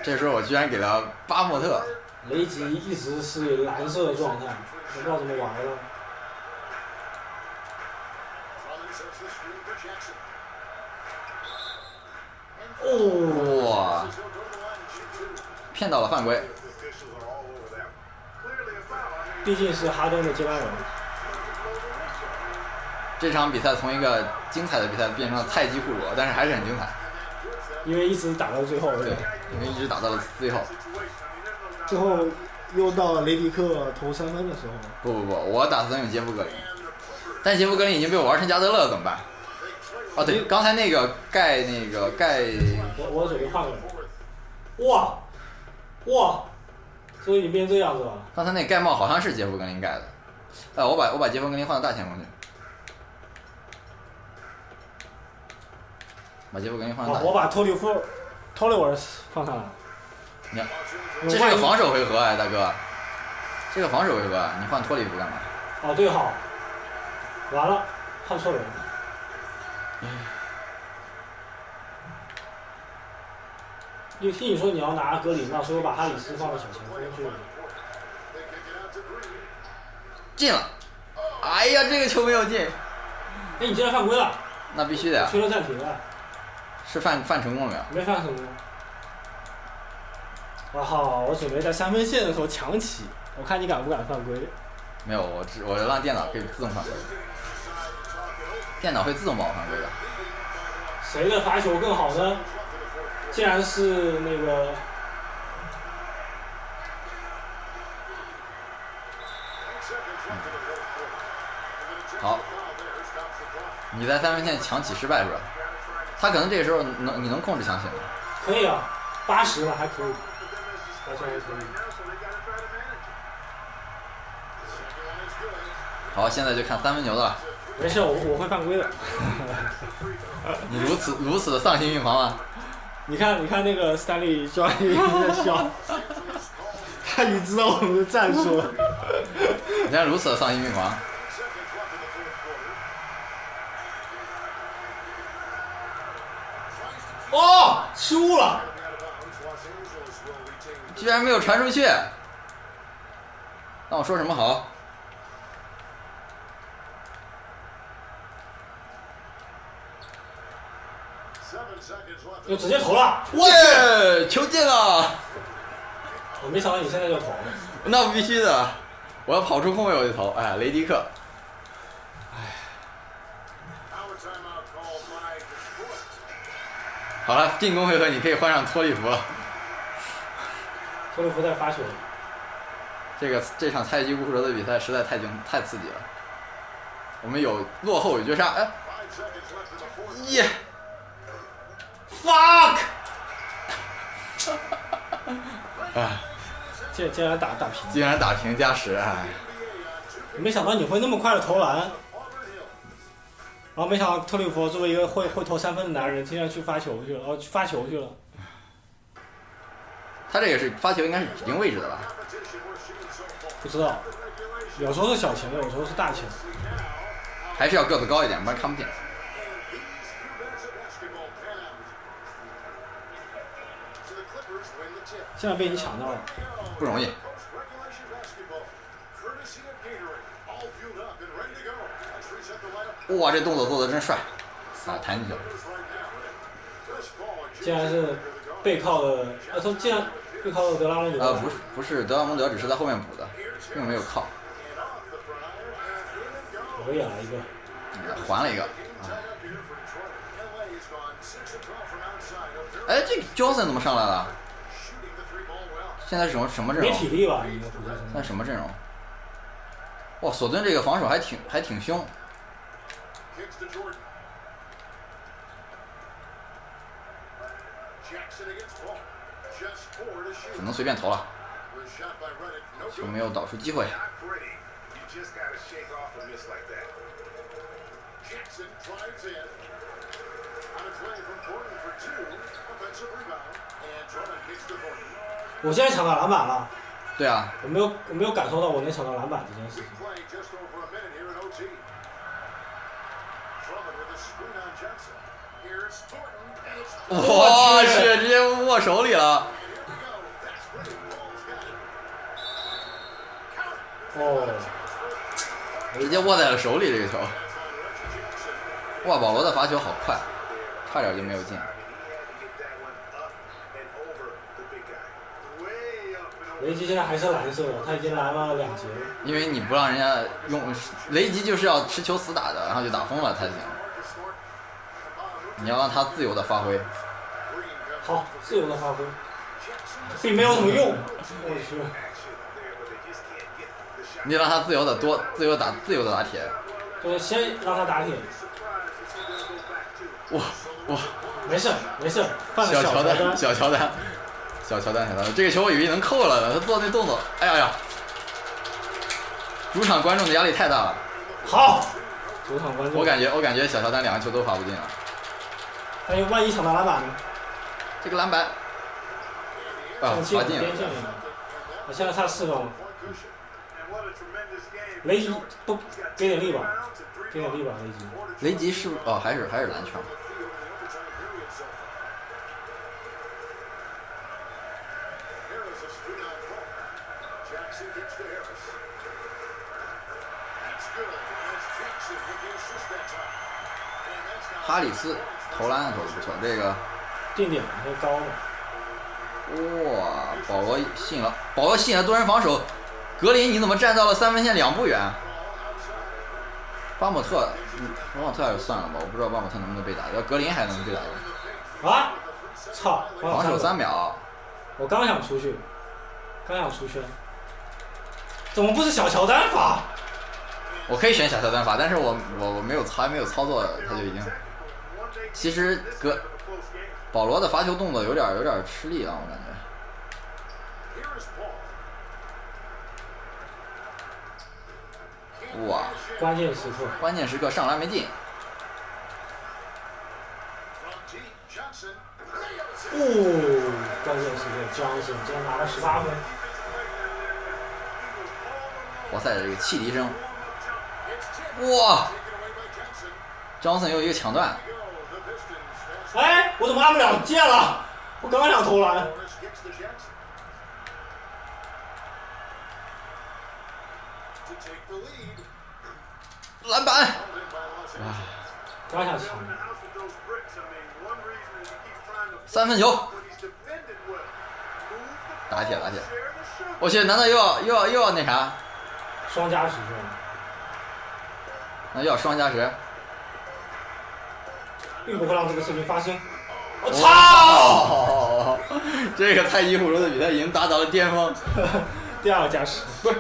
Speaker 2: 这时候我居然给了巴莫特，
Speaker 1: 雷吉一直是蓝色的状态，我不知道怎么玩了。哦，
Speaker 2: 哇，骗到了犯规。
Speaker 1: 毕竟是哈登的接班人，
Speaker 2: 这场比赛从一个精彩的比赛变成了菜鸡互搏，但是还是很精彩。
Speaker 1: 因为一直打到最后，而
Speaker 2: 对
Speaker 1: 且，
Speaker 2: 因为一直打到了最后。
Speaker 7: 最后又到了雷迪克投三分的时候，
Speaker 2: 不不不，我打算用杰夫格林，但杰夫格林已经被我玩成加德勒了，怎么办？哦，对，刚才那个盖那个盖，
Speaker 1: 我我准备换个人。哇，哇，所以你变这样子了。
Speaker 2: 刚才那盖帽好像是杰夫格林盖的。哎，我把我把杰夫格林换到大前锋去，把杰夫格林换到大
Speaker 1: 啊，
Speaker 2: 前
Speaker 1: 我
Speaker 2: 锋。
Speaker 1: 把托里夫、托里尔放上来。
Speaker 2: 你看
Speaker 1: 我
Speaker 2: 这是
Speaker 1: 换
Speaker 2: 个
Speaker 1: 一
Speaker 2: 防守回合啊哎，大哥，这个防守回合，你换托里夫干嘛？
Speaker 1: 哦，对好，啊完了，换错人了。你听你说你要拿格里纳，所以我把哈里斯放到小前锋去了。
Speaker 2: 进了。哎呀，这个球没有进，
Speaker 1: 哎，你竟然犯规了，
Speaker 2: 那必须的呀！
Speaker 1: 吹了暂停了，
Speaker 2: 是犯犯成功了没有？
Speaker 1: 没犯什么。我靠！我准备在三分线的时候强起，我看你敢不敢犯规。
Speaker 2: 没有，我只我让电脑可以自动犯规，电脑会自动帮我犯规的。
Speaker 1: 谁的罚球更好呢？竟然是那个
Speaker 2: 好，你在三分线强起失败是吧？他可能这个时候能你能控制强起吗？
Speaker 1: 可以啊，八十了还可以，罚球还可以。
Speaker 2: 好，现在就看三分球的了。
Speaker 1: 没事，我我会犯规的。
Speaker 2: 你如此如此的丧心病狂啊吗？
Speaker 1: *laughs* 你看，你看那个斯坦利
Speaker 8: 小姨在
Speaker 1: *laughs*
Speaker 8: 笑，他已知道我们的战术了。
Speaker 2: 你看如此的丧心病狂。
Speaker 1: 哦，失误了，
Speaker 2: 居然没有传出去，那我说什么好？
Speaker 1: 就直接投了。
Speaker 2: 喂，球进了，
Speaker 1: 我没想到你现在就投，
Speaker 2: 那必须的，我要跑出空位我就投。哎，雷迪克，好了，进攻回合你可以换上托利弗了。
Speaker 1: 托雷弗在发球，
Speaker 2: 这个这场菜鸡无蛇的比赛实在太精太刺激了，我们有落后有绝杀，哎，耶、
Speaker 1: fuck，竟哎竟然打打平，
Speaker 2: 竟然打平加时，哎，
Speaker 1: 我没想到你会那么快的投篮，然后没想到特里弗作为一个会会投三分的男人，竟然去发球去了，然后去发球去了。
Speaker 2: 他这个是发球应该是指定位置的吧？
Speaker 1: 不知道，有时候是小前，有时候是大前。
Speaker 2: 还是要个子高一点，不然看不见。
Speaker 1: 现在被你抢到了，
Speaker 2: 不容易。哇，这动作做的真帅！啊，弹进去了。
Speaker 1: 竟然是背靠的，呃、他竟然背靠的德拉蒙德。
Speaker 2: 呃，不是，不是，德拉蒙德只是在后面补的，并没有靠，
Speaker 1: 我演了一个，
Speaker 2: 还了一个。啊哎，这 Johnson 怎么上来了？现在是什么什么阵
Speaker 1: 没
Speaker 2: 容？
Speaker 1: 体力吧？应该不是什
Speaker 2: 那
Speaker 1: 么。
Speaker 2: 什么阵容？哇，索顿这个防守还挺还挺凶。只能随便投了，就没有导出机会。
Speaker 1: 我现在抢到篮板了，
Speaker 2: 对啊，
Speaker 1: 我没有我没有感受到我能抢到篮板这件事情。
Speaker 2: 哇，
Speaker 1: 啊
Speaker 2: 是直接握手里了。
Speaker 1: 哦，
Speaker 2: 直接握在了手里这个球。哇，保罗的罚球好快，差点就没有进。
Speaker 1: 雷吉现在还是蓝色的，他已经来了两节了。
Speaker 2: 因为你不让人家用雷吉就是要持球死打的，然后就打疯了才行。你要让他自由的发挥，
Speaker 1: 好，自由的发挥，并没有什么用。我去，
Speaker 2: 你得让他自由的多自由地打自由的打铁。
Speaker 1: 就是先让他打铁，
Speaker 2: 哇哇，
Speaker 1: 没事没事，犯了
Speaker 2: 小
Speaker 1: 乔
Speaker 2: 乔
Speaker 1: 丹
Speaker 2: 丹，。小乔丹，小乔丹，小乔丹，这个球我以为能扣了呢，他做那动作，哎呀呀！主场观众的压力太大了，
Speaker 1: 好，主场观众，
Speaker 2: 我感觉我感觉小乔丹两个球都罚不进了。
Speaker 1: 哎，万一抢到篮板呢？
Speaker 2: 这个篮板，啊，
Speaker 1: 上进
Speaker 2: 罚
Speaker 1: 了，
Speaker 2: 进
Speaker 1: 边
Speaker 2: 了。
Speaker 1: 上了。我现在差四分了，雷吉不给点力吧？挺有力吧，雷吉。
Speaker 2: 雷吉是不是哦，还是还是蓝圈儿。
Speaker 3: Harris a spin on ball. Jackson gets to Harris. That's good. That's Jackson with the assist that time. And that's now
Speaker 2: 哈里斯投篮投的不错，这个
Speaker 1: 定点和高的，
Speaker 2: 哇，保罗吸引了，保罗吸引了多人防守，格林你怎么站到了三分线两步远？巴莫特，嗯巴莫特还是算了吧，我不知道巴莫特能不能被打掉，格林还能被打掉，
Speaker 1: 啊！操，
Speaker 2: 防守三
Speaker 1: 秒，
Speaker 2: 秒，
Speaker 1: 我刚想出去，刚想出圈，怎么不是小乔丹法？
Speaker 2: 我可以选小乔丹法，但是我我我没有操，还没有操作，他就已经，其实格保罗的罚球动作有点有点吃力啊，我感觉。
Speaker 3: Here is Paul.
Speaker 2: 哇，
Speaker 1: 关键时刻，
Speaker 2: 关键时刻上篮没进，
Speaker 3: From deep, Johnson.
Speaker 1: 哦，关键时刻，江森竟然拿了十八分，
Speaker 2: 活塞的这个汽笛声，哇，Johnson 又一个抢断，
Speaker 3: Go. The Pistons. Fast
Speaker 1: 哎，我怎么按不了键了？我刚想投篮，
Speaker 3: Morris gets to Jackson. To take the lead.
Speaker 2: 篮板。
Speaker 3: Held in by Los Angeles.
Speaker 1: 刚想抢，
Speaker 3: House with those bricks. I mean, one reason is he keeps trying to
Speaker 2: 三分球，
Speaker 3: but he's defended well. Move the
Speaker 2: 打铁打铁！
Speaker 3: share the shoot.
Speaker 2: 我去，难道又要又要又要那啥？啊
Speaker 1: 双加时是
Speaker 2: 那又要双加时？
Speaker 1: 并不会让这个事情发生。我操！
Speaker 2: 操！ *laughs* 这个太极葫芦的比赛已经达到了巅峰，
Speaker 1: 第二个加
Speaker 2: *laughs*
Speaker 1: 时，
Speaker 2: 不是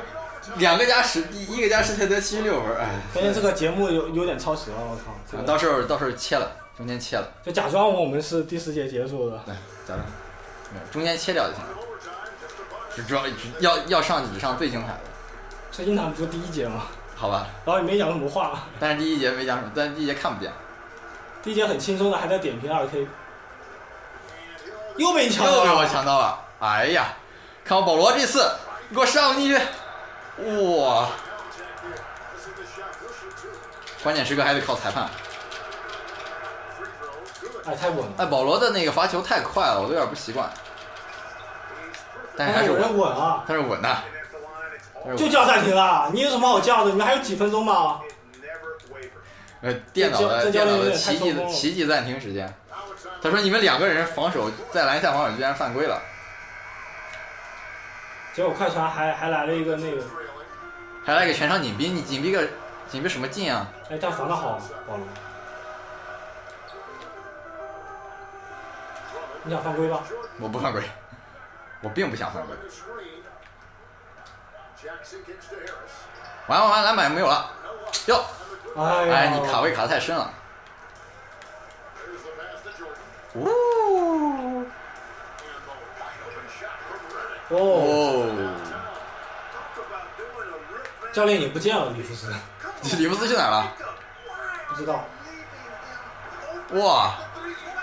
Speaker 2: 两个加时，第一个加时才得七十六分，哎，
Speaker 1: 关键这个节目有有点超时了，我靠！这个
Speaker 2: 啊到时候到时候切了，中间切了，
Speaker 1: 就假装我们是第四节结束的。
Speaker 2: 来，咱们没有中间切掉就行了，只主要只要要上只上最精彩的，
Speaker 1: 最近他们不是第一节吗？
Speaker 2: 好吧？
Speaker 1: 然后也没讲什么话，
Speaker 2: 但是第一节没讲什么，但是第一节看不见，
Speaker 1: 第一节很轻松的还在点评二 K，又被你抢
Speaker 2: 又
Speaker 1: 到
Speaker 2: 被我
Speaker 1: 了，
Speaker 2: 抢到了，哎呀，看我保罗这次给我上进去，哇！
Speaker 3: This is the shot cushion too.
Speaker 2: 关键时刻还得靠裁判。
Speaker 3: Free throw. Good.
Speaker 1: 哎，太稳了，
Speaker 2: 哎，保罗的那个罚球太快了，我都有点不习惯。但是哎还是
Speaker 1: 有人
Speaker 2: 稳，
Speaker 1: 稳啊，
Speaker 2: 但是稳呐、
Speaker 3: And at the line, it's
Speaker 2: 但是
Speaker 3: all.
Speaker 1: 就
Speaker 2: 稳。
Speaker 1: 叫暂停了，你有什么好叫的？你们还有几分钟吗？
Speaker 3: It never wavers.
Speaker 2: 呃，电脑的
Speaker 1: 这教这
Speaker 2: 电脑
Speaker 1: 教练有
Speaker 2: 的
Speaker 1: 点太
Speaker 2: 奇迹
Speaker 1: 成功了
Speaker 2: 奇迹暂停时间。
Speaker 3: Now it's on.
Speaker 2: 他说你们两个人防守在篮下防守居然犯规了，
Speaker 1: 结果快船还还来了一个那个，
Speaker 3: Trailing.
Speaker 2: 还来个全场紧逼，你紧逼个紧逼什么劲啊？
Speaker 1: 哎，但防的好，保罗，你想犯规吧？
Speaker 2: 我不犯规，我并不想犯规。
Speaker 3: Under screen. Jackson gets to Harris.
Speaker 2: 完完完，篮板没有了。哟，
Speaker 1: 哎呀，
Speaker 2: 哎，你卡位卡的太深了。
Speaker 3: There's the pass to Jordan.
Speaker 2: 呜、
Speaker 3: And the wide open shot from Redick.
Speaker 1: 哦，
Speaker 2: 哦，
Speaker 3: Talk about doing a rip man
Speaker 1: 教练也不见了，里弗斯，
Speaker 2: 这里弗斯去哪儿了？
Speaker 3: up. Wow.
Speaker 1: 不知道，
Speaker 2: 哇，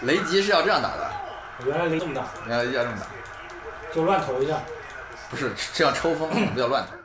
Speaker 2: 雷吉是要这样打的，
Speaker 1: 我原来雷这么大，
Speaker 2: 原来要这么打，
Speaker 1: 就乱投一下，
Speaker 2: 不是这样抽风，不叫乱投。